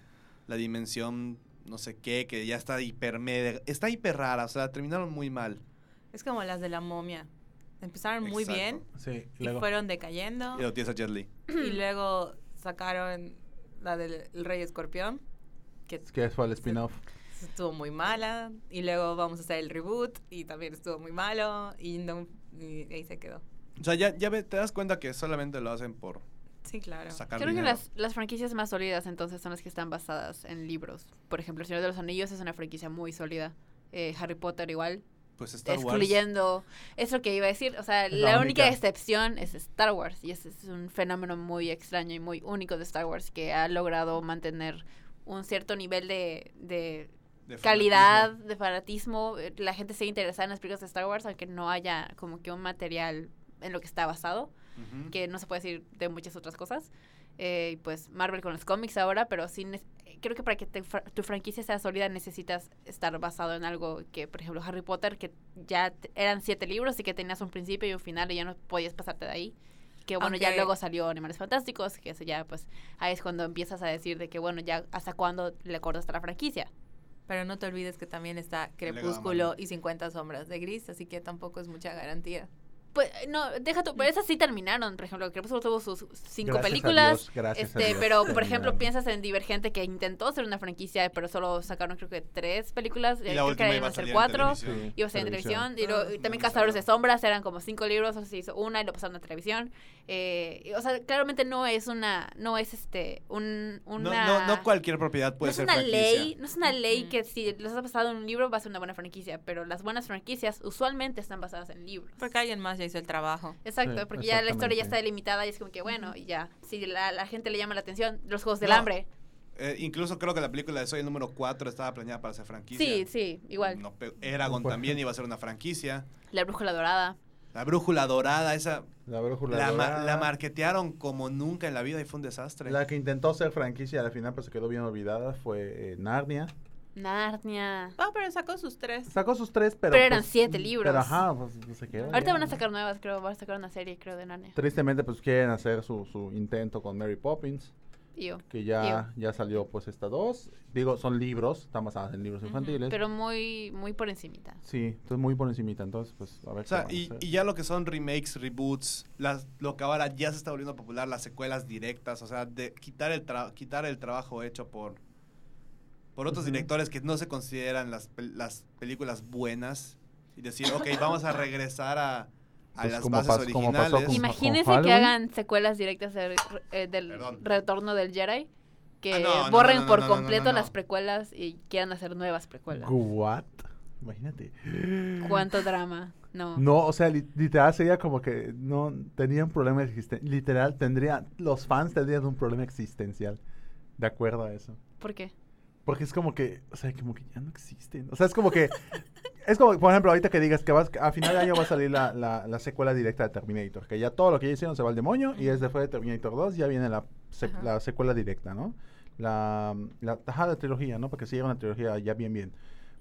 B: la dimensión no sé qué, que ya está hiper mega- Está hiper rara, o sea, terminaron muy mal.
D: Es como las de la momia. Empezaron muy
B: Exacto.
D: bien
E: Sí,
D: y
E: luego.
D: fueron decayendo.
B: Y lo tienes a Jet Li.
D: Y luego sacaron la del el Rey Escorpión, que
E: Es que fue el spin-off.
D: estuvo muy mala. Y luego vamos a hacer el reboot y también estuvo muy malo. Y, no, y ahí se quedó.
B: O sea, ya, ya ve- te das cuenta que solamente lo hacen por
D: Sí, claro.
B: sacar
C: Creo que
B: dinero.
C: las, las franquicias más sólidas entonces son las que están basadas en libros. Por ejemplo, El Señor de los Anillos es una franquicia muy sólida. Eh, Harry Potter igual,
B: Pues Star Wars.
C: excluyendo... Es lo que iba a decir. O sea,
E: Es
C: la,
E: la
C: única.
E: única.
C: excepción es Star Wars. Y ese es un fenómeno muy extraño y muy único de Star Wars que ha logrado mantener un cierto nivel de, de
B: de
C: calidad,
B: fanatismo.
C: de fanatismo. eh, La gente se interesada en las películas de Star Wars, aunque no haya como que un material en lo que está basado
B: Ujú.
C: que no se puede decir de muchas otras cosas. Eh, y pues Marvel con los cómics ahora, pero sí ne- creo que para que te fra- tu franquicia sea sólida necesitas estar basado en algo que, por ejemplo, Harry Potter, que ya te- eran siete libros y que tenías un principio y un final y ya no podías pasarte de ahí. Que bueno, ya
D: Aunque-
C: luego salió Animales Fantásticos, que eso ya pues ahí es cuando empiezas a decir de que bueno, ya hasta cuándo le acordaste a la franquicia.
D: Pero no te olvides que también está
B: legado
D: Crepúsculo
B: malo.
D: y 50 sombras de gris, así que tampoco es mucha garantía.
C: Pues no, deja tu, pero esas sí terminaron, por ejemplo, Crepúsculo tuvo sus cinco
E: Gracias a
C: películas,
E: Dios, gracias a
C: este,
E: Dios,
C: pero por
E: terminaron.
C: ejemplo piensas en Divergente que intentó ser una franquicia, pero solo sacaron creo que tres películas, eh, creo que iban a ser
B: salir en
C: cuatro,
B: televisión.
C: iba a ser en televisión, y luego- y
B: Ah, no
C: también
B: me
C: Cazadores de
B: salió.
C: Sombras eran como cinco libros, o se hizo una y lo pasaron a televisión, eh, y, o sea claramente no es una, no es este, un,
B: No,
C: una,
B: no, no cualquier propiedad
C: no
B: puede
C: es
B: ser
C: una
B: franquicia.
C: ley, no es una ley
D: Ujú.
C: que si los has basado en un libro va a ser una buena franquicia, pero las buenas franquicias usualmente están basadas en libros.
D: Porque alguien más ya hizo el trabajo.
C: Exacto,
E: Sí,
C: porque ya la historia ya
E: exactamente.
C: está delimitada y es como que, bueno, y ya, si la, la gente le llama la atención, los Juegos del
B: No,
C: Hambre.
B: Eh, incluso creo que la película de Soy el número 4 estaba planeada para ser franquicia.
C: Sí, sí, igual.
B: No, pero Eragon
E: Pues-
B: también iba a ser una franquicia.
C: La Brújula Dorada.
B: La brújula dorada, esa
E: La brújula
B: la, ma-
E: dorada,
B: la marketearon como nunca en la vida y fue un desastre.
E: La que intentó ser franquicia al final, pues se quedó bien olvidada, fue eh, Narnia.
C: Narnia.
E: Oh,
D: Ah, pero sacó sus tres.
E: Sacó sus tres, pero.
C: Pero eran
E: pues,
C: siete libros.
E: Pero ajá, pues pues, se quedó.
C: Ahorita
E: ya.
C: van a sacar nuevas, creo. Van a sacar una serie, creo, de Narnia.
E: Tristemente, pues quieren hacer su, su intento con Mary Poppins.
C: Y yo.
E: que ya, ya salió pues esta dos. Digo, son libros, están basadas en libros infantiles.
C: Pero muy, muy por encimita.
E: Sí, entonces muy por encimita, entonces pues a ver.
B: o sea,
E: qué van a
B: y,
E: hacer.
B: y ya lo que son remakes, reboots, las, lo que ahora ya se está volviendo popular, las secuelas directas, o sea, de quitar el, tra- quitar el trabajo hecho por por otros directores que no se consideran las, pel- las películas buenas y decir, ok, vamos a regresar a, a
E: Pues
B: las
E: como
B: bases
E: pas- como
B: originales.
E: pasó con-
C: Imagínense
E: Halloween?
C: que hagan secuelas directas de- eh, del
B: Perdón.
C: retorno del Jedi. Que
B: Ah, no, no,
C: borren
B: no, no,
C: por
B: no, no, no,
C: completo
B: no.
C: las precuelas y quieran hacer nuevas precuelas.
E: What? Imagínate.
C: ¿Cuánto drama? No.
E: No, o sea, li- literal sería como que no tenían problema existencial. Literal, tendría, los fans tendrían un problema existencial. De acuerdo a eso.
C: ¿Por qué?
E: Porque es como que, o sea, como que ya no existen. O sea, es como
D: (laughs)
E: que, es como, por ejemplo, ahorita que digas que vas, que a final de año va a salir la, la, la secuela directa de Terminator, que ya todo lo que ya hicieron se va al demonio y es después de Terminator 2 ya viene la, sec-
D: Ajá.
E: la secuela directa, ¿no? La, la, ajá, la trilogía, ¿no? Porque si llega una trilogía ya bien, bien.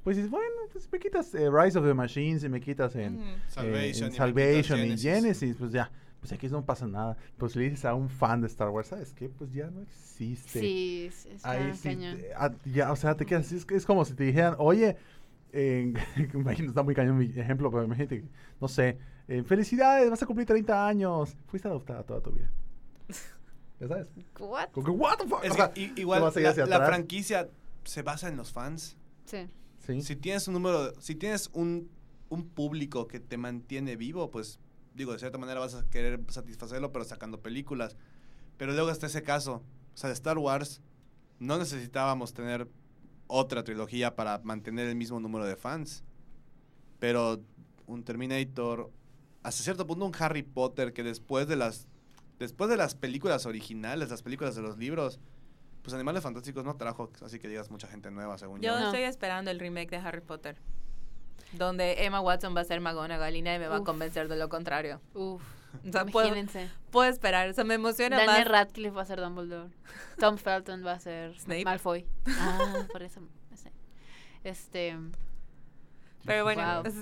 E: Pues dices, bueno, pues me quitas eh, Rise of the Machines y me quitas en,
D: Ujú.
G: Salvation,
E: Salvation, y
G: y
E: Salvation y
G: Genesis.
E: Genesis. pues ya, pues aquí no pasa nada. Pues le dices a un fan de Star Wars, ¿sabes qué? Pues ya no existe.
C: Sí, sí, está
E: Ahí sí,
C: cañón.
E: te- ah, ya, o sea, te quedas, es, es como si te dijeran, oye, eh, (laughs) imagino, está muy cañón mi ejemplo, pero imagínate, que, no sé, eh, felicidades, vas a cumplir 30 años, fuiste adoptada toda tu vida. ¿Ya sabes?
C: ¿What?
E: Como que, what the fuck?
B: Es
E: o sea,
B: que i- igual
E: vas a ir
B: la,
E: hacia
B: la
E: atrás.
B: franquicia se basa en los fans.
C: Sí.
E: sí.
B: Si tienes un número, si tienes un, un público que te mantiene vivo, pues digo, de cierta manera vas a querer satisfacerlo, pero sacando películas. Pero luego está ese caso, o sea, de Star Wars, no necesitábamos tener otra trilogía para mantener el mismo número de fans. Pero un Terminator, hasta cierto punto un Harry Potter que después de las después de las películas originales, las películas de los libros, pues Animales Fantásticos no trajo, así que digas mucha gente nueva, según yo.
D: Yo
C: No.
D: estoy esperando el remake de Harry Potter. Donde Emma Watson va a ser McGonagall y nadie me va a
C: Uf.
D: convencer de lo contrario.
C: Uf.
D: O sea, puedo,
C: Imagínense.
D: puedo esperar. O sea, me emociona
C: Daniel
D: más.
C: Radcliffe va a ser Dumbledore. Tom Felton va a ser
D: Snape. (laughs)
C: Malfoy. Ah, por eso. no sé. Este.
D: Pero bueno.
C: Wow.
D: es-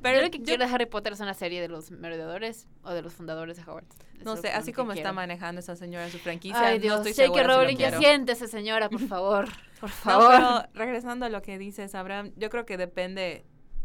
C: Pero
D: pero
C: yo lo que
D: yo-
C: quiero de Harry Potter es una serie de los merodeadores o de los fundadores de Hogwarts. Es
D: no
C: lo
D: sé, así
C: único que
D: como está
C: quiero.
D: manejando esa señora su franquicia,
C: Ay,
D: no
C: Dios,
D: estoy
C: sé
D: segura
C: que
D: si lo
C: Rowling, ya
D: quiero.
C: siéntese, señora,
D: (laughs)
C: por favor. Por
D: No,
C: favor.
D: pero regresando a lo que dices, Abraham, yo creo que depende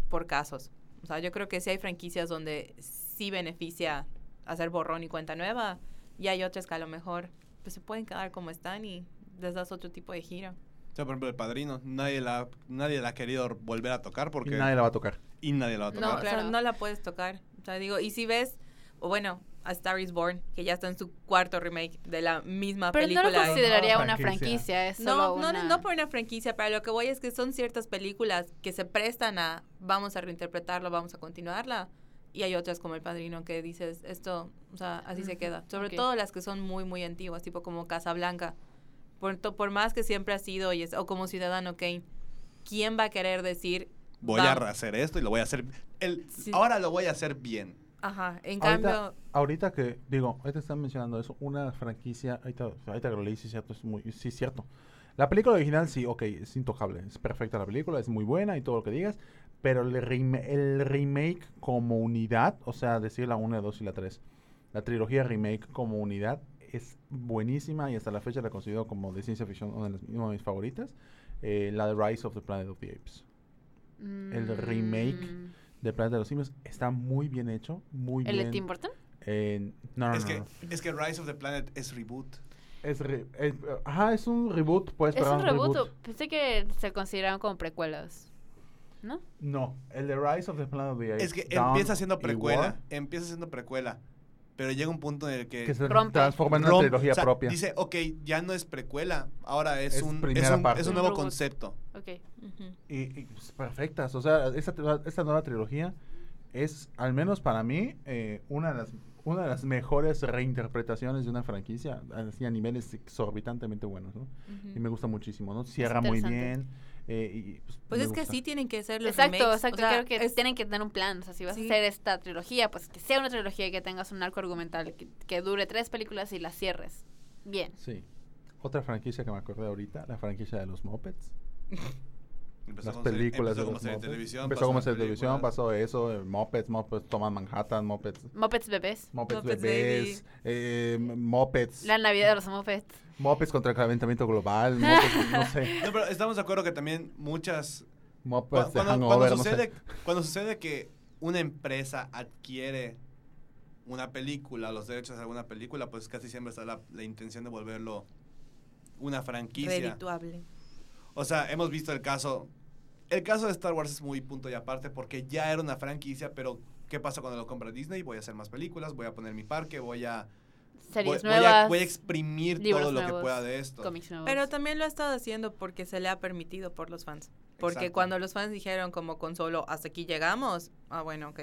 D: por casos. O sea, yo creo que sí hay franquicias donde sí beneficia hacer borrón y cuenta nueva, y hay otras que a lo mejor pues, se pueden quedar como están y les das otro tipo de giro.
B: O sea, por ejemplo, el padrino, nadie la, nadie la ha querido volver a tocar
E: Y
B: porque.
E: nadie la va a tocar.
B: y nadie la va a
D: No,
B: tocar.
D: o sea,
C: claro.
D: no la puedes tocar. O sea, digo, y si ves, o bueno, a Star is Born, que ya está en su cuarto remake de la misma
C: Pero no
D: película.
C: lo consideraría una
E: franquicia.
C: franquicia, es
D: No,
C: solo
D: no,
C: una-
D: no por una franquicia, pero lo que voy es que son ciertas películas que se prestan a vamos a reinterpretarlo, vamos a continuarla. Y hay otras como El Padrino que dices, esto, o sea, así se
C: Ujú,
D: queda. Sobre
C: ok.
D: todo las que son muy, muy antiguas, tipo como Casablanca. Por, to- por más que siempre ha sido, y es- o como Ciudadano Kane, ¿quién va a querer decir,
B: Voy
D: Vamos.
B: a hacer esto y lo voy a hacer. el-
D: Sí.
B: Ahora lo voy a hacer bien.
D: ajá, en
E: Ahorita,
D: cambio,
E: ahorita que, digo, ahorita están mencionando eso, una franquicia, ahorita, ahorita que lo leí, sí, cierto, es muy, sí, cierto. La película original, sí, ok, es intocable, es perfecta la película, es muy buena y todo lo que digas, pero el, reme- el remake como unidad, o sea, decir la 1, la 2 y la 3, la trilogía remake como unidad es buenísima y hasta la fecha la considero como de ciencia ficción una de, las- una de mis favoritas, eh, la de Rise of the Planet of the Apes. el remake,
C: Mm.
E: De Planet de los Simios está muy bien hecho, muy
C: ¿El
E: bien.
C: de Tim Burton?
E: eh, no, no,
B: es,
E: no,
B: que,
E: no. Eh,
B: es que Rise of the Planet es reboot.
E: Es re- es- ajá, es un reboot, pues,
C: es
E: perdón,
C: un reboot. o- Pensé que se consideraban como precuelas. ¿No?
E: No, el de Rise of the Planet of the Apes.
B: Es que
E: Dawn
B: empieza
E: y
B: siendo precuela.
E: War,
B: Empieza siendo precuela. Pero llega un punto en el que.
E: que se
C: rompe.
E: transforma en una
B: rompe,
E: trilogía
B: o sea,
E: propia.
B: Dice, ok, ya no es precuela. Ahora es,
E: Es
B: un, es,
E: primera
B: un,
E: parte.
B: es un
C: Un
B: nuevo
C: reboot.
B: concepto.
C: Ok.
D: ujú,
E: Y, y, pues, perfectas. O sea, esta, tri- esta nueva trilogía es, al menos para mí, eh, una, de las, una de las mejores reinterpretaciones de una franquicia. Así a niveles exorbitantemente buenos, ¿no?
D: ujú.
E: Y me gusta muchísimo, ¿no? Cierra muy
C: interesante.
E: bien. eh, y, pues
D: Pues
E: me
D: es que
E: gusta.
D: así tienen que ser los
C: Exacto,
D: remakes,
C: exacto.
D: o sea,
C: creo que
D: es-
C: tienen que tener un plan. O sea, si vas
D: Sí.
C: a hacer esta trilogía, pues que sea una trilogía que tengas un arco argumental, que, que dure tres películas y las cierres. Bien.
E: Sí. Otra franquicia que me acordé ahorita, la franquicia de los Muppets.
B: Empezó
E: las
B: con serie-
E: películas
B: empezó
E: de
B: como
E: los
B: serie de
E: Muppets.
B: televisión.
E: empezó
B: pasó
E: como
B: en
E: serie de televisión,
B: películas.
E: pasó eso, eh, Muppets, Muppets toman Manhattan, Muppets,
C: Muppets bebés.
E: Muppets,
D: Muppets
E: bebés, eh, m- Muppets,
C: La Navidad de los Muppets.
E: Muppets contra el calentamiento global,
C: (laughs)
E: Muppets, no sé,
B: No, pero estamos de acuerdo que también muchas Cu-
E: Muppets Pues, de
B: cuando, cuando
E: Hangover, no
B: sucede,
E: sé.
B: cuando sucede que una empresa adquiere una película, los derechos de alguna película, pues casi siempre está la, la intención de volverlo una franquicia.
D: redituable.
B: O sea, hemos visto el caso. El caso de Star Wars es muy punto y aparte porque ya era una franquicia, pero ¿qué pasa cuando lo compra Disney? Voy a hacer más películas, voy a poner mi parque, voy a.
C: Series
B: voy, voy a-
C: nuevas.
B: voy a, exprimir todo
C: libros
B: lo que
C: nuevos,
B: pueda de esto.
C: cómics nuevos.
D: Pero también lo ha estado haciendo porque se le ha permitido por los fans. Porque
B: Exacto.
D: cuando los fans dijeron como con solo hasta aquí llegamos, ah bueno, ok,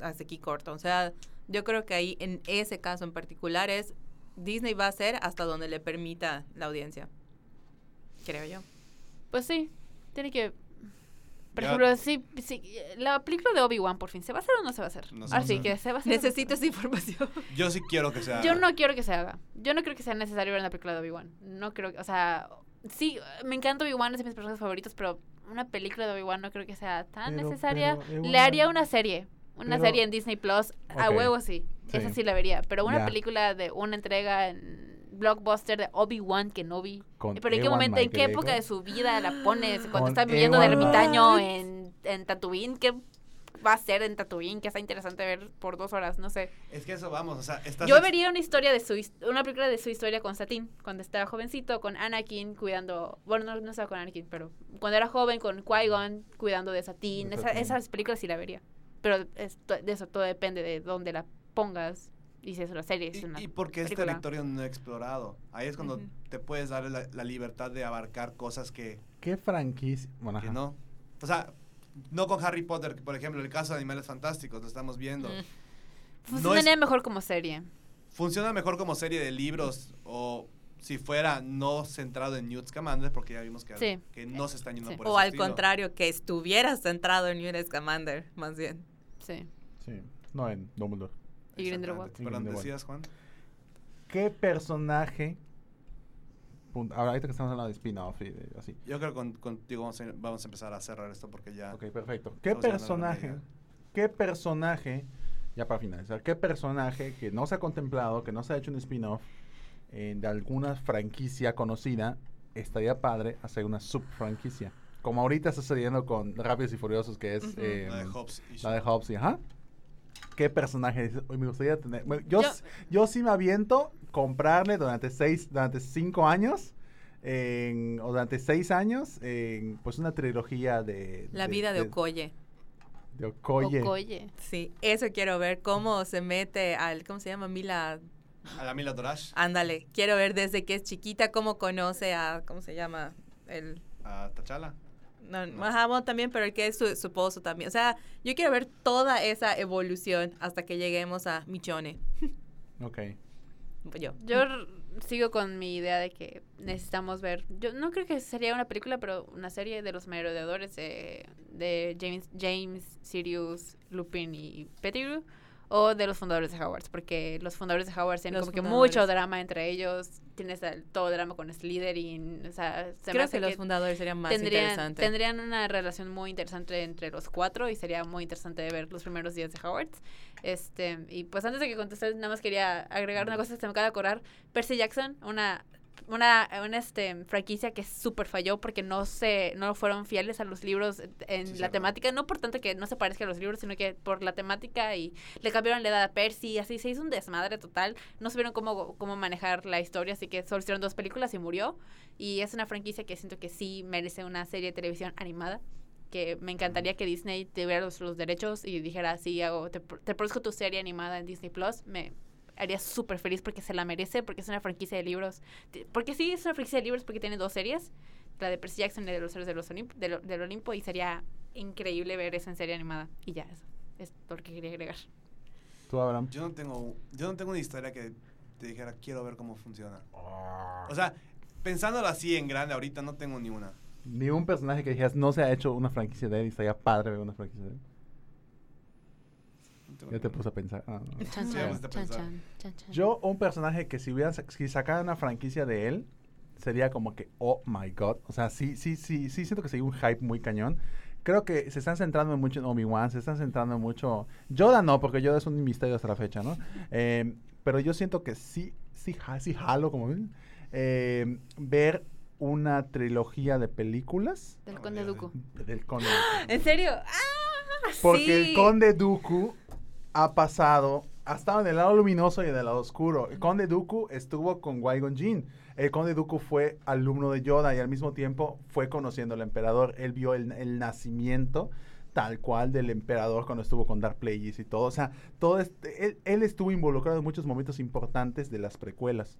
D: hasta aquí corto. O sea, yo creo que ahí en ese caso en particular es Disney va a ser hasta donde le permita la audiencia. Creo yo.
C: Pues sí, tiene que... Por
B: Ya.
C: ejemplo, sí, sí, la película de Obi-Wan por fin, ¿se va a hacer o no se va a hacer?
B: No se va a
C: Así
B: hacer.
C: que se va a hacer. o no se va a
D: Necesito esa información.
B: Yo sí quiero que sea.
C: Yo no quiero que se haga. Yo no creo que sea necesario ver la película de Obi-Wan. No creo, o sea, sí, me encanta Obi-Wan, es de mis personajes favoritos, pero una película de Obi-Wan no creo que sea tan
E: Pero-
C: necesaria.
E: pero
C: Le
E: Obi-Wan-
C: haría una serie, una
E: Pero-
C: serie en Disney Plus, a
K: Ok,
C: huevo sí.
E: sí.
C: Esa sí la vería, pero una
K: Ya.
C: película de una entrega en blockbuster de Obi-Wan que no vi.
K: Con
C: Pero en qué
K: Ewan
C: momento, en qué
K: McGregor.
C: época de su vida la
E: (gasps)
C: pones, cuando
E: Con
C: está viviendo de
E: Ewan
C: ermitaño
E: Mc-
C: en, en Tatooine, ¿qué va a ser en Tatooine? Que está interesante ver por dos horas, no sé.
B: Es que eso vamos, o sea, estás.
C: Yo
B: ex-
C: vería una historia de su his- una película de su historia con Satín, cuando estaba jovencito, con Anakin cuidando, bueno, no, no estaba con Anakin, pero cuando era joven con Qui-Gon cuidando de Satín,
E: De
C: esa-
E: Satín.
C: esas películas sí la vería. Pero es to- de eso todo depende de dónde la pongas y si es una serie, es una
B: Y, este y porque es
C: película.
B: territorio no explorado. Ahí es cuando
D: Ujú.
B: te puedes dar la, la libertad de abarcar cosas que,
E: ¿Qué franquicia? Bueno,
B: que
E: ajá.
B: no. O sea, no con Harry Potter, que, por ejemplo, el caso de Animales Fantásticos, lo estamos
D: (laughs)
B: viendo.
D: Mm.
B: es-
C: Funcionaría Pues mejor como serie.
B: Funciona mejor como serie de libros o si fuera no centrado en Newt Scamander, porque ya vimos que,
C: Sí.
B: que no se están yendo
C: Sí.
B: por
D: O
B: ese
D: al
B: estilo.
D: contrario, que estuvieras centrado en Yuri Scamander, más bien.
C: Sí.
E: Sí, no en Dumbledore.
C: Y Grindelwald.
B: Exactamente. Perdón,
E: Grindelwald.
B: decías, Juan.
E: ¿Qué personaje? Pun- Ahora, ahorita que estamos hablando de spin-off y de- así.
B: Yo creo que con- contigo vamos a, vamos a empezar a cerrar esto porque ya.
E: Ok, perfecto. ¿Qué
B: Estamos llegando a la
E: personaje?
B: media.
E: ¿Qué personaje? Ya para finalizar, ¿qué personaje que no se ha contemplado, que no se ha hecho un spin-off eh, de alguna franquicia conocida, estaría padre hacer una subfranquicia? Como ahorita está sucediendo con Rápidos y Furiosos, que es
D: Ujú.
E: eh,
B: La de Hobbs y
E: la de
B: Shaw.
E: Hobbs y ajá. ¿Qué personaje dices, "Uy, me gustaría tener? Bueno, yo,
C: Yo-
E: s- yo, sí me aviento comprarle durante seis, durante cinco años, en- o durante seis años, en, pues una trilogía de...
D: La vida de Okoye.
E: De Okoye.
C: Okoye.
D: Sí, eso quiero ver, cómo se mete al, ¿cómo se llama? Mila
B: A la Mila Dorash.
D: Ándale, quiero ver desde que es chiquita cómo conoce a, ¿cómo se llama? El,
C: Ah.
B: A Tachala.
D: no,
B: No.
D: ajá, bueno, también, pero el que es su, su esposo también. O sea, yo quiero ver toda esa evolución hasta que lleguemos a Michone.
E: Ok.
D: Yo.
C: Yo r- sigo con mi idea de que necesitamos ver. Yo no creo que sería una película, pero una serie de los merodeadores de, de James, James, Sirius, Lupin y Pettigrew. O de los fundadores de Hogwarts, porque los fundadores de Hogwarts tienen
D: Los
C: como que
D: fundadores.
C: mucho drama entre ellos. Tienes el- todo drama con Slytherin. O sea, se me
D: Creo
C: hace
D: que los fundadores serían más
C: tendrían,
D: interesantes.
C: tendrían una relación muy interesante entre los cuatro y sería muy interesante ver los primeros días de Howard. Este, y pues antes de que contestes, nada más quería agregar una cosa que se me acaba de acordar. Percy Jackson, una una, una, este, franquicia que súper falló porque no se no fueron fieles a los libros en
B: Sí,
C: la
B: cierto.
C: temática, no por tanto que no se parezca a los libros, sino que por la temática y le cambiaron la edad a Percy y así se hizo un desmadre total, no supieron cómo, cómo manejar la historia, así que solo hicieron dos películas y murió y es una franquicia que siento que sí merece una serie de televisión animada que me encantaría que Disney tuviera los, los derechos y dijera, sí, hago, te, pro- te produzco tu serie animada en Disney Plus, me haría súper feliz porque se la merece, porque es una franquicia de libros te- Porque sí, es una franquicia de libros porque tiene dos series. La de Percy Jackson y la de los héroes de los Olimp- de lo- del, Olimpo. Y sería increíble ver eso en serie animada. Y ya, eso es todo lo que quería agregar.
E: Tú, Abraham.
B: Yo no tengo, yo no tengo una historia que te dijera quiero ver cómo funciona. O sea, pensándolo así en grande ahorita no tengo ni una.
E: Ni un personaje que dijeras, no se ha hecho una franquicia de él y estaría padre ver una franquicia de él.
B: No tengo
E: Ya te
B: ninguna.
E: puse a pensar. Ah, no.
B: Sí, ya me está pensando.
E: Yo, un personaje que si hubieran, sac- si sacaran una franquicia de él, sería como que, oh my god. O sea, sí, sí, sí, sí, siento que sería un hype muy cañón. Creo que se están centrando mucho en Obi-Wan, se están centrando mucho. Yoda no, porque Yoda es un misterio hasta la fecha, ¿no? Eh, pero yo siento que sí, sí, ja- sí jalo, como dicen, eh, ver una trilogía de películas
C: Del
B: Oh,
C: Conde
B: Dios.
C: Dooku.
E: del Conde.
D: ¿En serio?
E: Porque el
D: Sí.
E: Conde Dooku ha pasado ha estado en el lado luminoso y en el lado oscuro. El Conde Dooku estuvo con Qui-Gon Jinn. El Conde Dooku fue alumno de Yoda y al mismo tiempo fue conociendo al emperador. Él vio el, el nacimiento tal cual del emperador cuando estuvo con Dark Plagueis y todo. O sea, todo este- él, él estuvo involucrado en muchos momentos importantes de las precuelas.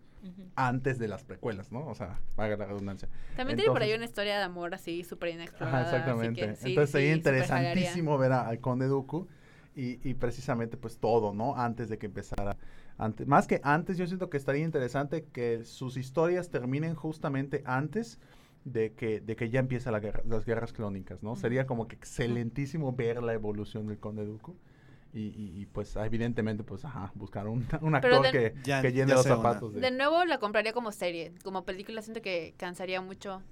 D: Ah,
E: Antes de las precuelas, ¿no? O sea, valga la redundancia.
C: También tiene por ahí
E: Entonces-
C: una historia de amor así súper inexplorada.
E: Ajá,
C: Ah, así que
E: exactamente.
C: sí,
E: Entonces
C: sí,
E: sería
C: súper jalaría.
E: interesantísimo ver a- al Conde Dooku y, y precisamente pues todo, ¿no? Antes de que empezara. Antes, más que antes, yo siento que estaría interesante que sus historias terminen justamente antes de que, de que ya empieza la guerra- las guerras clónicas, ¿no? Sería como que excelentísimo ver la evolución del Conde Dooku. Y, y- y, pues ah, evidentemente, pues ajá, buscar un, (laughs) un
C: Pero
E: actor
C: de-
E: que,
B: Ya-
E: que llene
B: ya
E: los
B: sé una.
E: zapatos.
C: De nuevo la compraría como serie, como película siento que cansaría mucho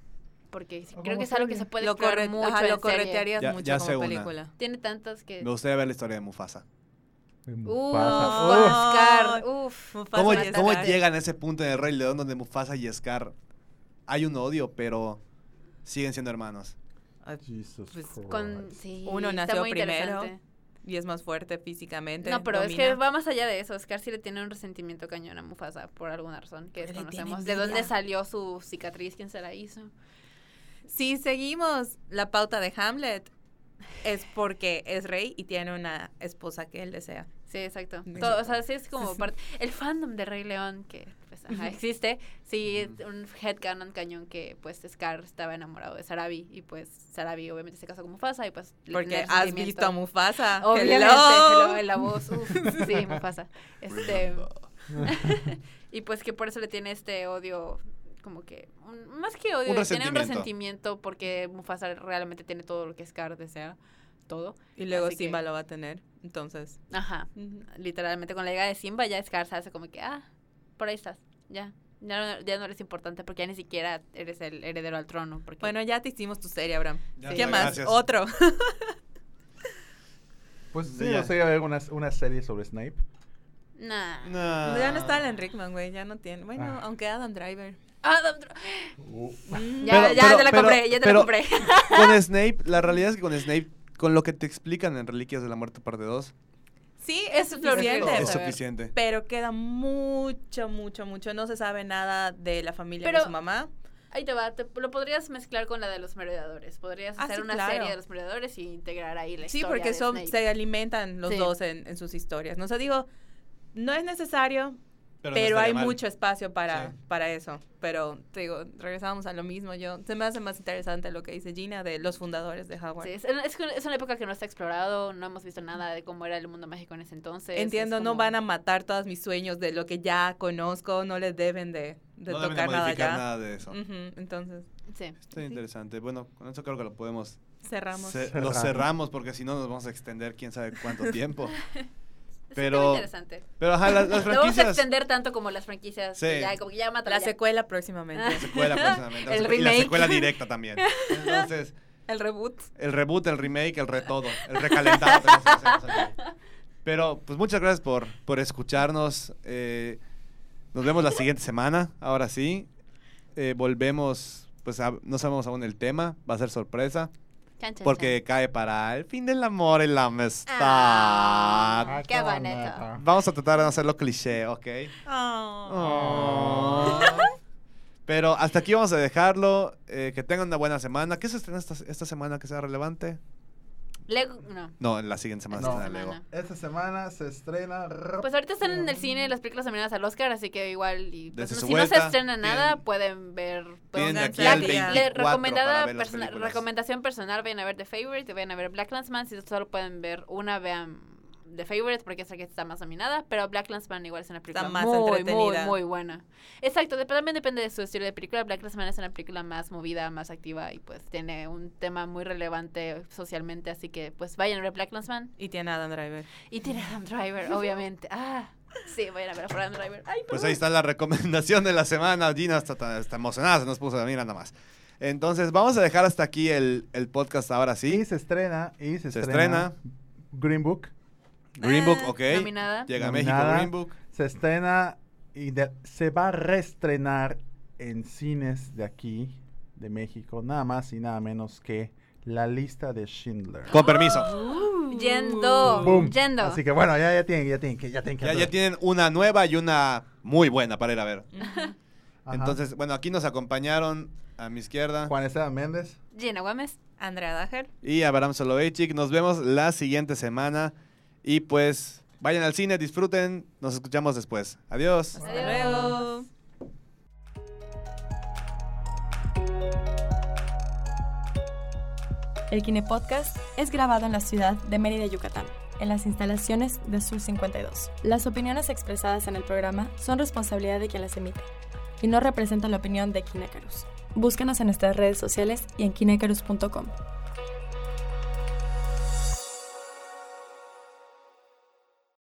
C: porque sí,
E: O
C: creo
E: como
C: que es algo que
E: serie.
C: se puede
D: lo,
C: explorar
D: corre-
C: mucho
D: ajá,
C: en
D: lo
C: serie.
D: corretearías
B: Ya-
D: mucho
B: ya sé
D: como
B: una.
D: película.
C: Tiene tantas que
B: Me gustaría ver la historia de Mufasa.
E: de-
C: Uf,
E: Mufasa.
D: no.
C: con
D: Uf.
C: Scar, uf.
D: Mufasa
B: ¿Cómo,
D: va a
B: lle- cómo
D: estar-
B: llegan a ese punto en el Rey León donde Mufasa y Scar hay un odio, pero siguen siendo hermanos?
D: Ay,
E: Jesus
D: Pues,
E: Christ.
C: ah, Con, sí,
D: Uno
C: está
D: nació
C: muy
D: primero,
C: interesante.
D: Y es más fuerte físicamente.
C: No, pero es que
D: domina.
C: va más allá de eso. Scar sí le tiene un resentimiento cañón a Mufasa por alguna razón que
D: Le tiene
C: desconocemos. ¿De dónde
D: envidia.
C: salió su cicatriz? ¿Quién se la hizo?
D: Si seguimos la pauta de Hamlet, es porque es rey y tiene una esposa que él desea.
C: Sí, exacto.
D: Exacto.
C: Todo, o sea, sí es como parte. El fandom de Rey León, que pues ajá, existe, sí es un headcanon cañón que pues Scar estaba enamorado de Sarabi y pues Sarabi obviamente se casó con Mufasa y pues. le tenía
D: Porque
C: el
D: has
C: sentimiento.
D: visto a Mufasa. ¡Oh!
C: Obviamente,
D: Hello.
C: hello, en la voz. uf, sí, Mufasa.
D: (laughs)
C: Este, y pues que por eso le tiene este odio, como que. un- más que odio,
B: Un
C: tiene un
B: resentimiento.
C: resentimiento porque Mufasa realmente tiene todo lo que Scar desea. Todo.
D: Y luego
C: Así que-
D: Simba lo va a tener. Entonces,
C: Ajá.
D: ujú.
C: literalmente con la llegada de Simba ya Scar se hace como que, ah, por ahí estás, ya. Ya no, ya no eres importante porque ya ni siquiera eres el heredero al trono. Porque
D: bueno, ya te hicimos tu serie, Abraham.
B: Ya
C: Sí.
D: ¿Qué
B: sé,
D: más?
B: gracias.
D: Otro.
E: Pues sí,
B: Ya.
E: me gustaría ver una, una serie sobre Snape.
C: nah.
B: No.
D: (laughs) Ya no está Alan Rickman, güey. Ya no tiene. Bueno,
E: Ah.
D: aunque Adam Driver. Mm,
C: Adam Dr- (laughs) Ah,
B: Uh.
C: ya,
B: Pero-
C: ya
B: pero-
C: te la
B: pero-
C: compré, ya te
B: pero-
C: la compré. (laughs)
B: Con Snape, la realidad es que con Snape, con lo que te explican en Reliquias de la Muerte parte 2,
D: Sí, es
C: suficiente
D: suficiente.
C: de
B: es
C: saber.
B: suficiente.
D: Pero queda mucho, mucho, mucho. No se sabe nada de la familia de
C: Pero-
D: su mamá.
C: Ahí te va, te- lo podrías mezclar con la de los merodeadores. Podrías
D: Ah,
C: hacer
D: sí,
C: una
D: claro.
C: serie de los merodeadores y integrar ahí la
D: Sí,
C: historia
D: porque
C: de
D: son,
C: Snape.
D: se alimentan los
C: Sí.
D: dos en, en sus historias. No sé, digo, no es necesario, pero,
B: no
D: hay
B: estaría mal.
D: mucho espacio para,
B: Sí.
D: para eso. Pero, te digo, regresábamos a lo mismo. Yo, se me hace más interesante lo que dice Gina de los fundadores de Howard.
C: Sí, es, es que es una época que no está explorado, no hemos visto nada de cómo era el mundo mágico en ese entonces.
D: Entiendo,
C: es
D: no
C: como-
D: van a matar todos mis sueños de lo que ya conozco, no les deben de, de
B: No deben de
D: tocar nada
B: modificar
D: ya.
B: nada de eso.
D: Ujú, entonces,
C: Sí.
B: Está interesante. Bueno, con eso creo que lo podemos.
D: cerramos.
B: ce- lo
E: Cerramos.
B: cerramos porque si no nos vamos a extender quién sabe cuánto tiempo.
C: Es
B: Pero-
C: interesante.
B: Pero ajá, las, las
C: (laughs) Lo vamos a
B: franquicias.
C: extender tanto como las franquicias.
B: Sí.
C: que Ya, como que ya mátala,
D: La
C: ya. Ah.
D: secuela próximamente.
B: La secuela, pues,
C: (laughs)
B: ah, próximamente, la
C: El
B: secu- y la
C: remake.
B: secuela
C: (laughs)
B: directa también. Entonces,
D: El reboot.
B: el reboot, el remake, el retodo, el recalentado. tenemos que hacer eso. Pero, pues muchas gracias por, por escucharnos. eh, nos vemos la siguiente semana, ahora sí. Eh, volvemos, pues a- no sabemos aún el tema, va a ser sorpresa.
C: Chan, chan,
B: Porque cae para el fin del amor y la amistad.
C: Ah. Qué bonito.
B: Vamos a tratar de no hacerlo cliché, ¿ok? Ah. Oh. (laughs) Pero hasta aquí vamos a dejarlo. Eh, que tengan una buena semana. ¿Qué se estrena esta, esta semana que sea relevante?
C: chan. Lego, no.
B: No, en la siguiente semana
E: No.
B: se estrena Lego.
E: Esta semana se estrena.
C: Pues ahorita están en el
E: Mm.
C: cine las películas nominadas al Oscar, así que igual y pues,
B: Dense
C: no-
B: su
C: si no
B: vuelta,
C: se estrena nada,
B: tienen-
C: pueden ver
B: Tienen de
C: pongan-
B: aquí
D: la-
B: al
D: la-
B: 24
C: Le- recomendada
B: para ver las
C: persona-
B: películas.
C: recomendación personal, vayan a ver The Favorite, vayan a ver Black Landsman, si solo pueden ver una, vean The Favorite porque es la que está más nominada, pero Black Landsman igual es una película
D: más
C: muy, muy,
D: entretenida.
C: muy buena. Exacto, dep- también depende de su estilo de película, Black Landsman es una película más movida, más activa y pues tiene un tema muy relevante socialmente, así que pues vayan a ver Black Landsman
D: Y tiene a Adam Driver.
C: y tiene Adam (laughs) Driver, obviamente. Ah, sí, vayan a ver a Adam Driver. Ay,
B: Pues ahí está la recomendación de la semana. Gina está, está- está emocionada, se nos puso a mirar nada más. Entonces, vamos a dejar hasta aquí el, el podcast ahora
E: Y
B: sí.
E: se estrena. Y se,
B: Se estrena.
E: estrena. Green Book.
B: Green Book, ok.
C: Ah, nominada.
B: Llega a México
E: Nominada.
B: Green Book.
E: Se estrena y de- se va a reestrenar en cines de aquí, de México, nada más y nada menos que
L: La lista de Schindler.
B: Con permiso.
C: Yendo.
L: Boom.
C: Oh, Yendo.
L: Así que bueno, ya, ya tienen, ya tienen que, ya tienen que.
B: Ya, ya
L: hacer.
B: tienen una nueva y una muy buena para ir a ver.
L: Ajá.
B: Entonces, bueno, aquí nos acompañaron a mi izquierda
L: Juan Esteban Méndez.
C: Gina Gómez.
D: Andrea Dager.
B: y Abraham Soloveitchik. Nos vemos la siguiente semana. Y pues, vayan al cine, disfruten. Nos escuchamos después. Adiós.
C: Adiós.
D: luego.
A: El Kine Podcast es grabado en la ciudad de Mérida, Yucatán, en las instalaciones de Sur 52. Las opiniones expresadas en el programa son responsabilidad de quien las emite y no representan la opinión de Kinecarus. Búscanos en nuestras redes sociales y en kinecarus.com.